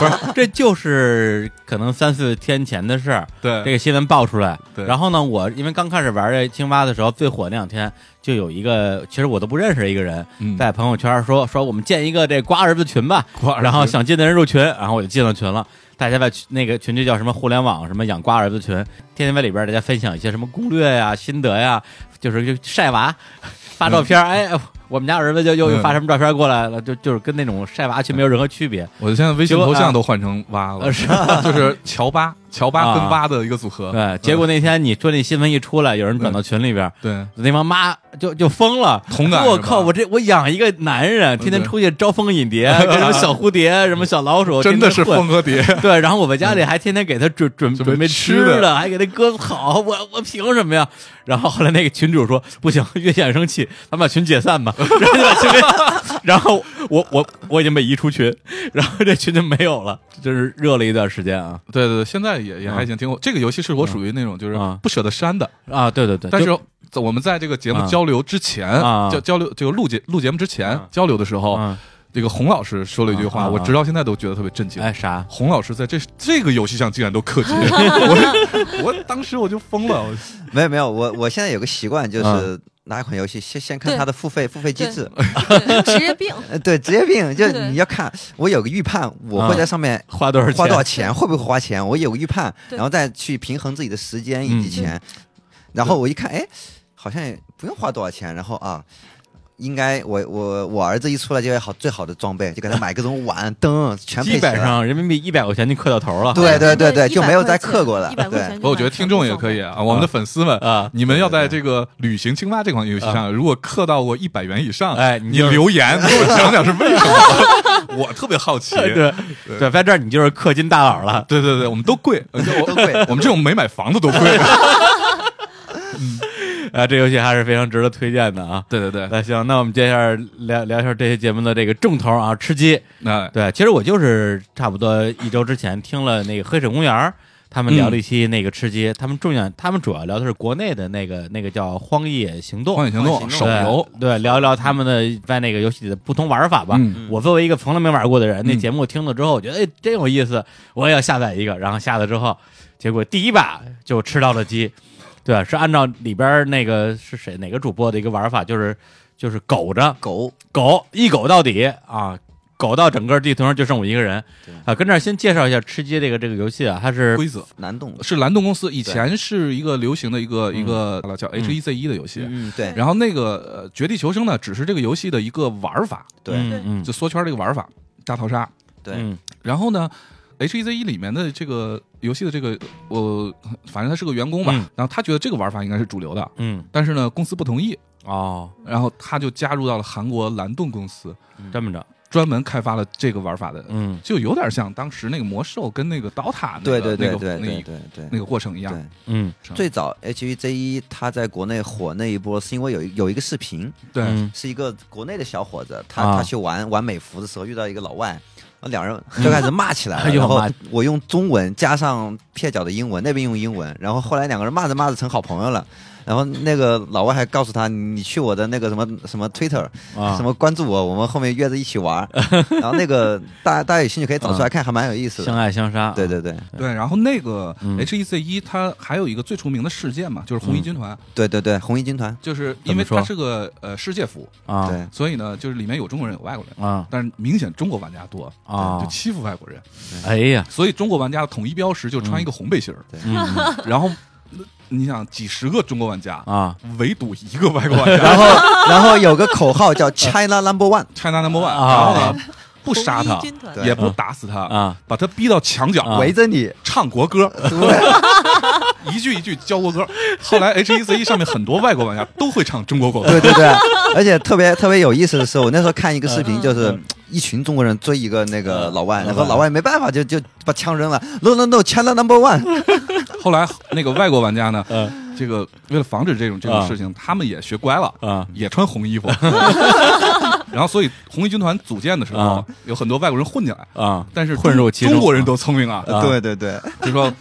Speaker 1: 是，这就是可能三四天前的事儿，
Speaker 3: [LAUGHS] 对，
Speaker 1: 这个新闻爆出来。
Speaker 3: 对
Speaker 1: 然后呢，我因为刚开始玩这青蛙的时候，最火那两天就有一个，其实我都不认识的一个人，
Speaker 3: 嗯
Speaker 1: 在朋友圈说说我们建一个这瓜儿子群吧，
Speaker 3: 啊
Speaker 1: 然后想进的人入群，然后我就进了群了。大家在群那个群就叫什么互联网什么养瓜儿子群，天天在里边儿大家分享一些什么攻略呀、心得呀，就是就晒娃， [LAUGHS] 发照
Speaker 3: 嗯
Speaker 1: 片儿，哎，我们家儿子就又又发什么照片过来了，就就是跟那种晒娃群没有任何区别。
Speaker 3: 我现在微
Speaker 1: 结
Speaker 3: 信
Speaker 1: 果
Speaker 3: 头
Speaker 1: 啊
Speaker 3: 像都换成蛙了，
Speaker 1: 呃是
Speaker 3: [LAUGHS] 就是乔巴，乔巴
Speaker 1: 啊
Speaker 3: 跟蛙的一个组合。
Speaker 1: 对，结果那天你说那新闻一出来，有人
Speaker 3: 嗯
Speaker 1: 转到群里边儿，
Speaker 3: 对，
Speaker 1: 那帮妈就就疯了，
Speaker 3: 同感
Speaker 1: 我
Speaker 3: 是吧
Speaker 1: 靠，我这我养一个男人，天天
Speaker 3: 对
Speaker 1: 出去招蜂引
Speaker 3: [LAUGHS]
Speaker 1: 蝶，跟什么小蝴蝶、什么小老鼠，
Speaker 3: 真的是
Speaker 1: 天天混
Speaker 3: 风和蝶。 [LAUGHS]
Speaker 1: 对，然后我在家里还天天给他准准
Speaker 3: 准备
Speaker 1: 准备吃
Speaker 3: 吃的
Speaker 1: 还给他割草，我我凭什么呀？然后后来那个群主说不行，越想生气，咱们把群解散
Speaker 3: [LAUGHS]
Speaker 1: 吧，然后就把群给，然后我我我已经被移出群，然后这群就没有了，就是热了一段时间啊
Speaker 3: 对对对，现在也也还行，挺好。这个游戏是我属于那种就是
Speaker 1: 啊
Speaker 3: 不舍得删的，
Speaker 1: 啊，对对对，
Speaker 3: 但
Speaker 1: 就是
Speaker 3: 在我们在这个节目
Speaker 1: 啊
Speaker 3: 交流之前，
Speaker 1: 啊
Speaker 3: 交交流这个录节录节目之前
Speaker 1: 啊
Speaker 3: 交流的时候，
Speaker 1: 嗯，
Speaker 3: 这个洪老师说了一句
Speaker 1: 啊啊
Speaker 3: 话，
Speaker 1: 啊
Speaker 3: 我直到现在都觉得特别震惊。
Speaker 1: 哎啥？
Speaker 3: 洪老师在这这个游戏上竟然都氪 [LAUGHS] 金，我我当时我就疯了，我
Speaker 4: 没有没有，我我现在有个习惯，
Speaker 3: 啊
Speaker 4: 就是
Speaker 1: 嗯
Speaker 4: 拿一款游戏先先看
Speaker 2: 对
Speaker 4: 它的付费付费机
Speaker 2: [LAUGHS]
Speaker 4: 制。
Speaker 2: 对职业病，
Speaker 4: 呃对，职业病就
Speaker 2: 对
Speaker 4: 你要看，我有个预判，我
Speaker 3: 啊
Speaker 4: 会在上面
Speaker 1: 花多少钱？
Speaker 4: 花多少钱，会不会花钱，我有个预判，
Speaker 2: 对嗯
Speaker 4: 然后再去平衡自己的时
Speaker 3: 嗯
Speaker 4: 间以及钱。然后我一看，哎，好像也不用花多少钱，然后啊。应该我我我儿子一出来就要好最好的装备，就给
Speaker 3: [LAUGHS]
Speaker 4: 他买各种碗灯，全
Speaker 1: 基
Speaker 4: 配齐
Speaker 1: 本
Speaker 4: 了。
Speaker 1: 上人民币一百块钱就氪到头了。
Speaker 4: 对对
Speaker 2: 对
Speaker 4: 对对，就没有再刻过了
Speaker 2: 一。百块
Speaker 4: 对
Speaker 2: 钱，，
Speaker 3: 我觉得听众也可以。啊，我们的粉丝们
Speaker 1: 啊
Speaker 3: 你们要在这个旅行青蛙这款游戏上，如果氪到过一百元以上，
Speaker 1: 哎你
Speaker 3: 你
Speaker 1: 就是
Speaker 3: 留言给我讲讲是为
Speaker 1: [LAUGHS]
Speaker 3: 什么？我特别好奇。
Speaker 1: 对对对，在这儿你就是氪金大佬了。
Speaker 3: 对对对，我们都贵，呃就我
Speaker 4: 都贵
Speaker 3: 我们这种没买房的
Speaker 1: [LAUGHS]
Speaker 3: 都贵。
Speaker 1: 啊，这游戏还是非常值得推荐的啊。
Speaker 3: 对对对，
Speaker 1: 那行，那我们接下来聊聊一下这期节目的这个重头啊，吃鸡。
Speaker 3: 那
Speaker 1: 对，其实我就是差不多一周之前听了那个黑水公园儿他们聊了一期那个吃鸡，他们重点，他们主要聊的是国内的那个那个叫《荒野行动》
Speaker 3: 《荒野行动》手
Speaker 1: 对
Speaker 3: 游，
Speaker 1: 对，聊一聊他们的在那个游戏里的不同玩法吧。
Speaker 3: 嗯
Speaker 1: 我作为一个从来没玩过的人，那
Speaker 3: 嗯
Speaker 1: 节目听了之后，我觉得哎真有意思，我也要下载一个。然后下了之后，结果第一把就吃到了鸡， [LAUGHS] 对，是按照里边儿那个是谁哪个主播的一个玩法，就是就是苟着
Speaker 4: 狗
Speaker 1: 狗一狗到底啊，狗到整个地图上就剩我一个人
Speaker 4: 对
Speaker 1: 啊。跟这儿先介绍一下吃鸡这个这个游戏啊，它是
Speaker 3: 规则
Speaker 4: 难动，
Speaker 3: [LAUGHS] 是蓝洞公司以前是一个流行的一
Speaker 1: 嗯
Speaker 3: 个一个叫 H 1 Z E 1的游戏。
Speaker 4: 嗯，对
Speaker 3: 然后那个呃《绝地求生》呢，只是这个游戏的一个玩法，
Speaker 4: 对
Speaker 1: 嗯嗯
Speaker 3: 就缩圈这个玩法，大逃杀。
Speaker 4: 对，
Speaker 1: 嗯
Speaker 3: 然后呢，H 1 Z E 1里面的这个游戏的这个，我、反正他是个员工吧，
Speaker 1: 嗯
Speaker 3: 然后他觉得这个玩法应该是主流的，
Speaker 1: 嗯
Speaker 3: 但是呢，公司不同意，
Speaker 1: 哦，
Speaker 3: 然后他就加入到了韩国蓝洞公司，
Speaker 1: 这么着，
Speaker 3: 专门开发了这个玩法的，
Speaker 1: 嗯
Speaker 3: 就有点像当时那个魔兽跟那个刀塔那
Speaker 4: 对
Speaker 3: 个
Speaker 4: 对对
Speaker 3: 那个
Speaker 4: 对对
Speaker 3: 那个
Speaker 4: 对对
Speaker 3: 那个过程一样
Speaker 4: 对。。
Speaker 1: 嗯
Speaker 4: 最早 E HVZ 一它在国内火那一波，是因为有一有一个视频，
Speaker 3: 对，
Speaker 1: 嗯
Speaker 4: 是一个国内的小伙子，他、
Speaker 1: 啊
Speaker 4: 他去玩玩美服的时候遇到一个老外，
Speaker 1: [LAUGHS]
Speaker 4: 两人就开始骂起来
Speaker 1: 哎
Speaker 4: 了。
Speaker 1: 呦
Speaker 4: 然后
Speaker 1: 骂
Speaker 4: 我用中文加上蹩脚的英文，那边用英文，然后后来两个人骂着骂着成好朋友了。然后那个老外还告诉他，你去我的那个什么什么 Twitter，、
Speaker 1: 啊
Speaker 4: 什么关注我，我们后面约着一
Speaker 1: [LAUGHS]
Speaker 4: 起玩。然后那个大家大家有兴趣可以找出来看，还蛮有意思
Speaker 1: 相
Speaker 4: 的。
Speaker 1: 爱相杀，
Speaker 4: 对对对
Speaker 3: 对，然后那个
Speaker 1: 嗯
Speaker 3: H E Z 一，它还有一个最出名的事件嘛，就是红
Speaker 4: 嗯
Speaker 3: 衣军团，
Speaker 4: 对对对，红衣军团，
Speaker 3: 就是因
Speaker 1: 怎么
Speaker 3: 为
Speaker 1: 说
Speaker 3: 它是个呃世界服，
Speaker 1: 啊
Speaker 4: 对
Speaker 3: 所以呢，就是里面有中国人有外国人，
Speaker 1: 啊
Speaker 3: 但是明显中国玩家多
Speaker 1: 啊
Speaker 3: 就欺负外国人，
Speaker 1: 哎呀，
Speaker 3: 所以中国玩家的统一标识就穿一个红背心儿，
Speaker 1: 嗯
Speaker 3: 然后你想几十个中国玩家，
Speaker 1: 啊，
Speaker 3: 唯独一个外国玩家
Speaker 4: 然后 [LAUGHS] 然后有个口号叫 China Number One，
Speaker 3: ，China Number One，然
Speaker 1: 啊
Speaker 3: 后呢，不杀他
Speaker 2: 红衣军，团
Speaker 4: 对
Speaker 3: 也不打死他，
Speaker 1: 啊，
Speaker 3: 把他逼到墙角，
Speaker 1: 啊
Speaker 4: 围着
Speaker 1: [LAUGHS]
Speaker 4: 你，
Speaker 3: 唱国歌，
Speaker 4: 对，
Speaker 3: 一句一句教国歌。后来 H 1 C E 1上面很多外国玩家都会唱中国国歌，
Speaker 4: [LAUGHS] 对对对，而且特别特别有意思的是，我那时候看一个视频，就是一群中国人追一个那个老外，然后老外没办法就就把枪扔了，no no no，China number one，
Speaker 3: 后来那个外国玩家呢，
Speaker 1: 嗯
Speaker 3: 这个为了防止这种这种
Speaker 1: 啊
Speaker 3: 事情，他们也学乖了，
Speaker 1: 啊
Speaker 3: 也穿红衣服。然后，所以红衣军团组建的时候
Speaker 1: 啊，
Speaker 3: 有很多外国人混进来，
Speaker 1: 啊，
Speaker 3: 但是
Speaker 1: 混入
Speaker 3: 中
Speaker 1: 其中
Speaker 3: 中国人都聪明啊，
Speaker 1: 啊
Speaker 4: 对对对，
Speaker 3: 就说。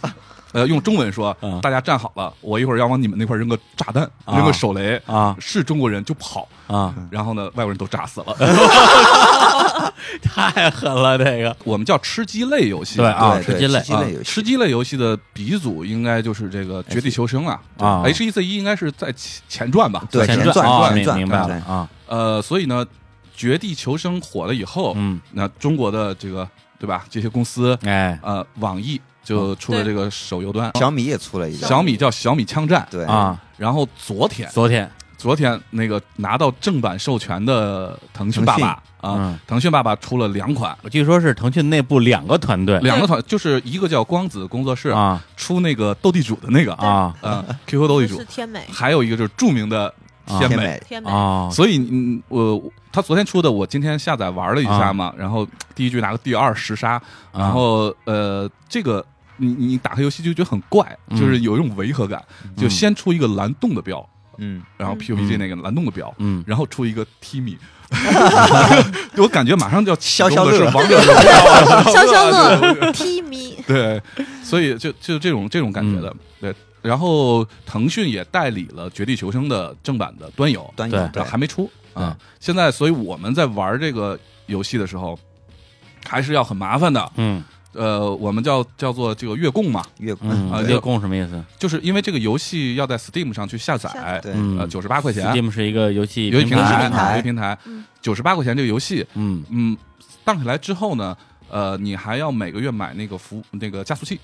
Speaker 3: 呃，用中文说
Speaker 1: 啊，
Speaker 3: 大家站好了，我一会儿要往你们那块扔个炸弹，
Speaker 1: 啊
Speaker 3: 扔个手雷
Speaker 1: 啊
Speaker 3: 是中国人就跑， [LAUGHS]
Speaker 1: 啊，
Speaker 3: 然后呢，外国人都炸死了。
Speaker 1: 太狠了这个，
Speaker 3: 我们叫吃鸡类游戏，
Speaker 1: 对啊，
Speaker 4: 对
Speaker 1: 吃
Speaker 4: 对
Speaker 1: 鸡类
Speaker 4: 吃鸡类游戏
Speaker 3: 吃鸡类游戏的鼻祖应该就是这个《绝地求生》啊，
Speaker 1: 啊
Speaker 3: h E C 一应该是在前前传吧？
Speaker 4: 对
Speaker 1: 前
Speaker 4: 前传
Speaker 1: 啊，
Speaker 4: 前
Speaker 1: 明
Speaker 4: 传
Speaker 1: 明白了
Speaker 4: 前
Speaker 1: 啊，
Speaker 3: 呃，所以呢，《绝地求生》火了以后，
Speaker 1: 嗯，
Speaker 3: 那中国的这个对吧？这些公司，
Speaker 1: 哎
Speaker 3: 呃，网易就出了
Speaker 2: 对
Speaker 3: 这个手游端，
Speaker 4: 小米也出了一个，
Speaker 3: 小米叫小米枪战。
Speaker 4: 对，
Speaker 1: 啊，
Speaker 3: 然后昨天，
Speaker 1: 昨天
Speaker 3: 昨天那个拿到正版授权的腾讯爸爸
Speaker 1: 嗯
Speaker 3: 啊，腾讯爸爸出了两款，
Speaker 1: 我据说是腾讯内部两个团队
Speaker 3: 两个团，就是一个叫光子工作室
Speaker 1: 啊
Speaker 3: 出那个斗地主的那个
Speaker 1: 啊
Speaker 3: 啊，QQ 斗地
Speaker 2: 是
Speaker 3: 主，
Speaker 2: 天
Speaker 3: [LAUGHS]
Speaker 2: 美，
Speaker 3: 还有一个就是著名的天
Speaker 4: 天
Speaker 3: 美。
Speaker 4: 美，
Speaker 2: 天美， [LAUGHS]
Speaker 1: 啊，
Speaker 3: 所以，嗯，我他昨天出的，我今天下载玩了一下嘛，然后第一局拿个第二十杀，
Speaker 1: 啊
Speaker 3: 然后呃，这个你你打开游戏就觉得很怪，
Speaker 1: 嗯
Speaker 3: 就是有一种违和感，就先出一个蓝洞的标，
Speaker 4: 嗯，
Speaker 3: 然后
Speaker 2: 嗯
Speaker 3: PUBG 那个蓝洞的标，
Speaker 1: 嗯
Speaker 3: 然后出一个 Timi，我感觉马上就要启
Speaker 4: 消消
Speaker 3: 动的是
Speaker 4: 乐
Speaker 3: 王者荣耀啊，
Speaker 2: 消消
Speaker 3: [LAUGHS]
Speaker 2: 乐 t 咪，
Speaker 3: 对，所以就就这种这种感觉的，对。然后腾讯也代理了《绝地求生》的正版的端游，
Speaker 4: 端
Speaker 1: 对
Speaker 4: 游
Speaker 3: 还没出啊
Speaker 1: 嗯。
Speaker 3: 现在，所以我们在玩这个游戏的时候，还是要很麻烦的。
Speaker 1: 嗯
Speaker 3: 呃，我们叫叫做这个月供嘛，
Speaker 4: 月
Speaker 1: 嗯，
Speaker 3: 啊
Speaker 1: 月供什么意思？
Speaker 3: 就是因为这个游戏要在 Steam 上去下载，
Speaker 2: 下载
Speaker 4: 对，
Speaker 1: 嗯
Speaker 3: 呃，九十八块钱，
Speaker 1: ，Steam 是一个游戏
Speaker 3: 游戏
Speaker 1: 平
Speaker 3: 台，
Speaker 4: 平台
Speaker 3: 游戏平台
Speaker 2: 嗯，
Speaker 3: 九十八块钱这个游戏，
Speaker 1: 嗯
Speaker 3: 嗯，荡起来之后呢，呃，你还要每个月买那个服那个加速器，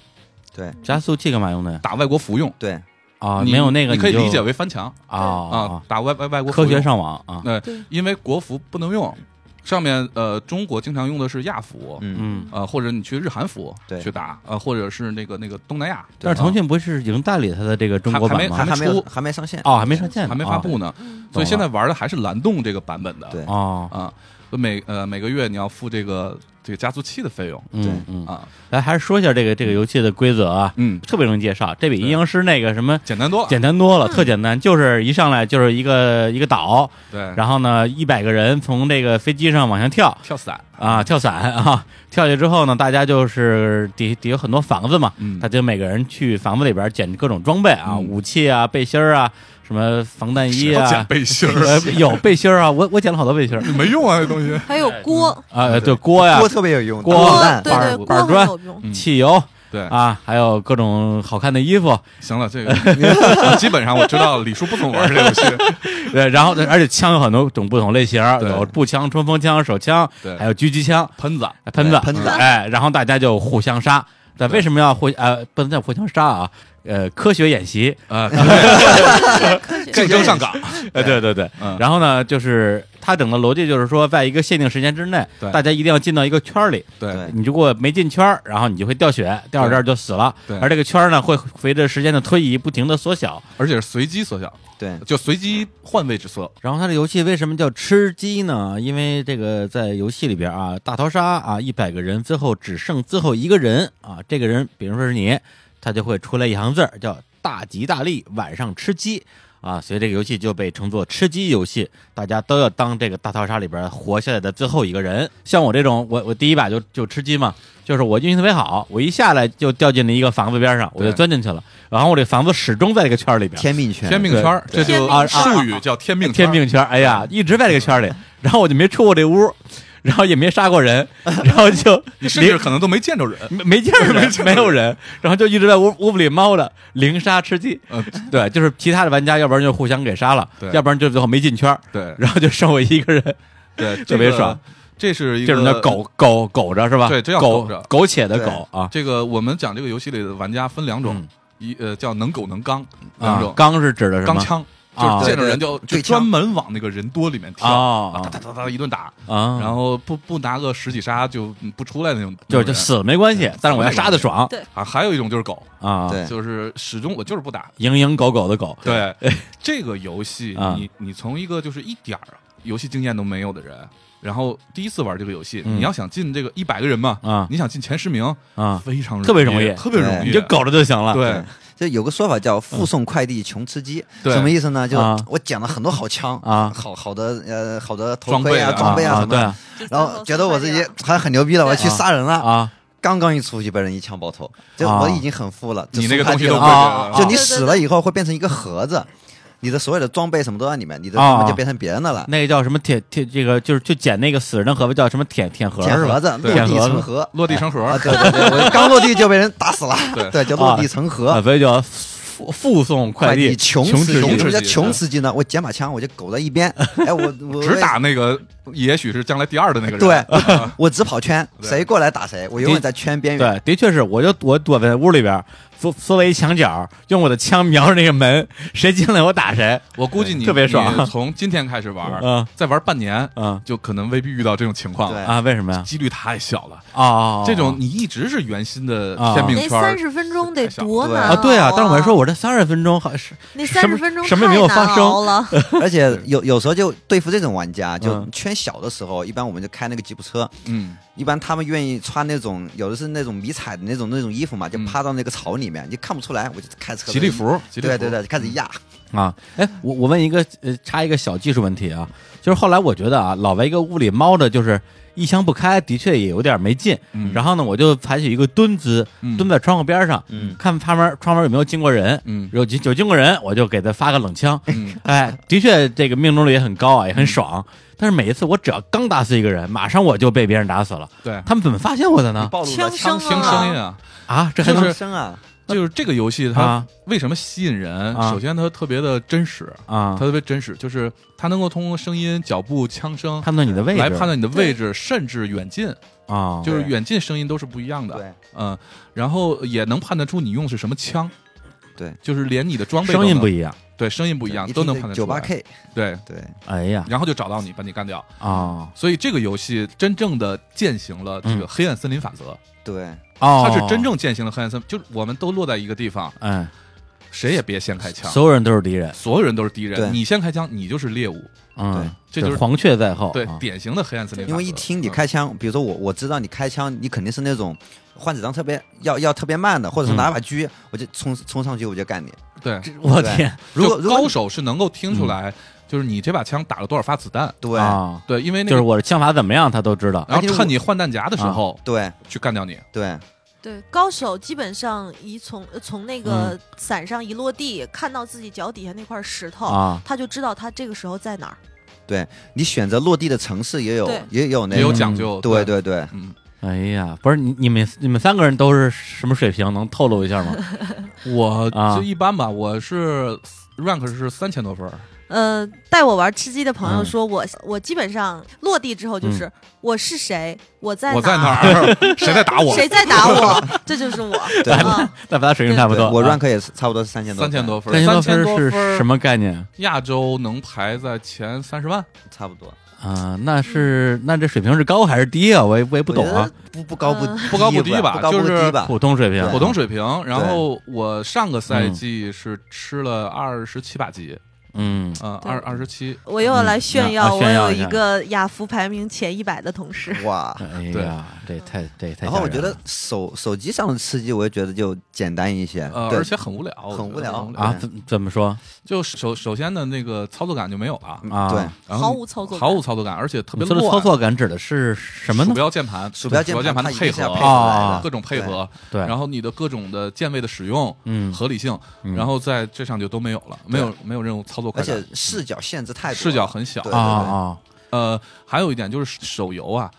Speaker 4: 对
Speaker 1: 加速器干嘛用的呀？
Speaker 3: 打外国服用。
Speaker 4: 对，
Speaker 1: 啊，
Speaker 3: 你
Speaker 1: 没有那个
Speaker 3: 你可以
Speaker 1: 就
Speaker 3: 理解为翻墙
Speaker 1: 啊
Speaker 3: 啊
Speaker 1: 啊，，
Speaker 3: 打外外外国
Speaker 1: 科
Speaker 3: 服用
Speaker 1: 学，上网啊，
Speaker 3: 呃
Speaker 2: 对，
Speaker 3: 因为国服不能用，上面呃中国经常用的是亚服，
Speaker 4: 嗯，
Speaker 1: 嗯。
Speaker 3: 呃或者你去日韩服
Speaker 4: 对
Speaker 3: 去打，呃或者是那个那个东南亚，
Speaker 1: 但是腾讯不是已经代理它的这个中国版
Speaker 3: 啊还
Speaker 1: 吗？
Speaker 4: 还
Speaker 3: 没
Speaker 4: 没有
Speaker 3: 出
Speaker 4: 还没上线，
Speaker 1: 哦，还没上线呢，
Speaker 3: 还没发布呢，所以现在玩的还是蓝洞这个版本的，
Speaker 4: 对
Speaker 1: 哦。
Speaker 3: 啊，每呃每个月你要付这个这个加速器的费用
Speaker 1: 嗯嗯，
Speaker 3: 啊，
Speaker 1: 来还是说一下这个这个游戏的规则啊，
Speaker 3: 嗯，
Speaker 1: 特别容易介绍，这比阴阳师那个什么
Speaker 3: 简单多了，
Speaker 1: 简单多了，特简单，就是一上来就是一个一个岛，
Speaker 3: 对，
Speaker 1: 然后呢，一百个人从这个飞机上往下跳
Speaker 3: 跳伞，
Speaker 1: 啊，跳伞啊，跳下去之后呢，大家就是底底有很多房子嘛，
Speaker 3: 嗯
Speaker 1: 大，家每个人去房子里边捡各种装备啊，
Speaker 3: 嗯
Speaker 1: 武器啊、背心儿啊、什么防弹衣
Speaker 3: 谁要捡
Speaker 1: 啊，
Speaker 3: 背
Speaker 1: [LAUGHS]
Speaker 3: 心
Speaker 1: 呃
Speaker 3: 儿， [LAUGHS]
Speaker 1: 有背心儿啊，我我捡了好多背心儿
Speaker 3: 没用啊，这东
Speaker 1: [LAUGHS]
Speaker 3: 西，
Speaker 2: 还有锅，
Speaker 1: 啊，对锅呀
Speaker 4: 锅、特别有用，
Speaker 1: 锅
Speaker 4: 打
Speaker 2: 锅
Speaker 4: 子弹
Speaker 2: 对对，
Speaker 1: 板
Speaker 2: 锅
Speaker 1: 砖
Speaker 2: 很有
Speaker 1: [LAUGHS]
Speaker 2: 用。
Speaker 3: 嗯
Speaker 1: 汽油
Speaker 3: 对，
Speaker 1: 啊，还有各种好看的衣
Speaker 3: [LAUGHS]
Speaker 1: 服，
Speaker 3: 行了，这个基本上我知道李叔不怎么玩这游戏，
Speaker 1: 对，然后而且枪有很多种不同类型，
Speaker 3: 对
Speaker 1: 有步枪、冲锋枪、手枪，
Speaker 3: 对
Speaker 1: 还有狙击枪、
Speaker 3: 喷子，
Speaker 1: 哎喷子、
Speaker 4: 对喷子
Speaker 1: 哎，然后大家就互相杀。但
Speaker 3: 对
Speaker 1: 为什么要互呃不能叫互相杀啊？呃，科学演习，
Speaker 3: 啊，
Speaker 2: 科学
Speaker 3: 竞争上岗，
Speaker 1: 呃， [LAUGHS] 对对对。
Speaker 3: 嗯
Speaker 1: 然后呢，就是它整个逻辑就是说，在一个限定时间之内，
Speaker 3: 对
Speaker 1: 大家一定要进到一个圈儿里。
Speaker 3: 对
Speaker 4: 对
Speaker 1: 你如果没进圈儿，然后你就会掉血，掉到这儿就死了。
Speaker 3: 对
Speaker 1: 而这个圈儿呢，会随着时间的推移不停的缩小。
Speaker 3: 而且是随机缩小，
Speaker 4: 对
Speaker 3: 就随机换位置缩，
Speaker 1: 然后它这游戏为什么叫吃鸡呢？因为这个在游戏里边啊，大逃杀啊，一百个人最后只剩最后一个人啊，这个人比如说是你，他就会出来一行字儿叫“大吉大利，晚上吃鸡”啊，所以这个游戏就被称作吃鸡游戏，大家都要当这个大逃杀里边活下来的最后一个人。像我这种，我我第一把就就吃鸡嘛，就是我运气特别好，我一下来就掉进了一个房子边上，我就
Speaker 3: 对
Speaker 1: 钻进去了，然后我这房子始终在这个圈儿里边，啊
Speaker 4: 天命圈，
Speaker 3: 天命圈儿，这
Speaker 4: 对
Speaker 3: 就
Speaker 2: 天命圈儿
Speaker 3: 术语叫天命圈
Speaker 1: [LAUGHS] 天
Speaker 3: 儿，
Speaker 1: 命圈儿，哎呀，
Speaker 3: 嗯
Speaker 1: 一直在这个圈儿里，然后我就没出过这屋，然后也没杀过人，然后就
Speaker 3: 嗯 [LAUGHS] 你甚至
Speaker 1: 零
Speaker 3: 可能都没见着人，
Speaker 1: 没没见着人，没有人，然后就一直在屋屋子里猫着，零杀吃鸡。
Speaker 3: 呃，
Speaker 1: 对，就是其他的玩家，要不然就互相给杀了，
Speaker 3: 对
Speaker 1: 要不然就最后没进圈儿，
Speaker 3: 对
Speaker 1: 然后就剩我一个人，
Speaker 3: 对，这
Speaker 1: 特别
Speaker 3: 个
Speaker 1: 爽，
Speaker 3: 这是一个呃
Speaker 1: 这种叫苟苟苟着是吧？
Speaker 3: 对这叫
Speaker 1: 苟
Speaker 3: 苟着
Speaker 1: 苟且的
Speaker 4: 对
Speaker 1: 苟啊，
Speaker 3: 这个我们讲这个游戏里的玩家分两种
Speaker 1: 嗯，
Speaker 3: 一呃叫能狗能刚两
Speaker 1: 啊
Speaker 3: 种，，
Speaker 1: 刚是指的什么？
Speaker 3: 钢枪
Speaker 1: 啊
Speaker 3: 就是见着人就就
Speaker 4: 对
Speaker 3: 专门往那个人多里面跳，
Speaker 1: 啊
Speaker 3: 哒哒哒哒一顿打，
Speaker 1: 啊，
Speaker 3: 然后不不拿个十几杀就不出来那种，
Speaker 1: 就是就死了没关系
Speaker 3: 对，
Speaker 1: 但是我要杀的爽
Speaker 2: 对
Speaker 3: 啊。还有一种就是狗，
Speaker 1: 啊，
Speaker 4: 对
Speaker 3: 就是始终我就是不打。
Speaker 1: 蝇营狗苟的狗，
Speaker 3: 对这个游戏
Speaker 1: 啊，
Speaker 3: 你你从一个就是一点儿游戏经验都没有的人，然后第一次玩这个游戏，
Speaker 1: 嗯
Speaker 3: 你要想进这个一百个人嘛，
Speaker 1: 啊
Speaker 3: 你想进前十名，
Speaker 1: 啊，
Speaker 3: 非常
Speaker 1: 特别容易哎
Speaker 3: 特别容易，
Speaker 1: 你就啊苟着就行了。
Speaker 3: 对
Speaker 4: 就有个说法叫“附送快递穷吃鸡”，
Speaker 3: 对
Speaker 4: 什么意思呢？就
Speaker 1: 啊
Speaker 4: 我捡了很多好枪
Speaker 1: 啊
Speaker 4: 好好的呃好的头盔啊、
Speaker 1: 装
Speaker 4: 装
Speaker 1: 备
Speaker 4: 备
Speaker 1: 啊
Speaker 4: 啊什么
Speaker 1: 啊
Speaker 4: 的，然后觉得我自己还很牛逼了，我要去杀人
Speaker 1: 对
Speaker 4: 了。
Speaker 1: 啊
Speaker 4: 刚刚一出去被人一枪爆头，就
Speaker 1: 啊
Speaker 4: 我已经很富了，就
Speaker 3: 你那个
Speaker 4: 送
Speaker 3: 东西
Speaker 4: 快递
Speaker 3: 都呃不
Speaker 4: 了
Speaker 1: 啊
Speaker 3: 会
Speaker 1: 啊啊
Speaker 4: 就你
Speaker 2: 对对
Speaker 4: 死
Speaker 2: 对
Speaker 4: 了以后会变成一个盒子，你的所有的装备什么都在里面，你的装
Speaker 1: 啊
Speaker 4: 备就变成别人的了，
Speaker 1: 那个叫什么铁铁，这个就是就捡那个死人的盒子叫什么铁铁盒
Speaker 4: 捡
Speaker 1: 是吧
Speaker 4: 盒？子，
Speaker 3: 对
Speaker 1: 捡
Speaker 4: 落地
Speaker 1: 盒子
Speaker 4: 成盒。
Speaker 3: 落地成盒，
Speaker 4: 啊，对对对，我刚落地就被人打死了
Speaker 3: 对，
Speaker 4: 对，就落地成盒
Speaker 1: 啊，。所以叫附附送快递
Speaker 4: 穷
Speaker 1: 吃
Speaker 4: 吃
Speaker 3: 穷
Speaker 4: 鸡，
Speaker 1: 鸡
Speaker 4: 什么叫
Speaker 3: 吃鸡
Speaker 4: 穷
Speaker 3: 对
Speaker 4: 吃鸡呢？我捡把枪，我就苟在一边，哎，我我
Speaker 3: 只打那个也许是将来第二的那个人。 [LAUGHS] 啊
Speaker 4: 对，我我只跑圈，
Speaker 3: 对
Speaker 4: 谁过来打谁，我永远在圈边缘。
Speaker 1: 对，的确是，我就我躲在屋里边，缩缩在一墙角，用我的枪瞄着那个门，谁进来我打谁。
Speaker 3: 我估计你
Speaker 1: 特别爽
Speaker 3: 你从今天开始玩，
Speaker 1: [LAUGHS] 嗯
Speaker 3: 再玩半年，
Speaker 1: 嗯
Speaker 3: 就可能未必遇到这种情况了，
Speaker 4: 对
Speaker 1: 啊，为什么呀？
Speaker 3: 几率太小了。
Speaker 1: 哦，
Speaker 3: 这种你一直是原心的
Speaker 1: 啊
Speaker 3: 天
Speaker 2: 那
Speaker 3: 命圈
Speaker 2: 三
Speaker 3: 儿，
Speaker 2: 十分钟得多
Speaker 4: 对
Speaker 2: 难
Speaker 1: 啊，对啊，但是我还说
Speaker 2: 我
Speaker 1: 我这三十分钟好像是
Speaker 2: 那
Speaker 1: 什么
Speaker 2: 三十分钟
Speaker 1: 什么也没有
Speaker 2: 太难
Speaker 1: 发生
Speaker 2: 熬了，
Speaker 3: [LAUGHS]
Speaker 4: 而且有有时候就对付这种玩家，就
Speaker 1: 嗯
Speaker 4: 圈小的时候，一般我们就开那个吉普车，
Speaker 3: 嗯，
Speaker 4: 一般他们愿意穿那种有的是那种迷彩的那种那种衣服嘛，就
Speaker 3: 嗯
Speaker 4: 趴到那个草里面，你看不出来，我就开车
Speaker 3: 吉利，服，吉利
Speaker 4: 对
Speaker 3: 服，
Speaker 4: 对对，开始压，
Speaker 1: 啊，哎，我我问一个呃，插一个小技术问题啊，就是后来我觉得啊，老在一个屋里猫着，就是一枪不开，的确也有点没劲。
Speaker 3: 嗯
Speaker 1: 然后呢，我就采取一个蹲姿，
Speaker 3: 嗯
Speaker 1: 蹲在窗户边上，
Speaker 4: 嗯
Speaker 1: 看旁边窗边有没有经过人，
Speaker 3: 嗯
Speaker 1: 有有经过人，我就给他发个冷枪。
Speaker 3: 嗯
Speaker 1: 哎，的确这个命中率也很高啊，也很爽。但是每一次我只要刚打死一个人，马上我就被别人打死了。
Speaker 3: 对，
Speaker 1: 他们怎么发现我的
Speaker 3: 嗯
Speaker 1: 呢？
Speaker 4: 暴露了
Speaker 2: 枪声
Speaker 3: 听声音啊，
Speaker 1: 啊，这还
Speaker 3: 就
Speaker 1: 能
Speaker 3: 是
Speaker 4: 枪声啊，
Speaker 3: 就是这个游戏它
Speaker 1: 啊
Speaker 3: 为什么吸引人？
Speaker 1: 啊
Speaker 3: 首先它特别的真实，
Speaker 1: 啊
Speaker 3: 它？特别真实，就是它能够通过声音、脚步、枪声
Speaker 1: 判断你的位置
Speaker 3: 来判断你的位置，甚至远近，
Speaker 1: 啊，
Speaker 3: 就是
Speaker 4: 对
Speaker 3: 远近声音都是不一样的。
Speaker 4: 对
Speaker 3: 嗯，然后也能判断出你用的是什么枪，
Speaker 4: 对，
Speaker 3: 就是连你的装备
Speaker 1: 声音不
Speaker 3: 一
Speaker 1: 一样。
Speaker 3: 对，声音不一样，
Speaker 4: 对
Speaker 3: 都能判断出
Speaker 4: 九
Speaker 3: 来
Speaker 4: 八 K，
Speaker 3: 对，
Speaker 4: 对，
Speaker 1: 哎呀
Speaker 3: 然后就找到你，把你干掉。
Speaker 1: 啊
Speaker 3: 所以这个游戏真正的践行了这个
Speaker 4: 嗯
Speaker 3: 黑暗森林法则，
Speaker 4: 对，
Speaker 1: 哦，
Speaker 3: 它是真正践行了黑暗森，就是我们都落在一个地方，
Speaker 1: 哎。
Speaker 3: 谁也别先开枪，
Speaker 1: 所有人都是敌人，
Speaker 3: 所有人都是敌
Speaker 4: 对
Speaker 3: 人，你先开枪，你就是猎物。
Speaker 1: 嗯，
Speaker 3: 这就是
Speaker 1: 黄雀在后，
Speaker 3: 对
Speaker 1: 啊，
Speaker 3: 典型的黑暗森林法则。
Speaker 4: 哦因为一听你
Speaker 3: 嗯
Speaker 4: 开枪，比如说我我知道你开枪，你肯定是那种换子弹特别要要特别慢的，或者是拿把狙，我就冲冲上去我就干你。
Speaker 3: 嗯对，
Speaker 1: 我
Speaker 4: 对
Speaker 1: 天，
Speaker 4: 如果
Speaker 3: 就
Speaker 4: 如果
Speaker 3: 高手是能够听出来，就是你这把枪打了多少发子弹。
Speaker 4: 对
Speaker 1: 啊，
Speaker 3: 对，因为那
Speaker 1: 就是
Speaker 3: 个，
Speaker 1: 我的枪法怎么样，他都知道
Speaker 3: 然后
Speaker 4: 而且啊
Speaker 3: 趁
Speaker 4: 我
Speaker 3: 你换弹夹的时候
Speaker 4: 对
Speaker 3: 去干掉你。
Speaker 4: 对
Speaker 2: 对，高手基本上一从呃从那个伞上一落地，看到自己脚底下那块石
Speaker 3: 哦
Speaker 2: 头，
Speaker 1: 啊
Speaker 2: 他就知道他这个时候在哪儿。
Speaker 4: 对，你选择落地的城市也有
Speaker 2: 对
Speaker 4: 也有那
Speaker 3: 也有
Speaker 4: 种
Speaker 3: 讲究。
Speaker 4: 对，对对，
Speaker 3: 嗯，
Speaker 1: 哎呀，不是你你们你们三个人都是什么水平？能透露一
Speaker 3: [LAUGHS]
Speaker 1: 下吗？
Speaker 3: 我
Speaker 1: 啊
Speaker 3: 就一般吧，我是 rank 是三千多分儿，
Speaker 2: 呃，带我玩吃鸡的朋友
Speaker 1: 嗯
Speaker 2: 说我，我、基本上落地之后就是、我是谁，我在
Speaker 3: 我在
Speaker 2: 哪
Speaker 3: 哪儿？谁在打我？
Speaker 2: 谁在打我，
Speaker 1: [LAUGHS]
Speaker 2: 这就是我。
Speaker 4: 对
Speaker 2: 嗯，
Speaker 1: 那把他水平差不
Speaker 4: 对
Speaker 1: 多，
Speaker 4: 我
Speaker 1: 啊
Speaker 4: rank 也是差不多是三千多，
Speaker 3: 三千，多分
Speaker 1: 三
Speaker 3: 儿，
Speaker 1: 千
Speaker 3: 三
Speaker 1: 分
Speaker 3: 千多
Speaker 1: 是
Speaker 3: 分儿
Speaker 1: 什？么概念
Speaker 3: 亚洲能排在前三十万，
Speaker 4: 差不多。
Speaker 1: 啊？那是那这水平是高还是低啊？我也我也不懂
Speaker 4: 我觉
Speaker 1: 啊
Speaker 4: 得，不不高不
Speaker 2: 嗯
Speaker 3: 不高不低吧
Speaker 4: 不高不
Speaker 3: 就是
Speaker 4: 低吧
Speaker 1: 普。通水平，
Speaker 4: 对
Speaker 3: 普通水平。然后我上个赛季是吃了二十七把级，
Speaker 1: 嗯
Speaker 3: 嗯，
Speaker 2: 对
Speaker 3: 二二十七。
Speaker 2: 我又要来
Speaker 1: 嗯
Speaker 2: 炫
Speaker 1: 啊
Speaker 2: 耀，
Speaker 1: 炫耀
Speaker 2: 我有
Speaker 1: 一
Speaker 2: 一
Speaker 1: 下
Speaker 2: 个雅福排名前一百的同事。
Speaker 4: 哇，
Speaker 1: 哎
Speaker 3: 对
Speaker 1: 呀，这太这太吓人了。
Speaker 4: 然后我觉得手手机上的吃鸡，我也觉得就简单一些，
Speaker 3: 呃，
Speaker 4: 对
Speaker 3: 而且很无聊，
Speaker 4: 很无聊
Speaker 3: 我觉得
Speaker 1: 啊，怎怎么说
Speaker 3: 就首首先的那个操作感就没有了，
Speaker 1: 啊？
Speaker 4: 对，
Speaker 3: 然后
Speaker 2: 毫无操作感
Speaker 3: 毫无操作感，而且特
Speaker 1: 你
Speaker 3: 别
Speaker 1: 说的
Speaker 3: 乱
Speaker 1: 操作感指的是什么呢
Speaker 3: 啊鼠？标键盘，
Speaker 4: 鼠标
Speaker 3: 键
Speaker 4: 键
Speaker 3: 盘
Speaker 4: 它
Speaker 3: 的
Speaker 4: 一定
Speaker 3: 配
Speaker 4: 是要
Speaker 3: 合
Speaker 4: 配合来
Speaker 1: 啊
Speaker 4: 的，
Speaker 3: 各种配合，
Speaker 1: 对，
Speaker 3: 然后你的各种的键位的使用，
Speaker 1: 嗯
Speaker 3: 合理性，
Speaker 1: 嗯
Speaker 3: 然后在这上就都没有了，没有没有任务操作
Speaker 4: 而
Speaker 3: 快
Speaker 4: 且
Speaker 3: 感，
Speaker 4: 视角限制太多了，
Speaker 3: 视角很小
Speaker 4: 对。
Speaker 1: 啊啊
Speaker 3: 呃，还有一点就是手游啊，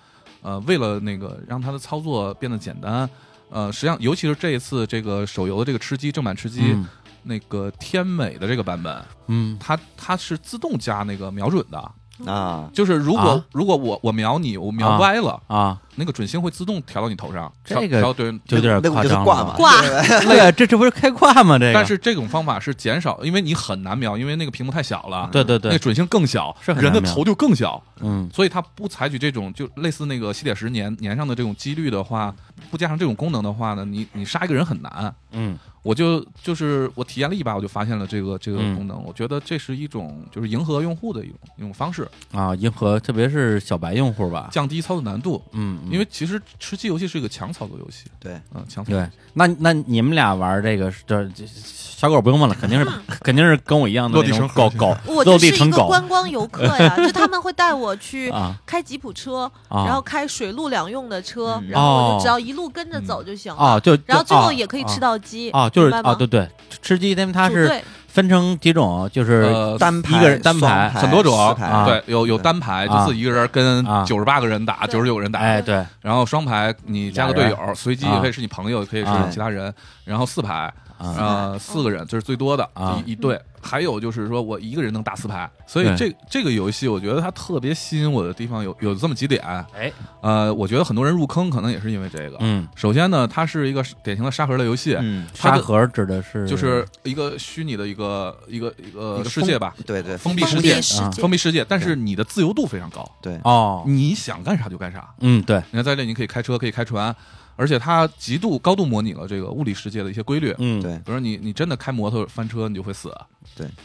Speaker 3: 呃，为了那个让它的操作变得简单，呃，实际上尤其是这一次这个手游的这个吃鸡正版吃鸡，
Speaker 1: 嗯
Speaker 3: 那个天美的这个版本，
Speaker 1: 嗯
Speaker 3: 它它是自动加那个瞄准的，
Speaker 4: 啊，
Speaker 3: 就是如果、
Speaker 1: 啊
Speaker 3: 如果我我瞄你，我瞄
Speaker 1: 啊
Speaker 3: 歪了， [LAUGHS]
Speaker 1: 啊
Speaker 3: 那个准星会自动调到你头上，
Speaker 1: 这个
Speaker 3: 调调对
Speaker 1: 就有点
Speaker 4: 那不
Speaker 1: 夸
Speaker 4: 就是
Speaker 1: 张
Speaker 4: 挂
Speaker 1: 了
Speaker 4: 嘛？
Speaker 1: 吧。
Speaker 2: 挂
Speaker 4: 对吧
Speaker 1: 对啊，这这不是开挂吗？这个，
Speaker 3: 但是这种方法是减少，因为你很难瞄，因为那个屏幕太小了，
Speaker 1: 对对
Speaker 3: 那个
Speaker 1: 对，
Speaker 3: 准星更小，
Speaker 1: 是很难
Speaker 3: 人的
Speaker 1: 瞄
Speaker 3: 头就更小，
Speaker 1: 嗯，
Speaker 3: 所以它不采取这种就类似那个吸铁石粘粘上的这种几率的话，不加上这种功能的话呢，你你杀一个人很难。
Speaker 1: 嗯，
Speaker 3: 我就就是我体验了一把，我就发现了这个这个
Speaker 1: 嗯
Speaker 3: 功能，我觉得这是一种就是迎合用户的一种一种方式，
Speaker 1: 啊，迎合特别是小白用户吧，
Speaker 3: 降低操作难度。
Speaker 1: 嗯，啊嗯
Speaker 3: 因为其实吃鸡游戏是一个强操作游戏，
Speaker 4: 对，
Speaker 3: 嗯，强操作游
Speaker 1: 对
Speaker 3: 戏，
Speaker 1: 那那你们俩玩这个，这这小狗不用问了，肯
Speaker 2: [LAUGHS]
Speaker 1: 定是肯定是跟我一样的
Speaker 3: 落地
Speaker 1: 那种
Speaker 3: 成盒
Speaker 1: 狗狗，[LAUGHS] 落
Speaker 2: 我就
Speaker 1: 地
Speaker 2: 是一
Speaker 1: 成
Speaker 2: 个
Speaker 1: 狗
Speaker 2: 观光游客
Speaker 1: [LAUGHS]
Speaker 2: 呀，就他们会带我去
Speaker 1: 啊
Speaker 2: 开吉普车，
Speaker 1: 啊，
Speaker 2: 然后开水陆两用的车，
Speaker 4: 嗯
Speaker 2: 然后
Speaker 1: 哦
Speaker 2: 我就只要一路跟着走就行了。
Speaker 1: 啊就
Speaker 2: 然后最后
Speaker 1: 就
Speaker 2: 也可以
Speaker 1: 啊
Speaker 2: 吃到鸡
Speaker 1: 啊，就是
Speaker 2: 明白吗
Speaker 1: 啊，对对，吃鸡，因为它
Speaker 2: 组
Speaker 1: 是
Speaker 2: 队
Speaker 1: 分成几种，就是
Speaker 3: 呃，
Speaker 4: 单排
Speaker 1: 一个人单
Speaker 4: 双
Speaker 1: 排
Speaker 4: 排
Speaker 3: 很多种
Speaker 4: 四排
Speaker 1: 啊
Speaker 3: 对，有有
Speaker 4: 对
Speaker 3: 单
Speaker 1: 啊
Speaker 3: 排，就自己一个人跟
Speaker 1: 啊
Speaker 3: 九十八个人打，
Speaker 2: 对
Speaker 3: 九十九个人打，
Speaker 1: 哎对，
Speaker 3: 然后双排你加个队友，随机
Speaker 1: 啊
Speaker 3: 可以是你朋友，也可以
Speaker 1: 啊
Speaker 3: 是其他人，然后四排，
Speaker 1: 啊
Speaker 3: 呃，四个人这是最多的
Speaker 1: 啊
Speaker 3: 一一队。还有就是说我一个人能打四排，所以
Speaker 1: 对
Speaker 3: 这这个游戏我觉得它特别吸引我的地方有有这么几点，
Speaker 1: 哎
Speaker 3: 呃，我觉得很多人入坑可能也是因为这个。
Speaker 1: 嗯，
Speaker 3: 首先呢，它是一个典型的沙盒类游戏，
Speaker 4: 嗯，
Speaker 3: 它
Speaker 1: 沙
Speaker 3: 的
Speaker 1: 盒指的是
Speaker 3: 就是一个虚拟的一个一个一个
Speaker 4: 一个
Speaker 3: 世
Speaker 4: 封
Speaker 3: 界吧，
Speaker 4: 对对，
Speaker 3: 封闭
Speaker 2: 封
Speaker 3: 世
Speaker 2: 闭
Speaker 3: 界，
Speaker 2: 世
Speaker 1: 啊
Speaker 2: 界
Speaker 3: 封闭世界，但是你的自由度非常高，
Speaker 4: 对，
Speaker 1: 哦，
Speaker 3: 你想干啥就干啥。
Speaker 1: 嗯对，
Speaker 3: 你看在这，你可以开车，可以开船，而且它极度高度模拟了这个物理世界的一些规律。比
Speaker 1: 嗯
Speaker 4: 对
Speaker 3: 如说你你真的开摩托翻车，你就会死；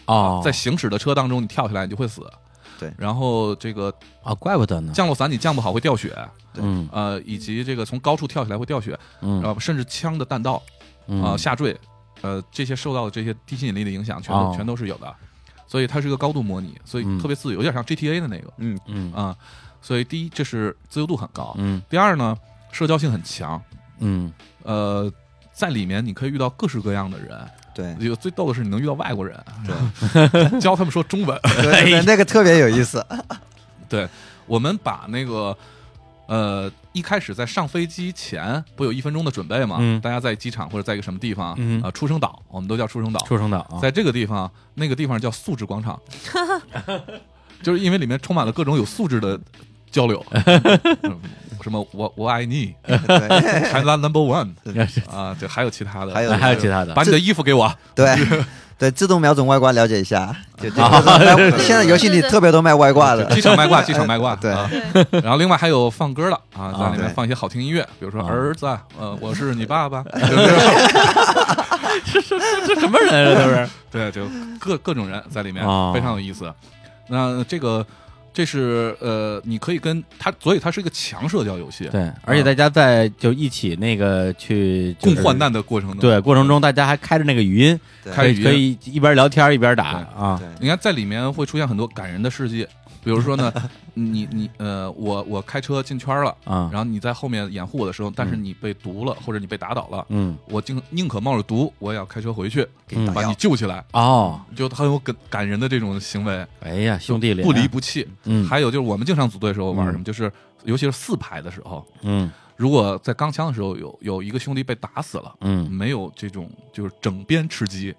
Speaker 1: 哦，
Speaker 3: 在行驶的车当中，你跳下来你就会死。
Speaker 4: 对
Speaker 3: 然后这个
Speaker 1: 啊，怪不得呢，
Speaker 3: 降落伞你降不好会掉血，
Speaker 1: 嗯
Speaker 3: 呃，以及这个从高处跳下来会掉血，
Speaker 1: 嗯
Speaker 3: 呃，甚至枪的弹道
Speaker 1: 嗯
Speaker 3: 啊、下坠，呃，这些受到的这些地心引力的影响，全都、
Speaker 1: 哦
Speaker 3: 全都是有的。所以它是一个高度模拟，所以
Speaker 1: 嗯
Speaker 3: 特别自由，有点像 GTA 的那个
Speaker 4: 嗯，
Speaker 1: 嗯
Speaker 3: 啊、所以第一，这是自由度很高；
Speaker 1: 嗯
Speaker 3: 第二呢，社交性很强。
Speaker 1: 嗯
Speaker 3: 呃，在里面你可以遇到各式各样的人，
Speaker 1: 哎
Speaker 4: 对，
Speaker 3: 有最逗的是你能遇到外国人，
Speaker 1: [LAUGHS]
Speaker 3: 教他们说中文。 [LAUGHS]
Speaker 4: 对对对，那个特别有意思，
Speaker 3: 我们把那个呃一开始在上飞机前不有一分钟的准备嘛？
Speaker 1: 嗯
Speaker 3: 大家在机场或者在一个什么地方，
Speaker 1: 嗯
Speaker 3: 呃，出生岛，我们都叫出生岛，
Speaker 1: 畜生岛啊， [LAUGHS]
Speaker 3: 在这个地方，那个地方叫素质广场，就是因为里面充满了各种有素质的。交
Speaker 1: [LAUGHS]
Speaker 3: 流，嗯什么我我爱你
Speaker 4: 对
Speaker 3: ，China number one
Speaker 1: 要是
Speaker 3: 啊，这还有其他的，
Speaker 4: 还有
Speaker 1: 还有其他的
Speaker 3: 把你的衣服给我， [LAUGHS]
Speaker 4: 对对，自动瞄准外挂了解一下，就就
Speaker 1: 啊
Speaker 4: 卖
Speaker 3: [LAUGHS]
Speaker 4: 现在游戏里特别多卖外挂的
Speaker 3: 机，场卖挂，
Speaker 1: [LAUGHS]
Speaker 3: 机场卖挂。
Speaker 4: 对
Speaker 3: 啊
Speaker 2: 对，
Speaker 3: 然后另外还有放歌的啊，在里
Speaker 4: 对
Speaker 3: 面放一些好听音乐，比如说
Speaker 1: 啊
Speaker 3: 儿子，呃，我是你爸爸，
Speaker 1: [LAUGHS]
Speaker 3: 对
Speaker 1: 这什么人啊？这是
Speaker 3: 对，就各各种人在里面
Speaker 1: 哦，
Speaker 3: 非常有意思。那这个这是呃，你可以跟他，所以它是一个强社交游戏，
Speaker 1: [LAUGHS] 对，而且大家在就一起那个去
Speaker 3: 啊共
Speaker 1: 就是
Speaker 3: 患难的过程中，
Speaker 1: 对过程中，大家还开着那个语音，
Speaker 4: 对
Speaker 1: 可
Speaker 3: 开
Speaker 1: 以
Speaker 3: 语
Speaker 1: 可
Speaker 3: 音，
Speaker 1: 以一边聊天一边打
Speaker 3: 对
Speaker 1: 啊，
Speaker 4: 对
Speaker 3: 你看在里面会出现很多感人的事迹，比
Speaker 1: [LAUGHS]
Speaker 3: 如说呢，你你呃，我我开车进圈了。
Speaker 1: 啊，
Speaker 3: 然后你在后面掩护我的时候，但是你被毒了，或者你被打倒了，
Speaker 1: 嗯，
Speaker 3: 我宁宁可冒着毒，我也要开车回去
Speaker 4: 给你
Speaker 1: 嗯
Speaker 4: 打
Speaker 3: 把你
Speaker 4: 药，
Speaker 3: 救起来，
Speaker 1: 哦，
Speaker 3: 就很有感感人的这种行为，
Speaker 1: 哎呀，兄弟俩
Speaker 3: 不离，不弃。
Speaker 1: 嗯，
Speaker 3: 还有就是我们经常组队的时候玩
Speaker 1: 嗯
Speaker 3: 什么，就是尤其是四排的时候，
Speaker 1: 嗯
Speaker 3: 如果在钢枪的时候有有一个兄弟被打死了，
Speaker 1: 嗯
Speaker 3: 没有这种就是整边吃鸡，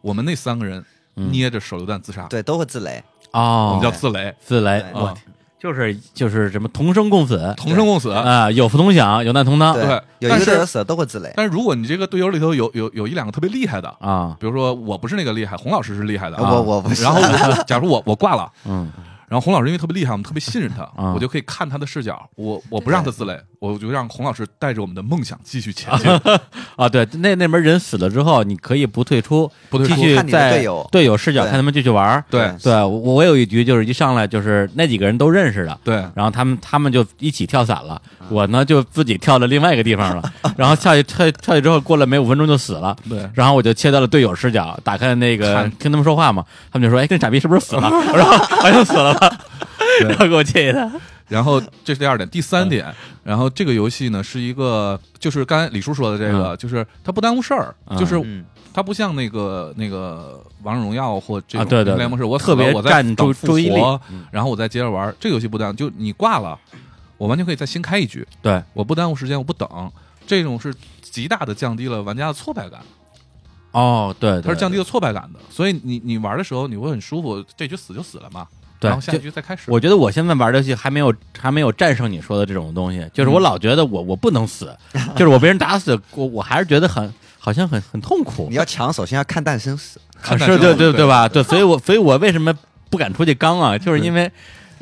Speaker 3: 我们那三个人
Speaker 1: 嗯
Speaker 3: 捏着手榴弹自杀，
Speaker 4: 对，都会自雷，
Speaker 3: 我
Speaker 1: 哦
Speaker 3: 们，叫自雷，
Speaker 1: 自来
Speaker 4: 对
Speaker 1: 我
Speaker 3: 啊，
Speaker 1: 就是就是什么同生共死
Speaker 3: 同生共死。
Speaker 1: 啊，有福同享，有难同当
Speaker 3: 啊对
Speaker 4: 有
Speaker 3: 但
Speaker 4: 一个队
Speaker 3: 是
Speaker 4: 友死了都会自雷，
Speaker 3: 但是如果你这个队友里头有有有一两个特别厉害的，
Speaker 1: 啊，
Speaker 3: 比如说我不是那个厉害，洪老师是厉害的，
Speaker 1: 啊
Speaker 4: 我我不是，
Speaker 3: 然后我假如我我挂了。
Speaker 1: 嗯
Speaker 3: 然后洪老师因为特别厉害，我们特别信任他，
Speaker 1: 嗯
Speaker 3: 我就可以看他的视角，我我不让他自雷，我就让洪老师带着我们的梦想继续前进，
Speaker 4: [LAUGHS]
Speaker 1: 啊，对，那那边人死了之后，你可以不退出，
Speaker 3: 不退
Speaker 1: 继
Speaker 3: 出。
Speaker 1: 续
Speaker 4: 看你的
Speaker 1: 在
Speaker 4: 队友
Speaker 1: 队友视角
Speaker 4: 对
Speaker 1: 看他们继续玩儿。
Speaker 3: 对
Speaker 1: 对我我有一局就是一上来就是那几个人都认识的，
Speaker 3: 对，
Speaker 1: 然后他们他们就一起跳伞了，
Speaker 3: 啊
Speaker 1: 我呢就自己跳到另外一个地方
Speaker 3: [LAUGHS]
Speaker 1: 了，然后下去跳跳去之后过了没五分钟就死了。
Speaker 3: 对，
Speaker 1: 然后我就切到了队友视角，打开那个
Speaker 3: 看
Speaker 1: 听他们说话嘛，他们就说：“哎，这傻逼是不是
Speaker 3: [LAUGHS]
Speaker 1: 死了？”我说：“好像死了吧。”
Speaker 3: 对
Speaker 1: [LAUGHS] 然后给我切一下。
Speaker 3: 然后这是第二点，第三点，然后这个游戏呢是一个，就是刚才李叔说的这个，就是它不耽误事儿，
Speaker 1: 嗯
Speaker 3: 就是
Speaker 4: 嗯，
Speaker 3: 它不像那个那个王者荣耀或这
Speaker 1: 啊
Speaker 3: 种
Speaker 1: 对对对
Speaker 3: 英雄联盟是，我死了
Speaker 1: 特别
Speaker 3: 我再
Speaker 1: 占注
Speaker 3: 等复
Speaker 1: 注意力
Speaker 3: 活
Speaker 1: 嗯，
Speaker 3: 然后我再接着玩。这个游戏不耽误，就你挂了，我完全可以再新开一局，
Speaker 1: 对，
Speaker 3: 我不耽误时间，我不等。这种是极大的降低了玩家的挫败感，
Speaker 1: 哦，对，对
Speaker 3: 它是降低了挫败感的，所以你你玩的时候你会很舒服，这局死就死了嘛，
Speaker 1: 对
Speaker 3: 然后下一
Speaker 1: 就
Speaker 3: 局再开始。
Speaker 1: 我觉得我现在玩的游戏还没有还没有战胜你说的这种东西，就是
Speaker 3: 嗯
Speaker 1: 我老觉得我我不能
Speaker 3: [LAUGHS]
Speaker 1: 死，就是我被人打死，我我还是觉得很好像很很痛苦
Speaker 4: 你。要强，首先要看淡生死。
Speaker 1: 啊
Speaker 3: 看
Speaker 1: 是
Speaker 3: 待这
Speaker 1: 对
Speaker 3: 个
Speaker 1: 对
Speaker 3: 对
Speaker 1: 对吧？对，所以我所以我为什么不敢出去刚啊？就是因为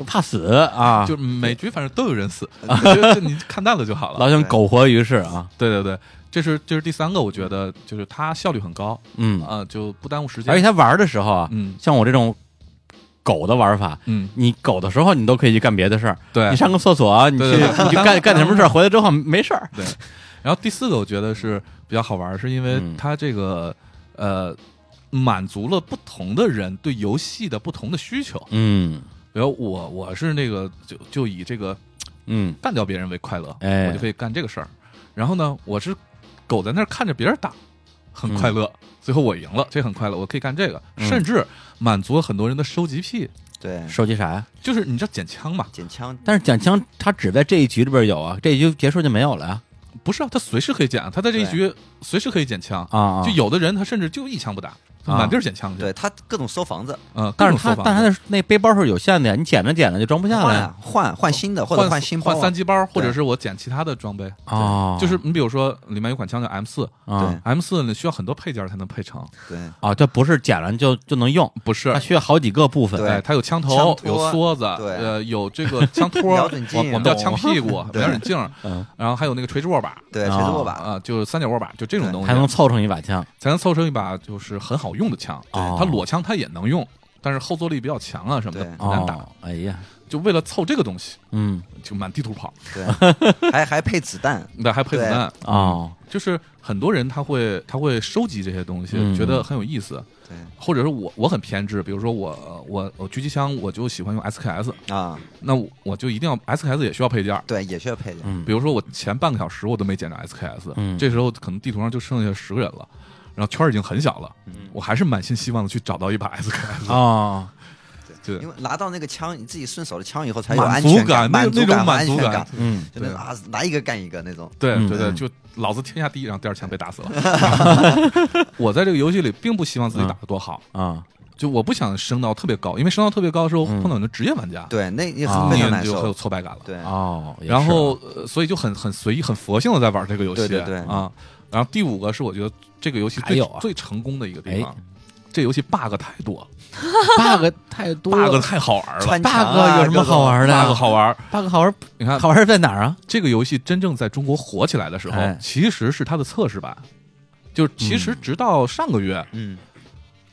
Speaker 1: 怕死啊，
Speaker 3: 就每局反正都有
Speaker 1: [LAUGHS]
Speaker 3: 人死，就就你看淡了就好了。
Speaker 1: 老想苟活于世啊。
Speaker 3: 对对对，这是这是第三个，我觉得就是它效率很高
Speaker 1: 嗯，
Speaker 3: 啊、就不耽误时间。
Speaker 1: 而且他玩的时候啊，
Speaker 3: 嗯
Speaker 1: 像我这种狗的玩法，
Speaker 3: 嗯，
Speaker 1: 你狗的时候你都可以去干别的事儿，
Speaker 3: 对
Speaker 1: 你。上个厕所啊，你去
Speaker 3: 对对对
Speaker 1: 你去
Speaker 3: [LAUGHS]
Speaker 1: 干干点什么事儿，回来之后没事儿。
Speaker 3: 然后第四个我觉得是比较好玩，是因为
Speaker 1: 嗯
Speaker 3: 它这个、呃满足了不同的人对游戏的不同的需求。
Speaker 1: 嗯
Speaker 3: 比如我我是那个就就以这个
Speaker 1: 嗯，
Speaker 3: 干掉别人为快乐，
Speaker 1: 哎
Speaker 3: 我就可以干这个事儿。然后呢，我是狗在那儿看着别人打，很快乐。最后我赢了，这很快乐，我可以干这个，
Speaker 1: 嗯
Speaker 3: 甚至满足了很多人的收集癖，
Speaker 4: 对，
Speaker 1: 收集嗯啥呀？
Speaker 3: 就是你知道捡枪嘛？
Speaker 4: 捡枪
Speaker 1: 但是捡枪它只在这一局里边有啊，这一局结束就没有了呀。
Speaker 3: 不是啊，他随时可以捡，他在这一
Speaker 4: 对
Speaker 3: 局随时可以捡枪。
Speaker 1: 啊啊
Speaker 3: 就有的人他甚至就一枪不打，就满地儿捡枪去。
Speaker 4: 对他各种收房子，
Speaker 3: 嗯，各
Speaker 1: 但是
Speaker 3: 种
Speaker 1: 它
Speaker 3: 说法
Speaker 1: 但是它的那背包是有限的呀，你捡着捡着就装不下了
Speaker 4: 换
Speaker 1: 呀。
Speaker 4: 啊换换新的，或者换新包啊，
Speaker 3: 换三级包，或者
Speaker 4: 对
Speaker 3: 是我捡其他的装备。
Speaker 1: 哦，
Speaker 3: 就是你比如说里面有款枪叫 M 四
Speaker 1: 啊
Speaker 3: ，M 四呢需要很多配件才能配成，
Speaker 4: 对
Speaker 1: 啊，这不是捡了就就能用，
Speaker 3: 不是
Speaker 1: 它。需要好几个部分。
Speaker 4: 对
Speaker 3: 哎，它有枪
Speaker 4: 枪
Speaker 3: 头，
Speaker 4: 托
Speaker 3: 有梭子，
Speaker 4: 对
Speaker 3: 呃，有这个枪托，
Speaker 4: [LAUGHS] 瞄
Speaker 3: 我
Speaker 4: 准镜
Speaker 3: 我们叫
Speaker 4: 懂
Speaker 3: 枪屁股、
Speaker 4: [LAUGHS] 对
Speaker 3: 瞄准镜，
Speaker 1: 嗯
Speaker 3: 然后还有那个垂直握把
Speaker 4: 对，
Speaker 1: 啊
Speaker 4: 锤子握把，
Speaker 3: 啊，就是三角握把，就这种
Speaker 4: 对
Speaker 3: 东西
Speaker 1: 还能凑成一把枪。
Speaker 3: 才能凑成一把就是很好用的枪。
Speaker 1: 哦
Speaker 3: 它裸枪它也能用，但是后坐力比较强啊什么的，
Speaker 4: 对
Speaker 3: 很难打。
Speaker 1: 哦，哎呀，
Speaker 3: 就为了凑这个东西，
Speaker 1: 嗯，
Speaker 3: 就满地图跑， [LAUGHS]
Speaker 4: 对，还还配子弹，
Speaker 3: 那还配子
Speaker 4: 对
Speaker 3: 弹，
Speaker 1: 哦，
Speaker 3: 就是很多人他会他会收集这些东西，
Speaker 1: 嗯
Speaker 3: 觉得很有意思。
Speaker 4: 对
Speaker 3: 或者是我我很偏执，比如说我我我狙击枪我就喜欢用 SKS，
Speaker 4: 啊，
Speaker 3: 那我我就一定要 SKS 也需要配件儿。
Speaker 4: 对，也需要配件，
Speaker 1: 嗯，
Speaker 3: 比如说我前半个小时我都没捡着 SKS，、
Speaker 1: 嗯
Speaker 3: 这时候可能地图上就剩下十个人了，然后圈儿已经很小了，
Speaker 1: 嗯
Speaker 3: 我还是满心希望的去找到一把 SKS，、
Speaker 1: 哦，
Speaker 3: 对
Speaker 4: 因为拿到那个枪，你自己顺手的枪以后才有
Speaker 3: 满
Speaker 4: 安
Speaker 3: 足
Speaker 4: 全感，
Speaker 3: 那
Speaker 4: 满
Speaker 3: 那种满
Speaker 4: 满
Speaker 3: 足
Speaker 4: 足
Speaker 3: 感
Speaker 4: 感，，
Speaker 1: 嗯，
Speaker 4: 就那
Speaker 3: 对
Speaker 4: 种啊，拿一个干一个那种，
Speaker 3: 对
Speaker 1: 嗯
Speaker 3: 对对，
Speaker 1: 嗯
Speaker 3: 就老子天下第一，然后第二枪被
Speaker 1: [LAUGHS]
Speaker 3: 打死了。我在这个游戏里并不希望自己打得多好，
Speaker 1: 啊，
Speaker 3: 就我不想升到特别高，因为升到特别高的时候
Speaker 1: 嗯
Speaker 3: 碰到很多职业玩家，
Speaker 4: 对，那也
Speaker 1: 啊
Speaker 4: 很非常
Speaker 3: 你
Speaker 4: 难
Speaker 3: 就很有
Speaker 4: 受，
Speaker 3: 挫败感了。
Speaker 4: 对，
Speaker 1: 哦，也是
Speaker 3: 然后，呃所以就很很随意、很佛性的在玩这个游戏，
Speaker 4: 对对对
Speaker 3: 啊。然后第五个是我觉得这个游戏
Speaker 1: 还
Speaker 3: 最、
Speaker 1: 有啊
Speaker 3: 最成功的一个地方
Speaker 1: 哎，
Speaker 3: 这游戏 bug 太多
Speaker 1: bug 太多
Speaker 3: ，bug 太好玩了
Speaker 4: 穿墙啊
Speaker 1: ，bug 有什么好玩的呀
Speaker 3: ，bug 好玩。
Speaker 1: ？bug 好玩，
Speaker 3: 你看
Speaker 1: 好玩在哪儿啊？
Speaker 3: 这个游戏真正在中国火起来的时候
Speaker 1: 哎，
Speaker 3: 其实是它的测试版，就是其实直到上个月，
Speaker 4: 嗯，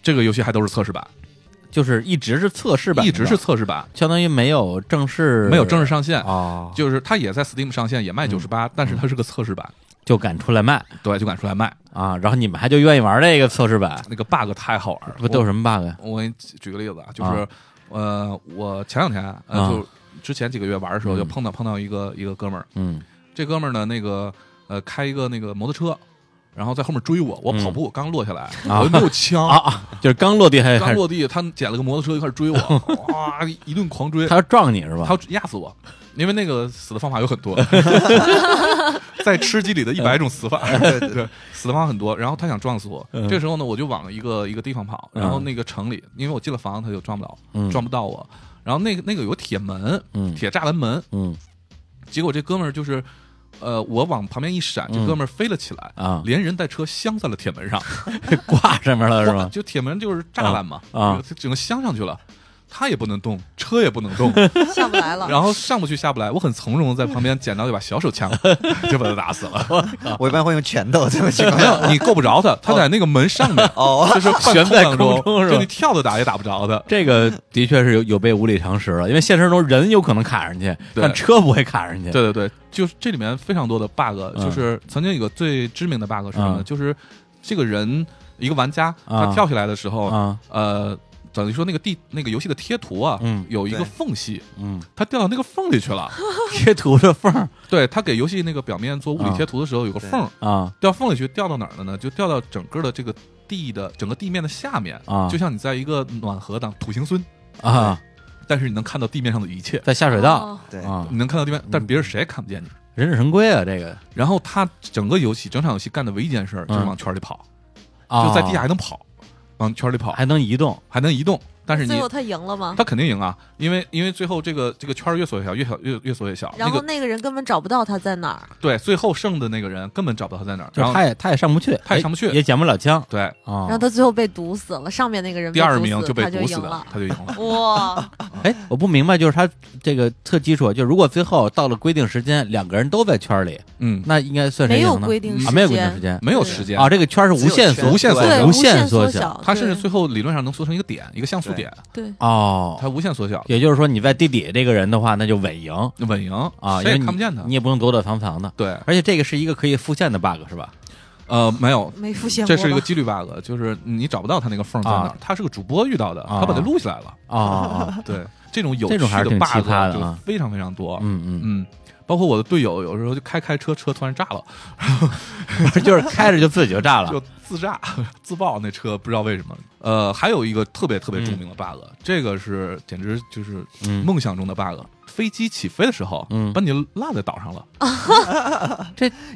Speaker 3: 这个游戏还都是测试版，
Speaker 1: 就是一直是测试版，
Speaker 3: 一直是测试版，
Speaker 1: 相当于没有正式，
Speaker 3: 没有正式上线。
Speaker 1: 哦，就
Speaker 3: 就是它也在 Steam 上线，也
Speaker 1: 嗯
Speaker 3: 卖九十八，但是它是个测试版，
Speaker 1: 就敢出来卖
Speaker 3: 对，就敢出来卖。
Speaker 1: 啊！然后你们还就愿意玩这个测试版，
Speaker 3: 那个 bug 太好玩了，
Speaker 1: 不都有什么 bug 呀？
Speaker 3: 我给你举个例子啊，就是、
Speaker 1: 啊
Speaker 3: 呃，我前两天呃，
Speaker 1: 啊
Speaker 3: 就之前几个月玩的时候，
Speaker 1: 嗯
Speaker 3: 就碰到碰到一个一个哥们儿，
Speaker 1: 嗯
Speaker 3: 这哥们儿呢，那个呃，开一个那个摩托车，然后在后面追我，我
Speaker 1: 嗯
Speaker 3: 跑步、刚落下来，
Speaker 1: 啊
Speaker 3: 我又没有枪。
Speaker 1: 啊啊，就是刚落地还
Speaker 3: 刚
Speaker 1: 还
Speaker 3: 落地，他捡了个摩托车就开始追我，
Speaker 1: [LAUGHS]
Speaker 3: 哇，一一顿狂追，
Speaker 1: 他要撞你是吧？
Speaker 3: 他要压死我，因为那个死的方法有
Speaker 1: [LAUGHS]
Speaker 3: 很多，在吃鸡里的一百种死法， [LAUGHS] 对死的方法很多。然后他想撞死我，
Speaker 1: 嗯
Speaker 3: 这时候呢，我就往一个一个地方跑，
Speaker 1: 嗯
Speaker 3: 然后那个城里，因为我进了房，他就撞不到，
Speaker 1: 嗯
Speaker 3: 撞不到我。然后那个那个有个铁门，
Speaker 1: 嗯
Speaker 3: 铁栅栏门，
Speaker 1: 嗯
Speaker 3: 结果这哥们儿就是。呃，我往旁边一闪，这
Speaker 1: 嗯
Speaker 3: 哥们儿飞了起来
Speaker 1: 啊 [LAUGHS]
Speaker 3: 连人带车镶在了铁门上，
Speaker 1: 挂上面了是吧？
Speaker 3: 就铁门就是栅栏嘛，
Speaker 1: 啊啊啊
Speaker 3: 就整个镶上去了，他也不能动，车也不能
Speaker 1: [LAUGHS]
Speaker 3: 动，
Speaker 2: 下不来了。
Speaker 3: 然后上不去下不来，我很从容地在旁边捡到一把小手枪，就把他打死了。
Speaker 4: 我一般会用拳头这种
Speaker 1: [LAUGHS]
Speaker 4: 情况
Speaker 3: 没有，你够不着 [LAUGHS] 他，他在那个门上面，
Speaker 4: 哦， [LAUGHS]
Speaker 3: 就是半
Speaker 1: 悬在空
Speaker 3: 当
Speaker 1: 中是吧
Speaker 3: 中，就你跳着打也打不着他。
Speaker 1: 这个的确是有有悖无理常识了，因为现实中人有可能卡上去，
Speaker 3: 对
Speaker 1: 但车不会卡上去。
Speaker 3: 对对对，就是这里面非常多的 bug，
Speaker 1: 嗯
Speaker 3: 就是曾经有个最致命的 bug 是什么呢？
Speaker 1: 嗯
Speaker 3: 就是这个人一个玩家
Speaker 1: 啊
Speaker 3: 他跳下来的时候，
Speaker 1: 啊，
Speaker 3: 呃，等于说那个地那个游戏的贴图啊
Speaker 1: 嗯，
Speaker 3: 有一个
Speaker 4: 对
Speaker 3: 缝隙，
Speaker 1: 嗯，
Speaker 3: 他掉到那个缝里去了。
Speaker 1: 贴图的缝儿
Speaker 3: 对他给游戏那个表面做物理
Speaker 1: 啊
Speaker 3: 贴图的时候有个
Speaker 4: 对
Speaker 3: 缝，
Speaker 1: 啊
Speaker 3: 掉缝里去掉到哪儿了呢？就掉到整个的这个地的整个地面的下面
Speaker 1: 啊
Speaker 3: 就像你在一个暖河当土行孙，
Speaker 1: 啊，
Speaker 3: 但是你能看到地面上的一切，
Speaker 1: 在下水道
Speaker 2: 哦
Speaker 4: 对，
Speaker 1: 啊，
Speaker 3: 你能看到地面，但别人谁也看不见你。
Speaker 1: 忍者神龟啊，这个
Speaker 3: 然后他整个游戏整场游戏干的唯一一件事儿就是往圈里跑，
Speaker 1: 嗯啊
Speaker 3: 就在地下还能跑，往圈里跑
Speaker 1: 还能移动
Speaker 3: 还能移动，但是你
Speaker 2: 最后他赢了吗？
Speaker 3: 他肯定赢啊，因为因为最后这个这个圈儿越缩越小，越小越越缩越小。
Speaker 2: 然后
Speaker 3: 那个
Speaker 2: 那个人根本找不到他在哪儿，
Speaker 3: 对，最后剩的那个人根本找不到他在哪儿，
Speaker 1: 就
Speaker 3: 然
Speaker 1: 是
Speaker 3: 后
Speaker 1: 他也他也上不去，哎
Speaker 3: 他也上不去
Speaker 1: 也捡不了枪
Speaker 3: 对
Speaker 1: 啊
Speaker 2: 然后。他最后被毒死了，上面那个人被
Speaker 3: 哦第二
Speaker 2: 毒
Speaker 3: 名
Speaker 2: 死
Speaker 3: 被
Speaker 2: 他就
Speaker 3: 毒死
Speaker 2: 赢
Speaker 3: 的
Speaker 2: 了，。
Speaker 3: 他就赢
Speaker 1: [LAUGHS]
Speaker 3: 了。
Speaker 2: 哇，
Speaker 1: 哎，我不明白，就是他这个特基础，就如果最后到了规定时间，两个人都在圈里，
Speaker 3: 嗯，
Speaker 1: 那应该算谁
Speaker 2: 没有
Speaker 1: 赢呢
Speaker 2: 规定
Speaker 1: 啊，
Speaker 2: 时
Speaker 1: 没有规定
Speaker 2: 间
Speaker 1: 时间
Speaker 3: 没有时间
Speaker 1: 啊，，这个圈是无限
Speaker 4: 只
Speaker 1: 缩
Speaker 4: 有
Speaker 3: 无限缩
Speaker 4: 对
Speaker 2: 对，
Speaker 1: 无
Speaker 2: 限
Speaker 1: 缩
Speaker 2: 小，
Speaker 3: 它甚至
Speaker 2: 哦对
Speaker 3: 最后理论上能缩成一个点，一个像素点，
Speaker 2: 对
Speaker 1: 哦。
Speaker 3: 它无限缩小，
Speaker 1: 也就是说，你在地底这个人的话，那就稳赢
Speaker 3: 稳赢
Speaker 1: 啊，因
Speaker 3: 谁
Speaker 1: 为
Speaker 3: 也
Speaker 1: 你
Speaker 3: 看不见它。
Speaker 1: 你也不用躲躲藏藏的。
Speaker 3: 对，
Speaker 1: 而且这个是一个可以复现的 bug 是吧？
Speaker 3: 呃，没有，
Speaker 2: 没出现过
Speaker 3: 这
Speaker 2: 吧。
Speaker 3: 是一个几率 bug，就是你找不到它那个缝在哪
Speaker 1: 啊
Speaker 3: 儿。它是个主播遇到的，
Speaker 1: 啊
Speaker 3: 他把它录下来了。
Speaker 1: 哦哦，
Speaker 3: [LAUGHS]
Speaker 1: 哦
Speaker 3: 对，这种有
Speaker 1: 这
Speaker 3: 趣
Speaker 1: 种还是挺奇
Speaker 3: bug
Speaker 1: 葩的
Speaker 3: 就
Speaker 1: 啊
Speaker 3: 非常非常多。
Speaker 1: 嗯
Speaker 3: 嗯，包括我的队友，有时候就开开车，车突然炸了，
Speaker 1: 嗯， [LAUGHS] 就是开着就自己就炸了
Speaker 3: 就自炸自爆那车，不知道为什么。呃，还有一个特别特别著名的 bug，这个是简直就是
Speaker 1: 嗯
Speaker 3: 梦想中的 bug。飞机起飞的时候，
Speaker 1: 嗯
Speaker 3: 把你落在岛上了。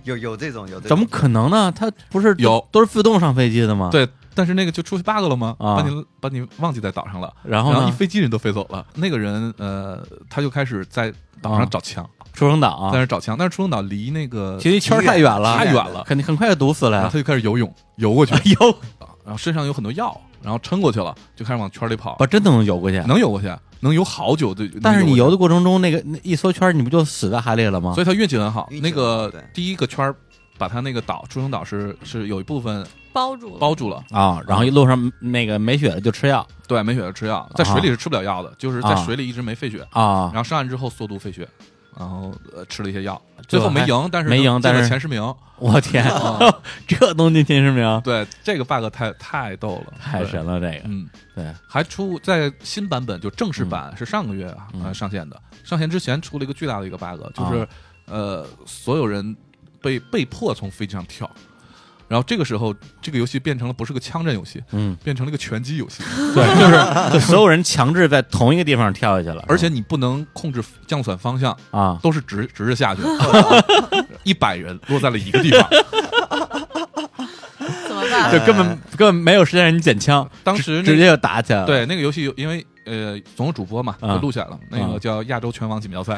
Speaker 4: 有有这种有这种，
Speaker 1: 怎么可能呢？它不是
Speaker 3: 有
Speaker 1: 都是自动上飞机的吗？，
Speaker 3: 对，但是那个就出去 bug 了吗？
Speaker 1: 啊
Speaker 3: 把你把你忘记在岛上了，
Speaker 1: 然
Speaker 3: 然
Speaker 1: 后
Speaker 3: 后一
Speaker 1: 呢？
Speaker 3: 飞机人都飞走了。那个人呃，他就开始在岛
Speaker 1: 啊
Speaker 3: 上找枪，
Speaker 1: 出生岛
Speaker 3: 在
Speaker 1: 啊，
Speaker 3: 那找枪，但是出生岛离那个
Speaker 1: 其实圈儿太远了，
Speaker 3: 太远了，
Speaker 1: 肯定很快就堵死了
Speaker 3: 然后
Speaker 1: 呀。
Speaker 3: 他就开始游泳，游过去
Speaker 1: 哎，呦，
Speaker 3: 然后身上有很多药，然后撑过去了，就开始往圈里跑
Speaker 1: 我，哦真的能游过去？
Speaker 3: 能游过去，啊能游好久就。
Speaker 1: 但是你游
Speaker 3: 游
Speaker 1: 的过程中，那个那一缩圈，你不就死在海里了吗
Speaker 3: 过去，？所以他运气很好。
Speaker 4: 运气
Speaker 3: 那个
Speaker 4: 很好对
Speaker 3: 第一个圈儿把他那个岛，出生岛是是有一部分
Speaker 2: 包住了，
Speaker 3: 包住了，
Speaker 1: 啊，然后一路上那个没血了就吃药
Speaker 3: 对，没血的吃药，在水里是吃不了药的，就是在
Speaker 1: 啊
Speaker 3: 水里一直没肺血，
Speaker 1: 啊
Speaker 3: 然，后上岸之后缩肚肺血，然后呃吃了一些药，
Speaker 1: 最
Speaker 3: 最
Speaker 1: 后
Speaker 3: 后没
Speaker 1: 还
Speaker 3: 赢，但是
Speaker 1: 没赢
Speaker 3: 进了
Speaker 1: 但是
Speaker 3: 前十名。
Speaker 1: 我天， [LAUGHS] 这东西秦时明
Speaker 3: 对，这个 bug 太太逗了，
Speaker 1: 太
Speaker 3: 对
Speaker 1: 神了，这
Speaker 3: [LAUGHS]
Speaker 1: 个
Speaker 3: 嗯，
Speaker 1: 对，
Speaker 3: 还出在新版本，就正式版是上个月啊、
Speaker 1: 嗯哦
Speaker 3: 呃上线的，上线之前出了一个巨大的一个 bug，就是、呃所有人被被迫从飞机上跳，然后这个时候这个游戏变成了不是个枪战游戏，
Speaker 1: 嗯，哦
Speaker 3: 变成了一个拳击游戏，
Speaker 1: 对，就是就所有人强制在同一个地方跳下去了，
Speaker 3: 而且你不能控制降伞方向，
Speaker 1: 啊，
Speaker 3: 都是直直着下去，
Speaker 1: [LAUGHS]
Speaker 3: 一百人落在了一个地方，
Speaker 2: 怎么
Speaker 1: 就
Speaker 2: 办？
Speaker 1: 根本根本没有时间让你捡枪，
Speaker 3: 哎当时那
Speaker 1: 直接就打起来了，
Speaker 3: 对，那个游戏有，因为呃，总有主播嘛，
Speaker 1: 啊
Speaker 3: 就录下来了。那
Speaker 1: 啊
Speaker 3: 个叫亚洲拳王锦标赛，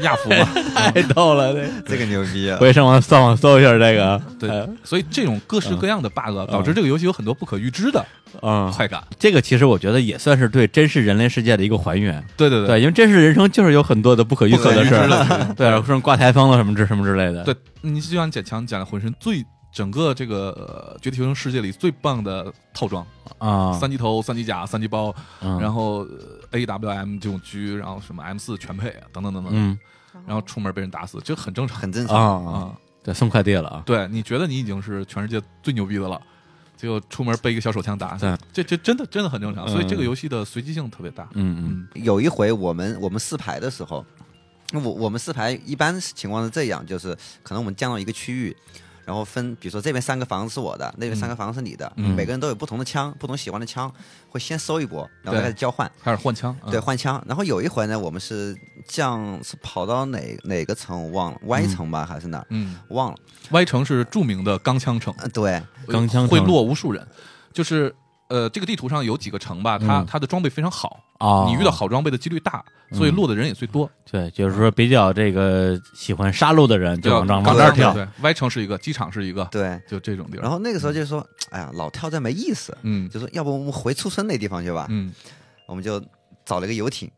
Speaker 3: 亚服嘛。
Speaker 1: 太逗了，这
Speaker 4: 这个牛逼啊
Speaker 1: 我！也上网上网搜一下这个，哎
Speaker 3: 对，所以这种各式各样的 bug 导致这个游戏有很多不可预知的
Speaker 1: 嗯，
Speaker 3: 快感。
Speaker 1: 这个其实我觉得也算是对真实人类世界的一个还原，
Speaker 3: 对对
Speaker 1: 对，因为真实人生就是有很多的不可预测的事
Speaker 4: 不可预知
Speaker 1: 儿，
Speaker 3: 对
Speaker 1: 对，什么刮台风了什么之什么之类的，
Speaker 3: 对，你就像捡枪捡了浑身最整个这个呃绝地求生世界里最棒的套装，
Speaker 1: 啊，
Speaker 3: 三级头、三级甲、三级包，
Speaker 1: 嗯
Speaker 3: 然后呃 A W M 这种狙，然后什么 M 四全配啊等等等等，
Speaker 1: 嗯
Speaker 3: 然后出门被人打死，这很正常
Speaker 4: 很正
Speaker 1: 啊
Speaker 4: 常，
Speaker 1: 啊
Speaker 3: 啊。
Speaker 1: 对，送快递了啊！
Speaker 3: 对，你觉得你已经是全世界最牛逼的了，结果出门被一个小手枪打
Speaker 1: 对，
Speaker 3: 这这真的真的很正常。
Speaker 1: 嗯
Speaker 3: 所以这个游戏的随机性特别大。
Speaker 1: 嗯
Speaker 3: 嗯
Speaker 4: 有一回我们我们四排的时候，我我们四排一般情况是这样，就是可能我们降到一个区域，然后分，比如说这边三个房子是我的，那边三个房子是你的，
Speaker 1: 嗯
Speaker 4: 每个人都有不同的枪，不同喜欢的枪，会先搜一波，然后
Speaker 3: 对
Speaker 4: 再开始交换。
Speaker 3: 开始换枪，嗯
Speaker 4: 对，换枪。然后有一回呢，我们是降，是跑到哪哪个城我忘了，Y 城吧，还是哪儿？
Speaker 3: 嗯
Speaker 4: 忘了。
Speaker 3: ，Y 城是著名的钢枪城，
Speaker 4: 呃对，
Speaker 1: 钢枪城
Speaker 3: 会落无数人，就是。呃，这个地图上有几个城吧，它
Speaker 1: 嗯
Speaker 3: 它的装备非常好，
Speaker 1: 嗯啊，
Speaker 3: 你遇到好装备的几率大，所以
Speaker 1: 嗯
Speaker 3: 落的人也最多。
Speaker 1: 对，就是说比较这个喜欢杀戮的人就往这儿
Speaker 3: 钢
Speaker 1: 往
Speaker 3: 枪
Speaker 1: 这儿
Speaker 3: 城
Speaker 1: 跳，
Speaker 3: 对，Y 城是一个，机场是一个，
Speaker 4: 对。
Speaker 3: 就这种地儿。
Speaker 4: 然后那个时候就说，哎呀，老跳这没意思，
Speaker 3: 嗯
Speaker 4: 就说要不我们回出生那地方去吧？
Speaker 3: 嗯，
Speaker 4: 我们就找了个游艇，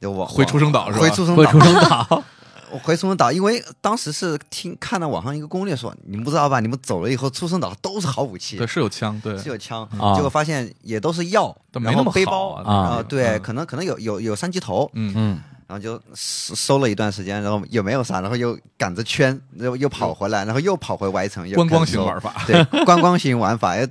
Speaker 4: 就我
Speaker 3: 回出生岛是吧
Speaker 4: 回出生
Speaker 1: 会
Speaker 4: 岛
Speaker 1: 出，生岛
Speaker 4: 我回出生岛，因为当时是听看到网上一个攻略说，你们不知道吧？你们走了以后，出生岛都是好武器
Speaker 3: 对，，是有枪，对，
Speaker 4: 是有枪
Speaker 1: 啊，
Speaker 4: 结果发现也都是药，
Speaker 3: 但没
Speaker 4: 然
Speaker 3: 那
Speaker 4: 后
Speaker 3: 么
Speaker 4: 背
Speaker 3: 好
Speaker 4: 包
Speaker 3: 啊
Speaker 1: 啊
Speaker 4: 啊，对，，
Speaker 3: 那个
Speaker 4: 可能可能有有有三级头，
Speaker 3: 嗯
Speaker 1: 嗯
Speaker 4: 然后就收收了一段时间，然后也没有啥，然后又赶着圈，然后又跑回来，然后又跑回 Y 城，
Speaker 3: 嗯，
Speaker 4: 又
Speaker 3: 观光
Speaker 4: 赶着
Speaker 3: 型
Speaker 4: 收
Speaker 1: [LAUGHS]
Speaker 3: 玩法，
Speaker 4: 对，观光型玩法，哎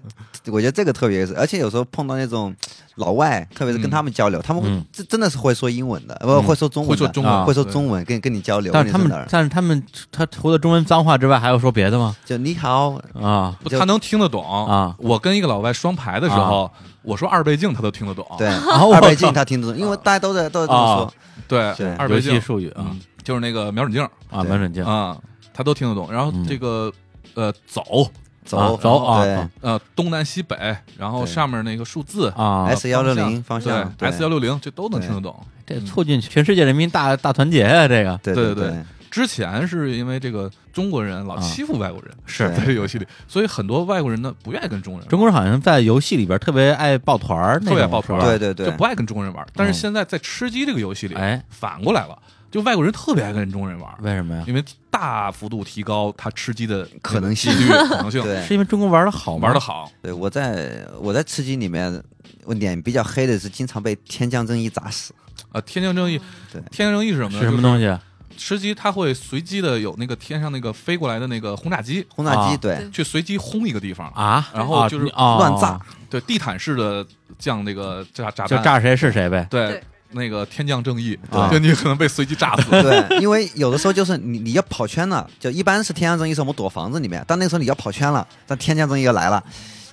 Speaker 4: 我觉得这个特别有意思。而且有时候碰到那种老外，特别是跟他们交流，他们会
Speaker 1: 嗯
Speaker 4: 这真的是会说英文的，不会说中
Speaker 3: 会
Speaker 4: 文的，
Speaker 3: 说中文
Speaker 1: 啊
Speaker 4: 会说中文跟跟你交流。
Speaker 1: 但是他
Speaker 4: 问题
Speaker 1: 们
Speaker 4: 哪儿
Speaker 1: 但是他们他除了中文脏话之外，还有说别的吗？
Speaker 4: 就你好，
Speaker 1: 啊
Speaker 3: 不
Speaker 4: 就
Speaker 3: 他能听得懂
Speaker 1: 啊
Speaker 3: 我跟一个老外双排的时候，我说二倍镜，他都听得懂。
Speaker 4: 啊对，
Speaker 1: 我
Speaker 4: 二倍镜他听得懂，因
Speaker 1: 哦
Speaker 4: 为大家都在都在这么说。
Speaker 3: 对
Speaker 4: 是
Speaker 3: 二
Speaker 1: 游
Speaker 3: 倍
Speaker 1: 戏
Speaker 3: 镜
Speaker 1: 术语啊
Speaker 3: 嗯，就是那个瞄准镜
Speaker 1: 啊，
Speaker 4: 对
Speaker 1: 瞄准镜
Speaker 4: 嗯
Speaker 3: 啊，他都听得懂。然后
Speaker 1: 嗯
Speaker 3: 这个呃走
Speaker 1: 啊
Speaker 4: 走
Speaker 1: 走啊
Speaker 4: 对
Speaker 3: 呃，东南西北，然后
Speaker 4: 对
Speaker 3: 上面那个数字
Speaker 1: 啊，
Speaker 4: ，S 幺六零方
Speaker 3: 对
Speaker 4: 向对
Speaker 3: ，S 幺六零，这都能听得懂。
Speaker 1: 这促进全世界人民大大团结啊！这个
Speaker 4: 对
Speaker 3: 对对
Speaker 4: 对，
Speaker 3: 之前是因为这个中国人老
Speaker 1: 啊
Speaker 3: 欺负外国人， [LAUGHS]
Speaker 1: 是
Speaker 3: 在这游戏里，所以很多外国人呢不愿意跟中国人玩，
Speaker 1: 中国人好像在游戏里边特别爱抱团儿，那
Speaker 3: 特别
Speaker 1: 种
Speaker 3: 抱
Speaker 1: 是
Speaker 3: 团
Speaker 1: 吧
Speaker 3: 儿
Speaker 4: 对对对
Speaker 3: 就不爱跟中国人玩。但
Speaker 1: 嗯
Speaker 3: 是现在在吃鸡这个游戏里，
Speaker 1: 哎，
Speaker 3: 反过来了，就外国人特别爱跟中国人玩，
Speaker 1: 为什么呀？
Speaker 3: 因为大幅度提高他吃鸡的
Speaker 4: 可能性
Speaker 3: 几率可能性，
Speaker 4: 对
Speaker 1: 是因为中国玩的好吗，
Speaker 3: 玩的好，
Speaker 4: 对，我在我在吃鸡里面，我脸比较黑的是经常被天降正义砸死。
Speaker 3: 啊，天降正义，
Speaker 4: 对
Speaker 3: 天降正义是什么呢？
Speaker 1: 是什么东？西啊？
Speaker 3: 吃鸡它会随机的有那个天上那个飞过来的那个轰炸机，
Speaker 4: 轰炸
Speaker 1: 啊
Speaker 4: 机对
Speaker 2: 对
Speaker 3: 去随机轰一个地方，
Speaker 1: 啊
Speaker 3: 然后就是
Speaker 1: 你哦
Speaker 4: 乱炸，
Speaker 3: 对，地毯式的降那个炸炸
Speaker 1: 就
Speaker 3: 弹，
Speaker 1: 炸谁是谁
Speaker 3: [LAUGHS]
Speaker 1: 呗。
Speaker 3: 对
Speaker 2: 对
Speaker 3: 那个天降正义，
Speaker 1: 对
Speaker 3: 就你可能被随机炸死。
Speaker 4: [LAUGHS] 对，因为有的时候就是你你要跑圈了，就一般是天降正义是我们躲房子里面，但那个时候你要跑圈了，但天降正义要来了，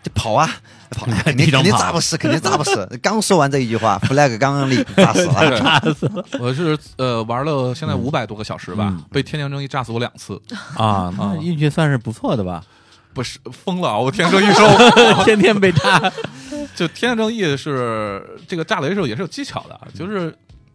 Speaker 4: 就跑 [LAUGHS] 啊跑，哎肯定
Speaker 1: 地上
Speaker 4: 肯定
Speaker 1: 跑
Speaker 4: 炸不死，肯定炸不死。刚说完这一句话，flag 刚刚立，炸死了。
Speaker 3: 炸死了！ [LAUGHS] 我是呃玩了现在五百多个小时吧，
Speaker 1: 嗯
Speaker 3: 被天降正义炸死我两次，
Speaker 1: [LAUGHS] 啊，那
Speaker 3: 啊
Speaker 1: 运气算是不错的
Speaker 3: [LAUGHS]
Speaker 1: 吧？
Speaker 3: 不是疯了啊！我天降正义说，
Speaker 1: 天天被炸，
Speaker 3: [LAUGHS] 就天降正义是这个炸雷的时候也是有技巧的，
Speaker 1: 嗯
Speaker 3: 就是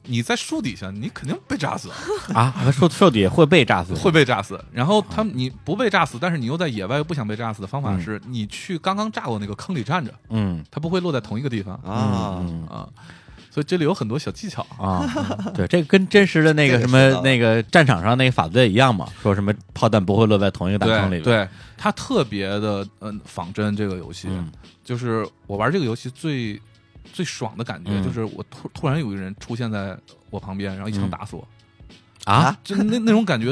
Speaker 3: 你在树底下，你肯定被
Speaker 1: [LAUGHS]
Speaker 3: 炸死，
Speaker 1: 啊，受受底会被炸死，
Speaker 3: 会被炸死。然后他们
Speaker 1: 嗯
Speaker 3: 你不被炸死，但是你又在野外又不想被炸死的方法是，你去刚刚炸过那个坑里站着，
Speaker 1: 嗯
Speaker 3: 它不会落在同一个地方
Speaker 4: 啊，
Speaker 1: 嗯
Speaker 3: 啊。所以这里有很多小技巧，
Speaker 1: 啊，
Speaker 4: [LAUGHS]
Speaker 1: 对，这跟真实的那个
Speaker 4: 这
Speaker 1: 什
Speaker 4: 个
Speaker 1: 么
Speaker 4: 知道了
Speaker 1: 那个战场上那个法则一样嘛，说什么炮弹不会落在同一个大坑里
Speaker 3: 对
Speaker 1: 边，
Speaker 3: 对，它特别的嗯仿真这个游戏，
Speaker 1: 嗯
Speaker 3: 就是我玩这个游戏最最爽的感觉，
Speaker 1: 嗯
Speaker 3: 就是我突突然有一个人出现在我旁边，然后一
Speaker 4: 嗯
Speaker 3: 枪打死我，
Speaker 1: 啊，
Speaker 3: 就那那种感觉，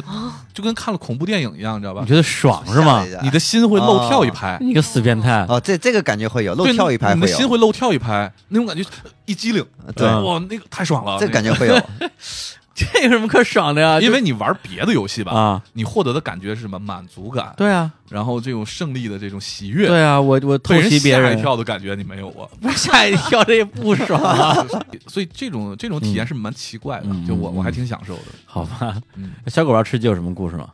Speaker 3: 就跟看了恐怖电影一样，你知道吧
Speaker 1: 你？觉得爽是吗
Speaker 4: 吓了一？跳
Speaker 3: 你的心会漏跳一拍，
Speaker 1: 你个死变态，
Speaker 4: 哦，这这个感觉会有啊漏
Speaker 3: 对
Speaker 4: 跳一拍
Speaker 3: 你的
Speaker 4: 会有
Speaker 3: 心，会漏跳一拍，那种感觉呃一激灵，
Speaker 4: 对
Speaker 1: 嗯
Speaker 3: 哇，那个太爽了，
Speaker 4: 这
Speaker 3: 那个
Speaker 4: 感觉啊会有。
Speaker 1: [LAUGHS] 这有什么可爽的呀？
Speaker 3: 因为你玩别的游戏吧，
Speaker 1: 啊，
Speaker 3: 你获得的感觉是什么？满足感，
Speaker 1: 对啊，
Speaker 3: 然后这种胜利的这种喜
Speaker 1: [LAUGHS]
Speaker 3: 悦，
Speaker 1: 对啊，我我偷
Speaker 3: 被人
Speaker 1: 袭别
Speaker 3: 吓
Speaker 1: 人
Speaker 3: 一，跳的感觉你没有过，
Speaker 1: [LAUGHS] 吓一跳，这也不爽啊，
Speaker 3: [LAUGHS] 所以这种这种体验是蛮奇怪的，
Speaker 1: 嗯
Speaker 3: 就我
Speaker 1: 嗯
Speaker 3: 我还挺享受的。
Speaker 1: 好吧？
Speaker 3: 嗯，
Speaker 1: 小狗玩吃鸡有什么故事吗？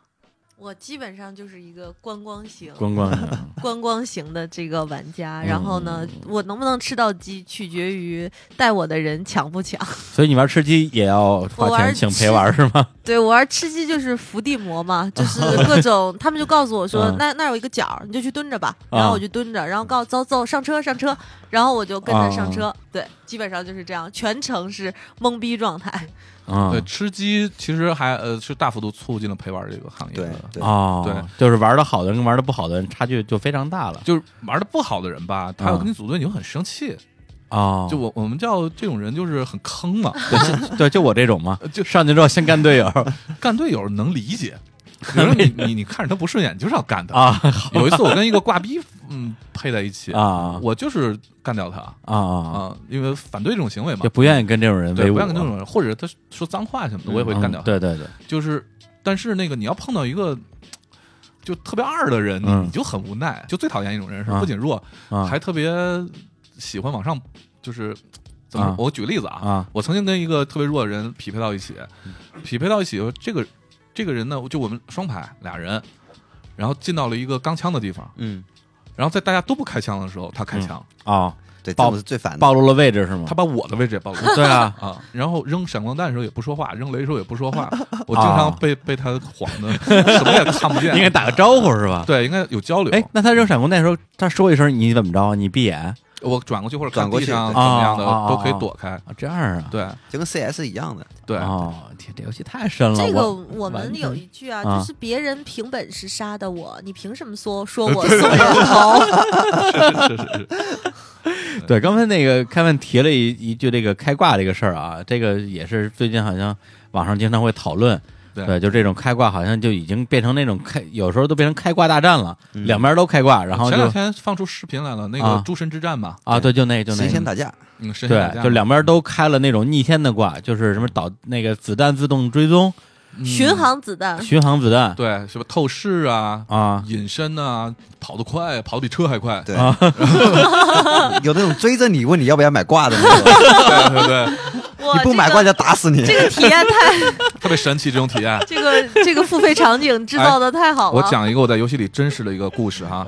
Speaker 2: 我基本上就是一个观光型、
Speaker 1: 关关， [LAUGHS]
Speaker 2: 观光型的这个玩家。
Speaker 1: 嗯
Speaker 2: 然后呢，我能不能吃到鸡，取决于带我的人强不强。
Speaker 1: 所以你玩吃鸡也要
Speaker 2: 我
Speaker 1: 花钱
Speaker 2: 玩
Speaker 1: 请
Speaker 2: 吃
Speaker 1: 陪玩是吗？
Speaker 2: 对我玩吃鸡就是伏地魔嘛，就是
Speaker 3: [LAUGHS]
Speaker 2: 各种，他们就告诉我说
Speaker 1: 嗯，
Speaker 2: 那那有一个角儿，你就去蹲着吧。
Speaker 1: 啊
Speaker 2: 然后我就蹲着，然后告诉走走上车上车，然后我就跟
Speaker 1: 啊
Speaker 2: 着上车。对，基本上就是这样，全程是懵逼状态。
Speaker 1: [LAUGHS] 啊
Speaker 3: 对，吃鸡其实还呃是大幅度促进了陪玩这个行业
Speaker 4: 对
Speaker 3: 的。
Speaker 4: 对，
Speaker 1: 哦，
Speaker 3: 对，
Speaker 1: 就是玩的好的人跟玩的不好的人差距就非常大了。
Speaker 3: 就是玩的不好的人吧，他要跟你组队，你会很生气。
Speaker 1: 哦，
Speaker 3: 就我我们叫这种人就是很坑
Speaker 1: [LAUGHS]
Speaker 3: 嘛，
Speaker 1: 对对，就我这种嘛，
Speaker 3: 就
Speaker 1: 上去之后先干队友啊
Speaker 3: 干队友能
Speaker 1: [LAUGHS]
Speaker 3: 理解。比如说你你你看着他不顺眼，你就是要干他。
Speaker 1: 啊
Speaker 3: 有一次我跟一个挂逼
Speaker 1: [LAUGHS]
Speaker 3: 嗯配在一起，
Speaker 1: 啊
Speaker 3: 我就是干掉他
Speaker 1: 啊啊！
Speaker 3: 啊，因为反对这种行为嘛
Speaker 1: 就，不愿意跟这种人为
Speaker 3: 对，
Speaker 1: 伍，
Speaker 3: 不要跟这种人，或者他说脏话什么的，我也会干掉
Speaker 1: 啊嗯对
Speaker 3: 他。
Speaker 1: 对对，
Speaker 3: 就是，但是那个你要碰到一个就特别二的人，
Speaker 1: 嗯
Speaker 3: 你你就很无奈。就最讨厌一种人是
Speaker 1: 啊
Speaker 3: 不仅弱，
Speaker 1: 啊
Speaker 3: 还特别喜欢往上，就是怎么
Speaker 1: 啊
Speaker 3: 说？我举例子啊，
Speaker 1: 啊嗯
Speaker 3: 我曾经跟一个特别弱的人匹配到一起，匹配到一起，这个这个人呢，就我们双排俩人，然后进到了一个钢枪的地方，
Speaker 4: 嗯，
Speaker 3: 然后在大家都不开枪的时候，他开枪，
Speaker 1: 哦，
Speaker 4: 对，这
Speaker 1: 爆
Speaker 4: 种是最烦的。
Speaker 1: 暴露了位置是吗
Speaker 3: 他？把我的位置也暴露
Speaker 1: [LAUGHS]
Speaker 3: 了。
Speaker 1: 对啊，
Speaker 3: 啊，然后扔闪光弹的时候也不说话，扔雷的时候也不说话，我经常被、被他晃的，什么也看不见。
Speaker 1: 应该打个招呼是吧？
Speaker 3: 对，应该有交流。
Speaker 1: 哎，那他扔闪光弹的时候，他说一声你怎么着？你闭眼啊？
Speaker 3: 我转过去或者看
Speaker 4: 转过
Speaker 3: 地
Speaker 4: 去
Speaker 3: 上
Speaker 4: 对
Speaker 3: 怎么样的
Speaker 1: 啊啊啊
Speaker 3: 都可以躲开。
Speaker 1: 这样啊？
Speaker 3: 对
Speaker 4: 就跟 CS 一样的，
Speaker 3: 对，
Speaker 1: 哦，天，这游戏太
Speaker 2: [LAUGHS]
Speaker 3: 嗯
Speaker 1: 深了。
Speaker 2: 这个
Speaker 1: 我
Speaker 2: 我们有一句啊，
Speaker 1: 啊
Speaker 2: 就是别人凭本事杀的我，你凭什么说说
Speaker 3: 呃
Speaker 2: 我
Speaker 3: [LAUGHS]
Speaker 2: 送人头？
Speaker 3: 是是是是，
Speaker 1: 对，
Speaker 2: 嗯
Speaker 1: 刚才那个凯文提了一一句这个开挂这个事儿啊，这个也是最近好像网上经常会讨论。
Speaker 3: 对
Speaker 1: 就这种开挂，好像就已经变成那种开，有时候都变成开挂大战了，两边都开挂， [LAUGHS] 然后
Speaker 3: 嗯前
Speaker 1: 就
Speaker 3: 两天放出视频来了，那
Speaker 1: 啊
Speaker 3: 个诸神之战嘛，
Speaker 1: 啊，对，就那就那
Speaker 4: 谁先
Speaker 1: 个
Speaker 4: 打架？
Speaker 3: 嗯，神仙打架
Speaker 1: 对，
Speaker 3: 嘛
Speaker 1: 就两边都开了那种逆天的挂，就是什么导那个子弹自动追踪、
Speaker 3: 嗯
Speaker 2: 巡航子弹，
Speaker 1: 巡航子弹
Speaker 3: 对，什么透视啊。
Speaker 1: 啊，
Speaker 3: 隐身啊，跑得快，跑得比车还快，
Speaker 4: [LAUGHS] 对，有那种追着你问你要不要买挂的那种， [LAUGHS]
Speaker 3: 对对对，
Speaker 2: 哇，
Speaker 4: 你不买
Speaker 2: [LAUGHS]
Speaker 4: 挂就打死你。
Speaker 2: 这个这个体验太，。
Speaker 3: 特别神奇这种体验哎
Speaker 2: 这个这个付费场景制造的太好了。啊
Speaker 3: 我讲一个我在游戏里真实的一个故事哈，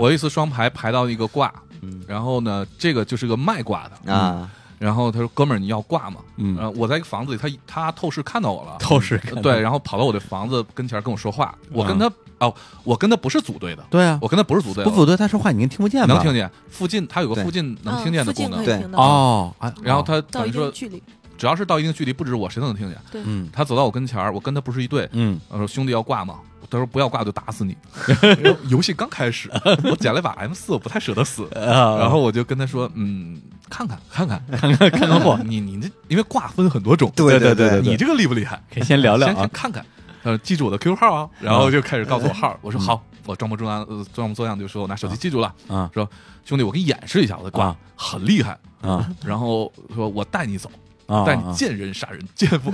Speaker 3: 我一次双排排到一个挂，
Speaker 4: 嗯
Speaker 3: 然后呢，这个就是个卖挂的，嗯
Speaker 4: 啊，
Speaker 3: 然后他说：“哥们儿，你要挂吗？”然
Speaker 1: 嗯，
Speaker 3: 后我在房子里，他他透视看到我了，
Speaker 1: 透视
Speaker 3: 对，然后跑到我的房子跟前跟我说话。我跟他哦，我跟他不是组队的，
Speaker 1: 对啊，
Speaker 3: 我跟他不是组队的，
Speaker 1: 不组队他说话你能听不见吗？
Speaker 3: 能听见。附近他有个
Speaker 4: 对
Speaker 3: 附近能听见的功
Speaker 2: 嗯
Speaker 3: 能
Speaker 2: 附近可以，
Speaker 4: 对
Speaker 2: 听到
Speaker 1: 哦，哎
Speaker 3: 然后他
Speaker 2: 到
Speaker 3: 等
Speaker 2: 一
Speaker 3: 于
Speaker 2: 定
Speaker 3: 说
Speaker 2: 距离，
Speaker 3: 只要是到一定距离，不止我谁都能听见。
Speaker 1: 嗯
Speaker 3: 他走到我跟前儿，我跟他不是一队，
Speaker 1: 嗯，
Speaker 3: 我说兄弟要挂吗？他说不要挂我就打死你。
Speaker 1: [LAUGHS]
Speaker 3: 然后游戏刚开始，我捡了一把 M 四，我不太舍得死，嗯然
Speaker 1: 然
Speaker 3: 后我就跟他说，嗯，看看看看，
Speaker 1: 啊看看看看我，
Speaker 3: 你你这因为挂分很多种，
Speaker 4: 对
Speaker 1: 对
Speaker 4: 对
Speaker 1: 对
Speaker 3: 你这个厉不厉害？
Speaker 1: 可以先聊聊
Speaker 3: 先
Speaker 1: 啊
Speaker 3: 先，看看，呃，记住我的 QQ 号啊，然后就开始告诉我号儿，我说好，我装模作样，呃装模作样就说我拿手机记住了，
Speaker 1: 嗯啊
Speaker 3: 说兄弟，我给你演示一下我的挂
Speaker 1: 啊，
Speaker 3: 很厉害，
Speaker 1: 啊
Speaker 3: 然后说我带你走， [LAUGHS]
Speaker 1: 啊，
Speaker 3: 带你
Speaker 1: 啊
Speaker 3: 见人杀人，见佛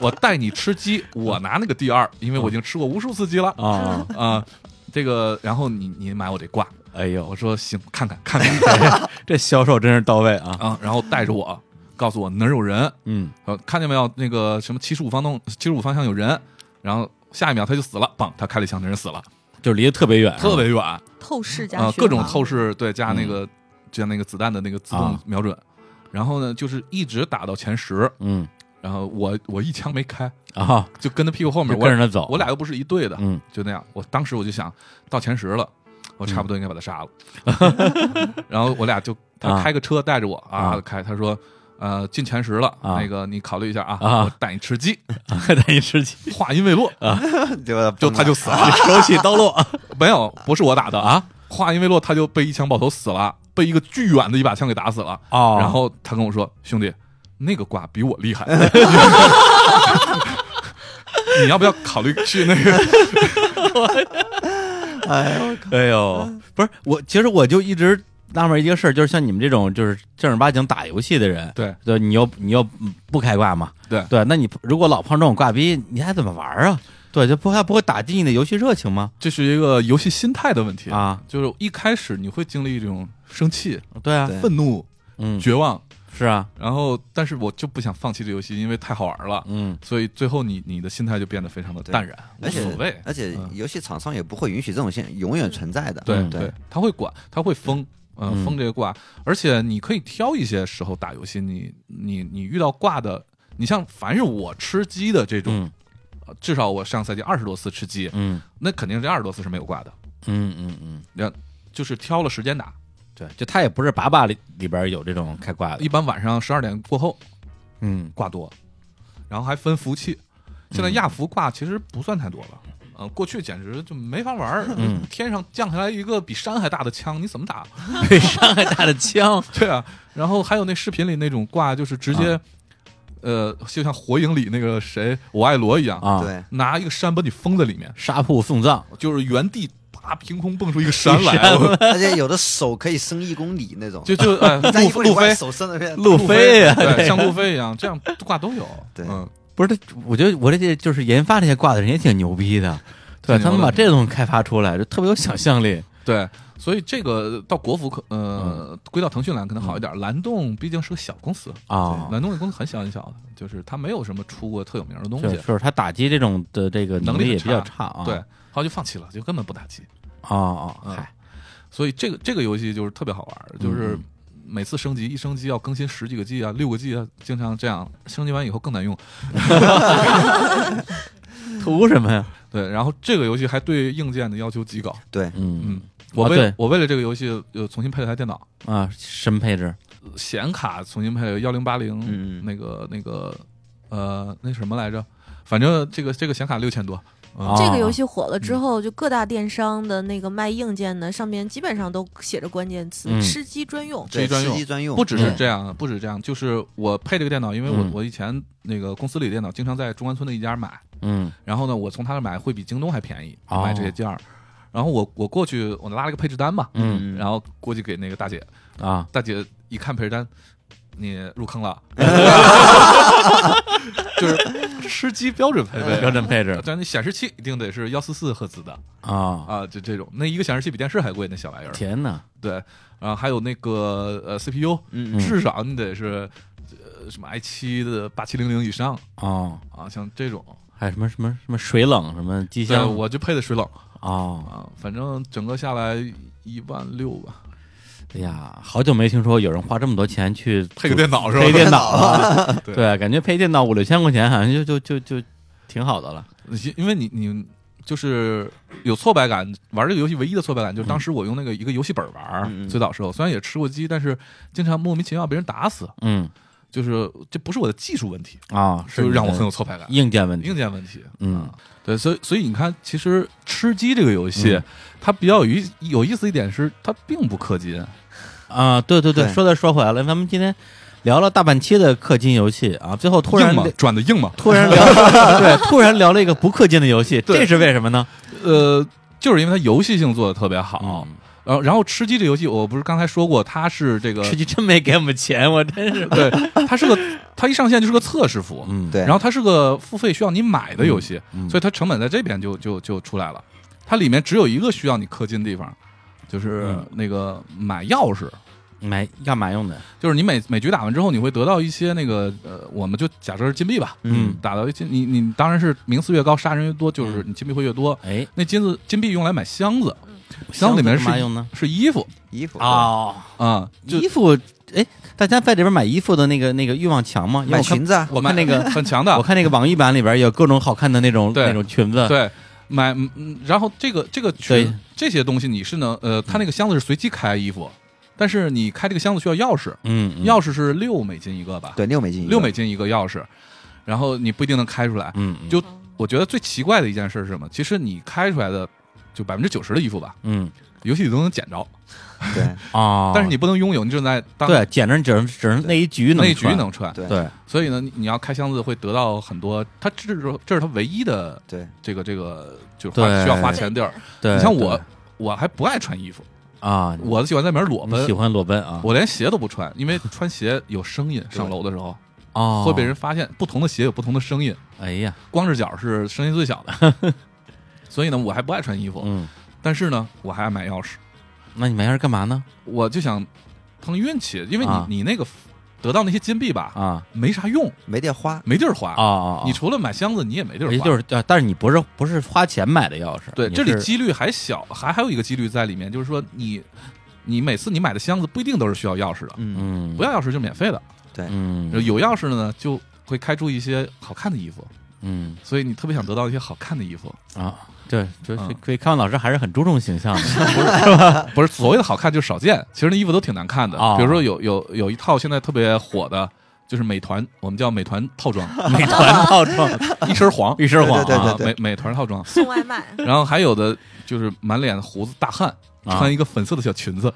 Speaker 3: 我带你吃鸡，我拿那个第二，因为我已经吃过无数次鸡了 [LAUGHS]
Speaker 1: 啊，
Speaker 3: 啊，这个，然后你你买我这挂，
Speaker 1: 哎
Speaker 3: 我
Speaker 1: 呦，
Speaker 3: 说行，看看看看
Speaker 1: 这销售真是到位啊，
Speaker 3: 啊，然后带着我，告诉我哪儿有人，
Speaker 1: 嗯
Speaker 3: 呃，看见没有？那个什么七十五方动，七十五方向有人，然后下一秒他就死了，嘣，他开了枪，那人死了，
Speaker 1: 就离得特别远，
Speaker 3: 特别远啊、
Speaker 2: 透视加
Speaker 3: 呃各种透
Speaker 2: 视，
Speaker 3: 视，对，加那个、加那个子弹的那个自动
Speaker 1: 嗯啊
Speaker 3: 瞄准，然后呢，就是一直打到前十，
Speaker 1: 嗯
Speaker 3: 然后我我一枪没开，
Speaker 1: 啊，
Speaker 3: 就跟他屁股后面，
Speaker 1: 就
Speaker 3: 我
Speaker 1: 跟着他走，
Speaker 3: 我俩又不是一队的，
Speaker 1: 嗯 [LAUGHS]
Speaker 3: 就那样，我当时我就想到前十了。我差不多应该把他杀了，
Speaker 1: [LAUGHS]
Speaker 3: 然后我俩就他
Speaker 1: 啊
Speaker 3: 开个车带着我
Speaker 1: 啊
Speaker 3: 啊，开他说，呃，进前十了，
Speaker 1: 啊
Speaker 3: 那个你考虑一下啊，
Speaker 1: 啊
Speaker 3: 我带你吃鸡， [LAUGHS]
Speaker 1: 带你吃鸡，
Speaker 3: 话
Speaker 1: [LAUGHS]
Speaker 3: 音未落，
Speaker 4: 就
Speaker 3: 就他就死了。
Speaker 1: 手起刀
Speaker 3: [LAUGHS]
Speaker 1: 落，
Speaker 3: 没有，不是我打的啊！话音未落，他就被一枪爆头死了，被一个巨远的一把枪给打死了。
Speaker 1: 哦
Speaker 3: 然后他跟我说：“兄弟，那个挂比我
Speaker 1: [LAUGHS]
Speaker 3: 厉害， [LAUGHS] 你要不要考虑去那个
Speaker 1: 哎
Speaker 3: 嗯
Speaker 1: 呦，不是我，其实我就一直纳闷一个事儿，就是像你们这种就是正儿八经打游戏的人，
Speaker 3: 对
Speaker 1: 对，你又你又不开挂嘛，
Speaker 3: 对
Speaker 1: 对，那你如果老碰这种挂逼，你还怎么玩啊？对，就不还不会打击你的游戏热情吗？？”
Speaker 3: 这是一个游戏心态的问题！
Speaker 1: 啊，
Speaker 3: 就是一开始你会经历这种生气、
Speaker 1: 对啊，
Speaker 4: 对
Speaker 3: 愤怒、
Speaker 1: 嗯，
Speaker 3: 绝望，
Speaker 1: 是啊，
Speaker 3: 然后但是我就不想放弃这游戏，因为太好玩了。
Speaker 1: 嗯，
Speaker 3: 所以最后你你的心态就变得非常的
Speaker 4: 对
Speaker 3: 淡然，无
Speaker 4: 而且
Speaker 3: 所谓。
Speaker 4: 而且
Speaker 3: 嗯
Speaker 4: 游戏厂商也不会允许这种现永远存在的。
Speaker 3: 对
Speaker 1: 嗯
Speaker 4: 对，
Speaker 3: 他会管，他会封，
Speaker 1: 嗯
Speaker 3: 嗯，封这个挂，而且你可以挑一些时候打游戏，你你你遇到挂的，你像凡是我吃鸡的这种，
Speaker 1: 嗯
Speaker 3: 呃至少我上赛季二十多次吃鸡，
Speaker 1: 嗯
Speaker 3: 那肯定这二十多次是没有挂的，
Speaker 1: 嗯嗯嗯，
Speaker 3: 那就是挑了时间打，
Speaker 1: 对，就他也不是拔拔里里边有这种开挂的
Speaker 3: 一，般晚上十二点过后
Speaker 1: 嗯 [LAUGHS]
Speaker 3: 挂多，然后还分服务器，现在亚服挂其实不算太多了。嗯，过去简直就没法玩儿。
Speaker 1: 嗯
Speaker 3: 天上降下来一个比山还大的枪，你怎么打？ [LAUGHS]
Speaker 1: 被伤害大的枪，
Speaker 3: 对啊，然后还有那视频里那种挂，就是直
Speaker 1: 啊
Speaker 3: 接，呃，就像火影里那个谁我爱罗一样，
Speaker 1: 啊，，
Speaker 4: 对，
Speaker 3: 拿一个山把你封在里面，
Speaker 1: 杀铺送葬，
Speaker 3: 就是原地啪凭空蹦出一个山来，哎我
Speaker 4: [LAUGHS] 而且有的手可以伸一公里那种，
Speaker 3: 就就哎
Speaker 4: 在一
Speaker 3: 路
Speaker 4: 公里
Speaker 3: 路
Speaker 4: 外
Speaker 3: 飞
Speaker 4: 手伸的片
Speaker 1: 路飞呀，
Speaker 3: 对，
Speaker 1: 这
Speaker 3: 像路飞一样，这样挂都有，
Speaker 4: 对
Speaker 3: 嗯，
Speaker 1: 不是，他我觉得我这些就是研发这些挂的人也挺牛逼的，对
Speaker 3: 挺牛的
Speaker 1: 他们把这东西开发出来，就特别有想象力。
Speaker 3: 对。所以这个到国服可
Speaker 1: 嗯
Speaker 3: 呃归到腾讯来可能好一点，蓝洞毕竟是个小公司
Speaker 1: 啊
Speaker 3: 蓝洞的公司很小很小的，就是它没有什么出过特有名的东
Speaker 1: 就
Speaker 3: 西，
Speaker 1: 就是他打击这种的这个
Speaker 3: 能
Speaker 1: 力
Speaker 3: 力
Speaker 1: 也
Speaker 3: 很
Speaker 1: 比较
Speaker 3: 差
Speaker 1: 差啊。
Speaker 3: 对
Speaker 1: 啊，
Speaker 3: 后来就放弃了，就根本不打击。
Speaker 1: 啊，
Speaker 3: 嗯
Speaker 1: 嗨，
Speaker 3: 所以这个这个游戏就是特别好玩儿，就是
Speaker 1: 嗯
Speaker 3: 每次升级一升级要更新十几个 G 啊，六个 G 啊，经常这样。升级完以后更难用。
Speaker 1: 图什么呀？
Speaker 3: 对，然后这个游戏还对硬件的要求极高。
Speaker 4: 对，
Speaker 1: 嗯
Speaker 3: 嗯，我
Speaker 1: 啊
Speaker 3: 为了、
Speaker 1: 对
Speaker 3: 我为了这个游戏又重新配了台电脑，
Speaker 1: 啊，什么配置？
Speaker 3: 显卡重新配了幺零八零，
Speaker 4: 嗯
Speaker 3: 那个那个呃那什么来着？反正这个这个显卡六千多，嗯
Speaker 1: 啊
Speaker 2: 这个游戏火了之后，就各大电商的那个卖硬件的上面基本上都写着关键词
Speaker 1: 嗯
Speaker 2: “吃鸡专用
Speaker 3: 吃鸡
Speaker 4: 对，
Speaker 3: 专
Speaker 4: 吃
Speaker 3: 用
Speaker 4: 鸡专用
Speaker 3: 不只是
Speaker 1: 嗯
Speaker 3: 这样，不止这样，就是我配这个电脑，因为我、
Speaker 1: 嗯
Speaker 3: 我以前那个公司里电脑经常在中关村的一家买，
Speaker 1: 嗯
Speaker 3: 然后呢，我从他那买会比京东还便宜，
Speaker 1: 哦
Speaker 3: 买这些件儿。然后我我过去我拉了个配置单嘛，
Speaker 1: 嗯
Speaker 3: 然后过去给那个大姐，
Speaker 1: 啊，
Speaker 3: 大姐一看配置单，你入
Speaker 1: [LAUGHS]
Speaker 3: 坑了， [LAUGHS] 就是吃鸡标准配
Speaker 1: 标
Speaker 3: 备。
Speaker 1: 准配置
Speaker 3: 啊但那显示器一定得是幺四四赫兹的
Speaker 1: 啊，
Speaker 3: 啊，就这种，那一个显示器比电视还贵，那小玩意儿。
Speaker 1: 天哪，
Speaker 3: 对，然后还有那个呃 CPU，
Speaker 4: 嗯
Speaker 1: 嗯
Speaker 3: 至少你得是呃什么 i 七的八七零零以上
Speaker 1: 哦，
Speaker 3: 啊，像这种，
Speaker 1: 还有什么什么什么水冷什么机
Speaker 3: 对，
Speaker 1: 箱
Speaker 3: 我就配的水冷，
Speaker 1: 哦，
Speaker 3: 啊，反正整个下来一万六吧，
Speaker 1: 哎呀，好久没听说有人花这么多钱去
Speaker 3: 配个电脑是吧？
Speaker 1: 配电脑了。
Speaker 3: 对
Speaker 1: 对，感觉配电脑五六千块钱，好像就就就就挺好的了。
Speaker 3: [LAUGHS] 因因为你你就是有挫败感，玩这个游戏唯一的挫败感就是
Speaker 1: 嗯
Speaker 3: 当时我用那个一个游戏本玩儿，
Speaker 4: 嗯嗯
Speaker 3: 最早时候虽然也吃过鸡，但是经常莫名其妙被人打死，
Speaker 1: 嗯
Speaker 3: 就是这不是我的技术问题，
Speaker 1: 啊，
Speaker 3: 就是让我很
Speaker 1: 你
Speaker 3: 有挫败感
Speaker 1: 的。硬件问
Speaker 3: 硬
Speaker 1: 题。
Speaker 3: 件问题，啊
Speaker 1: 嗯
Speaker 3: 对，所以所以你看，其实吃鸡这个游戏，
Speaker 1: 嗯
Speaker 3: 它比较有意有意思一点是，它并不氪金，
Speaker 1: 啊，对对对，
Speaker 4: 对
Speaker 1: 说再说回来了，咱们今天聊了大半期的氪金游戏啊，最后突然
Speaker 3: 硬嘛，转的硬嘛，
Speaker 1: [LAUGHS] 突然聊
Speaker 3: [LAUGHS]
Speaker 1: 对，突然聊了一个不氪金的游戏，
Speaker 3: 对
Speaker 1: 这是为什么呢？
Speaker 3: 呃，就是因为它游戏性做的特别好
Speaker 1: 哦。，
Speaker 3: 然后、然后吃鸡这游戏，我不是刚才说过，它是这个
Speaker 1: 吃鸡真没给我们钱，我真是。
Speaker 3: 对，它是个它一上线就是个测试服，
Speaker 1: 嗯，
Speaker 4: 对
Speaker 3: 然后它是个付费需要你买的游戏，
Speaker 1: 嗯，
Speaker 3: 所以它成本在这边就就就出来了。它里面只有一个需要你氪金的地方，就是
Speaker 1: 嗯
Speaker 3: 那个买钥匙。
Speaker 1: 买干嘛用的？
Speaker 3: 就是你每每局打完之后，你会得到一些那个呃，我们就假设是金币吧，
Speaker 1: 嗯
Speaker 3: 打到一金，你你当然是名次越高，杀人越多，就是你金币会越多。
Speaker 1: 哎，
Speaker 3: 那金子金币用来买箱子，箱子里面
Speaker 1: 干
Speaker 3: 是
Speaker 1: 嘛用呢？
Speaker 3: 是衣服
Speaker 4: 衣服，
Speaker 1: 哦，
Speaker 3: 啊、就
Speaker 1: 衣服，哎，大家在这边买衣服的那个那个欲望强吗？因为
Speaker 4: 买
Speaker 1: 我看
Speaker 4: 裙子
Speaker 3: [LAUGHS]
Speaker 4: 啊，
Speaker 1: 我看那个
Speaker 3: 很强
Speaker 1: [LAUGHS]
Speaker 3: 的
Speaker 1: 我，看那个网易版里边有各种好看的那种
Speaker 3: 对
Speaker 1: 那种裙子，
Speaker 3: 对，买嗯嗯然后这个这个
Speaker 1: 对嗯
Speaker 3: 群这些东西你是能呃，它那个箱子是随机开衣服，但是你开这个箱子需要钥匙，
Speaker 1: 嗯，嗯
Speaker 3: 钥匙是六美金一个吧，
Speaker 4: 对，六美金一个，
Speaker 3: 六美金一个钥匙，然后你不一定能开出来，
Speaker 1: 嗯嗯
Speaker 3: 就我觉得最奇怪的一件事是什么？其实你开出来的就百分之九十的衣服吧，
Speaker 1: 嗯
Speaker 3: 游戏里都能捡着，
Speaker 4: 对
Speaker 1: 哦，
Speaker 3: 但是你不能拥有，你只能在当
Speaker 1: 对，简直只能只能那一局能
Speaker 3: 那一局
Speaker 1: 穿
Speaker 3: 能穿。
Speaker 4: 对
Speaker 1: 对，
Speaker 3: 所以呢，你你要开箱子会得到很多，它这是这是它唯一的
Speaker 4: 对，
Speaker 3: 这个这个就是花
Speaker 1: 对
Speaker 3: 需要花钱的地儿。
Speaker 1: 对，
Speaker 3: 你像
Speaker 1: 对
Speaker 3: 我，我还不爱穿衣服，
Speaker 1: 啊，
Speaker 3: 我喜欢在里面裸
Speaker 1: 你
Speaker 3: 奔
Speaker 1: 喜。欢裸奔啊？
Speaker 3: 我连鞋都不穿，因为穿鞋有声音，上楼的时候
Speaker 1: 哦，
Speaker 3: 会被人发现。不同的鞋有不同的声音，
Speaker 1: 哎呀，
Speaker 3: 光着脚是声音最小的。
Speaker 1: [LAUGHS]
Speaker 3: 所以呢，我还不爱穿衣服，
Speaker 1: 嗯，
Speaker 3: 但是呢，我还爱买钥匙。
Speaker 1: 那你买钥匙干嘛呢？
Speaker 3: 我就想碰运气，因为你、
Speaker 1: 啊
Speaker 3: 你那个得到那些金币吧，
Speaker 1: 啊
Speaker 3: 没啥用，
Speaker 4: 没地儿花，
Speaker 3: 没地儿花。
Speaker 1: 啊啊！
Speaker 3: 你除了买箱子，你也没地儿
Speaker 1: 也
Speaker 3: 花。
Speaker 1: 就是，啊但是你不是不是花钱买的钥匙，
Speaker 3: 对，
Speaker 1: 你
Speaker 3: 这里
Speaker 1: 是
Speaker 3: 几率还小，还还有一个几率在里面，就是说你你每次你买的箱子不一定都是需要钥匙的，
Speaker 4: 嗯，
Speaker 1: 嗯，
Speaker 3: 不要钥匙就免费的，
Speaker 1: 嗯
Speaker 3: 有钥匙的呢就会开出一些好看的衣服，
Speaker 1: 嗯
Speaker 3: 所以你特别想得到一些好看的衣服，
Speaker 1: 啊，对，就
Speaker 3: 嗯
Speaker 1: 是可以，康老师还是很注重形象
Speaker 3: [LAUGHS]
Speaker 1: 的
Speaker 3: 不是所谓的好看就是少见，其实那衣服都挺难看的。
Speaker 1: 哦
Speaker 3: 比如说有有有一套现在特别火的。就是美团，我们叫美团套装，
Speaker 1: 美团套装，
Speaker 3: 一身黄，
Speaker 1: 一身黄
Speaker 4: 对
Speaker 1: 啊
Speaker 4: 对
Speaker 3: 啊，美美团套装，，
Speaker 2: 送外卖
Speaker 3: [LAUGHS] 然后还有的就是满脸胡子大汉，
Speaker 1: 啊
Speaker 3: 穿一个粉色的小裙子，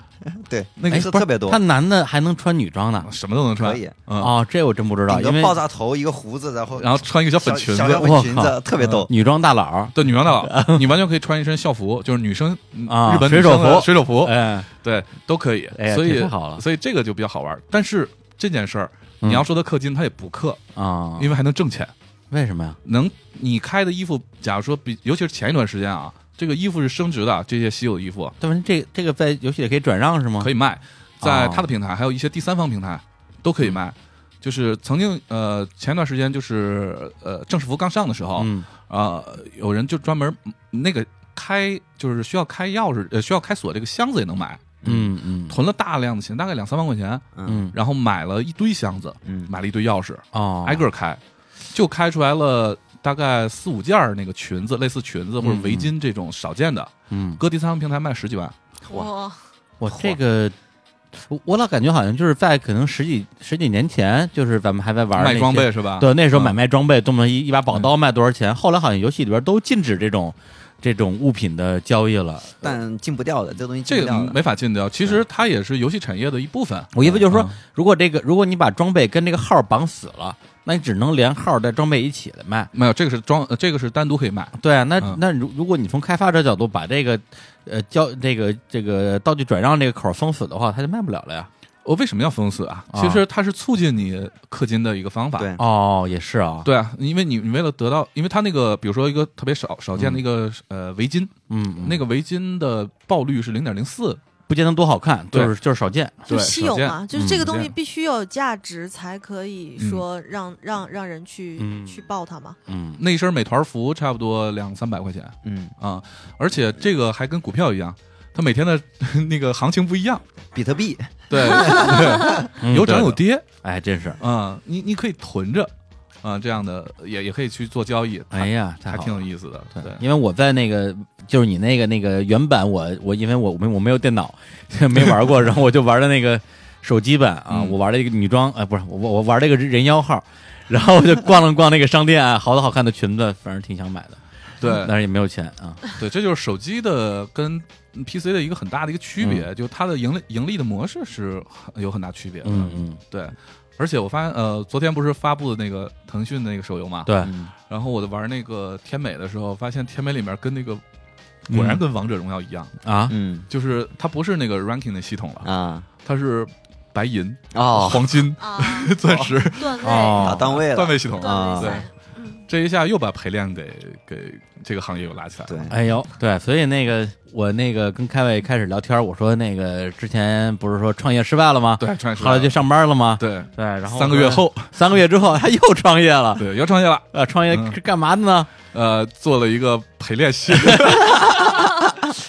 Speaker 4: 对，
Speaker 3: 那个
Speaker 4: 哎
Speaker 3: 是
Speaker 4: 是
Speaker 1: 不是
Speaker 4: 特别多
Speaker 1: 他男的还能穿女装呢？
Speaker 3: 什么都能穿，
Speaker 4: 可以
Speaker 3: 嗯，
Speaker 1: 哦，这我真不知道，因
Speaker 4: 顶个
Speaker 1: 为
Speaker 4: 爆炸头，一个胡子，然后
Speaker 3: 然后穿一个小粉
Speaker 4: 小
Speaker 3: 裙
Speaker 4: 小
Speaker 3: 子
Speaker 4: 小，粉裙
Speaker 1: 我靠
Speaker 4: 子，特别多，
Speaker 1: 女装大佬，
Speaker 3: 对，女装大佬，你完全可以穿一身校服，就是女生嗯
Speaker 1: 啊
Speaker 3: 日本
Speaker 1: 水
Speaker 3: 女
Speaker 1: 手
Speaker 3: 生的
Speaker 1: 服
Speaker 3: 水手服，
Speaker 1: 哎，
Speaker 3: 对，都可以
Speaker 1: 哎呀，
Speaker 3: 所
Speaker 1: 这
Speaker 3: 以
Speaker 1: 太好了
Speaker 3: 所以这个就比较好玩。但是这件事儿，
Speaker 1: 嗯
Speaker 3: 你要说他氪金，他也不氪，
Speaker 1: 啊，
Speaker 3: 因为还能挣钱，
Speaker 1: 为什么呀？
Speaker 3: 能你开的衣服，假如说比，尤其是前一段时间啊，这个衣服是升值的，啊这些稀有衣服
Speaker 1: 但是这这个在游戏里可以转让是吗？
Speaker 3: 可
Speaker 1: 以，
Speaker 3: 以卖，在
Speaker 1: 哦嗯
Speaker 3: 他的平台还有一些第三方平台都可以卖。就是曾经呃前段时间就是呃正式服刚上的时候
Speaker 1: 嗯
Speaker 3: 啊、呃有人就专门那个开就是需要开钥匙呃需要开锁这个箱子也能买，
Speaker 1: 嗯嗯
Speaker 3: 囤了大量的钱，大概两三万块钱，
Speaker 4: 嗯
Speaker 1: 嗯，
Speaker 3: 然后买了一堆箱子，
Speaker 4: 嗯，
Speaker 3: 买了一堆钥匙，
Speaker 1: 哦，
Speaker 3: 挨个儿开，就开出来了。大概四五件儿那个裙子，类似裙子或者围巾这种少见的，
Speaker 1: 嗯，
Speaker 3: 搁第三方平台卖十几万，
Speaker 2: 哇，
Speaker 1: 我这个。我我老感觉好像就是在可能十几十几年前，就是咱们还在玩那
Speaker 3: 卖
Speaker 1: 些
Speaker 3: 装备，是吧？
Speaker 1: 对，那时候买
Speaker 3: 嗯
Speaker 1: 卖装备，动不动一一把宝刀卖多少钱？后来好像游戏里边都禁止这种这种物品的交易了。
Speaker 4: 但禁不掉的，这东西禁
Speaker 3: 这
Speaker 4: 不
Speaker 3: 个
Speaker 4: 掉的，
Speaker 3: 没法禁掉。其实它也是游戏产业的一部分。
Speaker 1: 我意思就是说
Speaker 3: 嗯，
Speaker 1: 如果这个如果你把装备跟这个号绑死了，那你只能连号带装备一起来卖。
Speaker 3: 没有，这个是装，呃这个是单独可以卖。
Speaker 1: 对啊，那
Speaker 3: 嗯
Speaker 1: 那如如果你从开发者角度把这个呃交这个这个道具转让这个口封死的话，它就卖不了了呀。
Speaker 3: 我为什么要封死啊？
Speaker 1: 啊
Speaker 3: 其实它是促进你氪金的一个方法。
Speaker 4: 对
Speaker 1: 哦，也是啊，
Speaker 3: 对啊，因为你你为了得到，因为它那个，比如说一个特别少少见的一个、呃围巾，
Speaker 1: 嗯，嗯
Speaker 3: 那个围巾的爆率是零点零四
Speaker 1: 不见得多好看，
Speaker 3: 对
Speaker 1: 就是就是少见。
Speaker 2: 就
Speaker 3: 对
Speaker 2: 稀
Speaker 3: 少
Speaker 2: 有
Speaker 3: 见
Speaker 2: 嘛，就是这
Speaker 1: 嗯
Speaker 2: 个东
Speaker 3: 少
Speaker 2: 西
Speaker 3: 见
Speaker 2: 必须要有价值，才可以
Speaker 3: 嗯
Speaker 2: 说让让让人去
Speaker 1: 嗯
Speaker 2: 去报它嘛。
Speaker 1: 嗯
Speaker 3: 那一身美团服差不多两三百块钱
Speaker 4: 嗯，
Speaker 3: 啊，而且这个还跟股票一样，它每天的 [LAUGHS] 那个行情不一样，
Speaker 4: 比特币
Speaker 3: 对，对
Speaker 1: 嗯
Speaker 3: 有涨
Speaker 1: 对
Speaker 3: 有跌
Speaker 1: 哎，真是，
Speaker 3: 啊，你你可以囤着啊，这样的也也可以去做交易，它
Speaker 1: 哎呀，太
Speaker 3: 还
Speaker 1: 好
Speaker 3: 挺有
Speaker 1: 了。
Speaker 3: 意思的，
Speaker 1: 对
Speaker 3: 对，。
Speaker 1: 因为我在那个就是你那个那个原版我，我因为我我没我没有电脑， [LAUGHS] 没玩过， [LAUGHS] 然后我就玩的那个手机版啊，
Speaker 3: 嗯
Speaker 1: 我玩了一个女装，哎，不是我我我玩了一个人妖号， [LAUGHS] 然后我就逛了逛那个商店啊，好多好看的裙子，反正挺想买的，
Speaker 3: 对
Speaker 1: 但是也没有钱啊，
Speaker 3: 对，这就是手机的跟 PC 的一个很大的一个区别，
Speaker 1: 嗯
Speaker 3: 就它的盈利盈利的模式是很有很大区别的。
Speaker 1: 嗯嗯，
Speaker 3: 对，而且我发现，呃，昨天不是发布的那个腾讯的那个手游嘛，
Speaker 1: 对，
Speaker 4: 嗯
Speaker 3: 然后我玩那个天美的时候，发现天美里面跟那个
Speaker 1: 嗯
Speaker 3: 果然跟王者荣耀一样，
Speaker 1: 啊，
Speaker 4: 嗯
Speaker 3: 就是它不是那个 ranking 的系统了，
Speaker 4: 啊
Speaker 3: 它是白银、 [LAUGHS]
Speaker 4: 哦，
Speaker 3: 黄金、
Speaker 2: 啊，
Speaker 3: 钻石
Speaker 2: [LAUGHS] 段位，
Speaker 1: 哦
Speaker 4: 打段位
Speaker 3: 段
Speaker 4: 了，
Speaker 3: 位系统，
Speaker 2: 段位
Speaker 4: 啊
Speaker 2: 赛，
Speaker 3: 这一下又把陪练给给这个行业又拉起来了。
Speaker 4: 对，
Speaker 1: 哎呦，对，所以那个我那个跟开伟开始聊天，我说那个之前不是说创业失败了吗？
Speaker 3: 对，创业失败
Speaker 1: 后来就上班了吗？
Speaker 3: 对，
Speaker 1: 对，然后
Speaker 3: 三个月后，
Speaker 1: 三个月之后他又创业了，
Speaker 3: 对，要创业了。
Speaker 1: 呃，创业
Speaker 3: 嗯
Speaker 1: 是干嘛的呢？
Speaker 3: 呃，做了一个陪练系，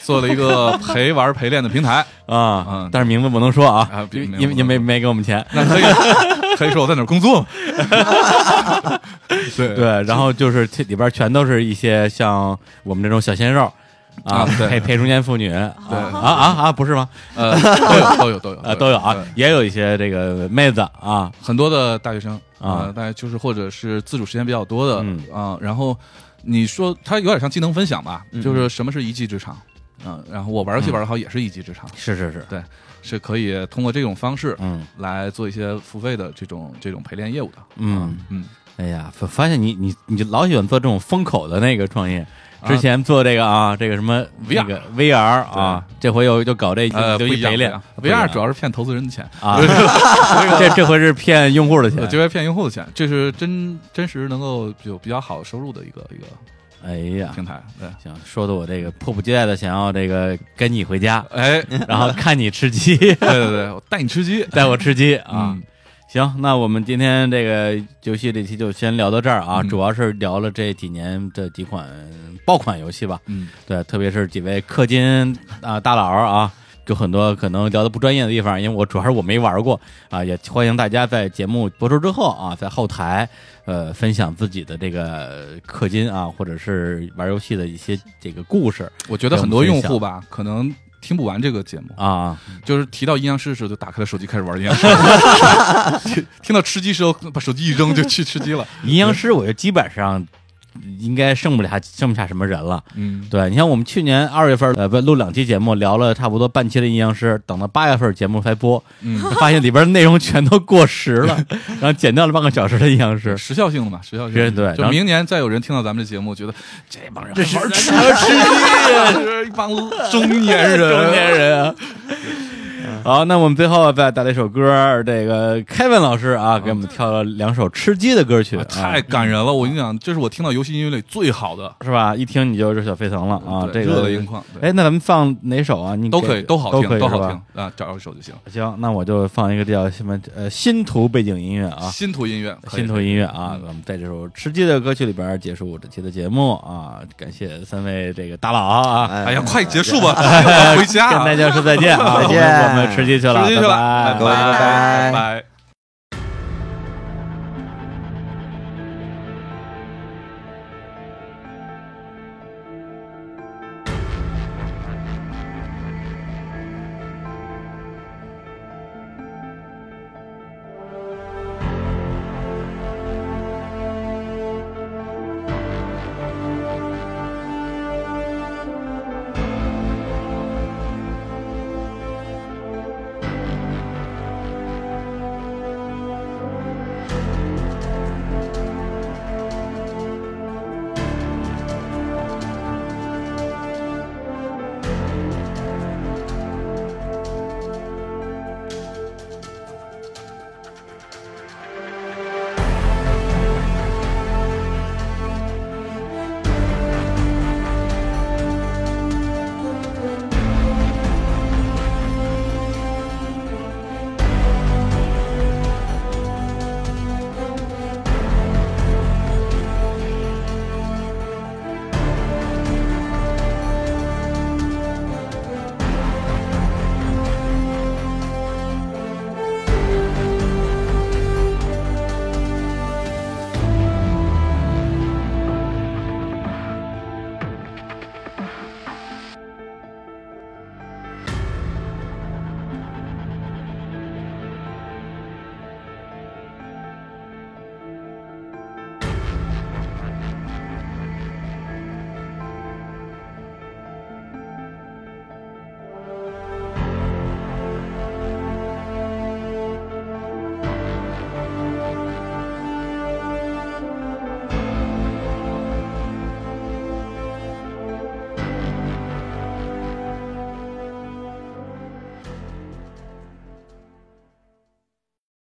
Speaker 3: 做了一个陪玩陪练的平台，
Speaker 1: 啊
Speaker 3: 嗯
Speaker 1: 但是名字不能说啊
Speaker 3: 啊，别
Speaker 1: 因
Speaker 3: 名字
Speaker 1: 因为
Speaker 3: 不能
Speaker 1: 因为
Speaker 3: 说
Speaker 1: 没给我们钱。
Speaker 3: 那可以 [LAUGHS] 可以说我在哪儿工作吗？对
Speaker 1: 对，然后就是这里边全都是一些像我们这种小鲜肉啊
Speaker 3: 啊，对
Speaker 1: 陪陪中年妇女啊
Speaker 3: 对
Speaker 2: 哦
Speaker 1: 啊啊，不是吗？
Speaker 3: 呃，都有都有都有
Speaker 1: [LAUGHS] 啊，都有啊
Speaker 3: 对，
Speaker 1: 也有一些这个妹子啊，
Speaker 3: 很多的大学生
Speaker 1: 啊
Speaker 3: 呃大家就是或者是自主时间比较多的
Speaker 1: 嗯
Speaker 3: 啊，然后你说它有点像技能分享吧，
Speaker 4: 嗯
Speaker 3: 就是什么是一技之长，嗯，然后我玩游戏玩的好也是一技之长，
Speaker 1: 是是是，
Speaker 3: 是可以通过这种方式
Speaker 1: 嗯
Speaker 3: 来做一些付费的这种这种陪练业务的，
Speaker 1: 嗯。
Speaker 3: 嗯，
Speaker 1: 哎呀，发发现你你你就老喜欢做这种风口的那个创业。
Speaker 3: 啊
Speaker 1: 之前做这个啊，这个什么
Speaker 3: VR
Speaker 1: 那个 VR 啊，这回又又搞这
Speaker 3: 呃，
Speaker 1: 就
Speaker 3: 不一样
Speaker 1: 陪练
Speaker 3: 不一样啊 VR 主
Speaker 1: 要
Speaker 3: 要是骗投资人的钱，
Speaker 1: 啊， [LAUGHS] 这这回是骗用户的
Speaker 3: 呃
Speaker 1: 钱
Speaker 3: 就。是骗用户的钱，这是真真实能够有比较好收入的一个一个
Speaker 1: 哎呀，
Speaker 3: 平台，对，
Speaker 1: 行，说的我这个迫不及待的想要这个跟你回
Speaker 3: [LAUGHS]
Speaker 1: 家，
Speaker 3: 哎，
Speaker 1: 然后看你吃鸡， [LAUGHS]
Speaker 3: 对对对， [LAUGHS] 我带你吃鸡
Speaker 1: 带我吃鸡啊。
Speaker 3: 嗯
Speaker 1: 行，那我们今天这个游戏这期就先聊到这儿啊，
Speaker 3: 嗯
Speaker 1: 主要是聊了这几年的几款爆款游戏吧。
Speaker 3: 嗯，
Speaker 1: 对，特别是几位氪金啊、大佬儿啊，有很多可能聊的不专业的地方，因为我主要是我没玩过啊，也欢迎大家在节目播出之后啊，在后台呃分享自己的这个氪金啊，或者是玩游戏的一些这个故事
Speaker 3: 我觉得很多用户吧，可能听不完这个节目，
Speaker 1: 啊。
Speaker 3: 就是提到阴阳师的时候就打开了手机开始玩阴阳师， [LAUGHS] 听听到吃鸡时候把手机一扔就去吃鸡了，
Speaker 1: 阴阳师，我觉得基本上。应该剩不下剩不下什么人了。
Speaker 3: 嗯，
Speaker 1: 对你像我们去年二月份呃不录两期节目，聊了差不多半期的阴阳师，等到八月份节目才播，
Speaker 3: 嗯
Speaker 1: 发现里边内容全都过时了， [LAUGHS] 然后减掉了半个小时的阴阳师。
Speaker 3: 时效性的嘛，时效性
Speaker 1: 是
Speaker 3: 的，
Speaker 1: 对然
Speaker 3: 就
Speaker 1: 后
Speaker 3: 明年再有人听到咱们这节目，觉得这帮人
Speaker 1: 这是啊 [LAUGHS]
Speaker 3: 玩吃鸡，这是 [LAUGHS] 一帮中年人，
Speaker 1: 中年人啊。好，那我们最后再带来一首歌，这个 Kevin 老师啊，给我们跳了两首吃鸡的歌曲，
Speaker 3: 啊
Speaker 1: 啊
Speaker 3: 太感人了！我跟你讲，这是我听到游戏音乐里最好的
Speaker 1: 是吧？一听你就热血沸腾了啊！这
Speaker 3: 对
Speaker 1: 个
Speaker 3: 热泪盈眶，对
Speaker 1: 哎，那咱们放哪首啊？你
Speaker 3: 都可以，
Speaker 1: 给
Speaker 3: 都好
Speaker 1: 都可
Speaker 3: 听，
Speaker 1: 以
Speaker 3: 都好。
Speaker 1: 是吧
Speaker 3: 听啊！找一首就行。
Speaker 1: 行，那我就放一个叫什么呃新图背景音乐啊，
Speaker 3: 新图音乐，可以
Speaker 1: 新图音乐啊，
Speaker 3: 嗯
Speaker 1: 我们在这首吃鸡的歌曲里边结束这期的节目啊，感谢三位这个大佬啊，
Speaker 3: 哎呀，快结束
Speaker 1: [LAUGHS]
Speaker 4: 吧，
Speaker 3: 吧，我要回家
Speaker 1: 跟
Speaker 3: 啊，
Speaker 1: 大家说再见啊，
Speaker 4: 再见
Speaker 1: 我们我们吃鸡去了，
Speaker 3: 吃鸡去了，
Speaker 4: 各位拜
Speaker 3: 拜
Speaker 4: 拜
Speaker 3: 拜。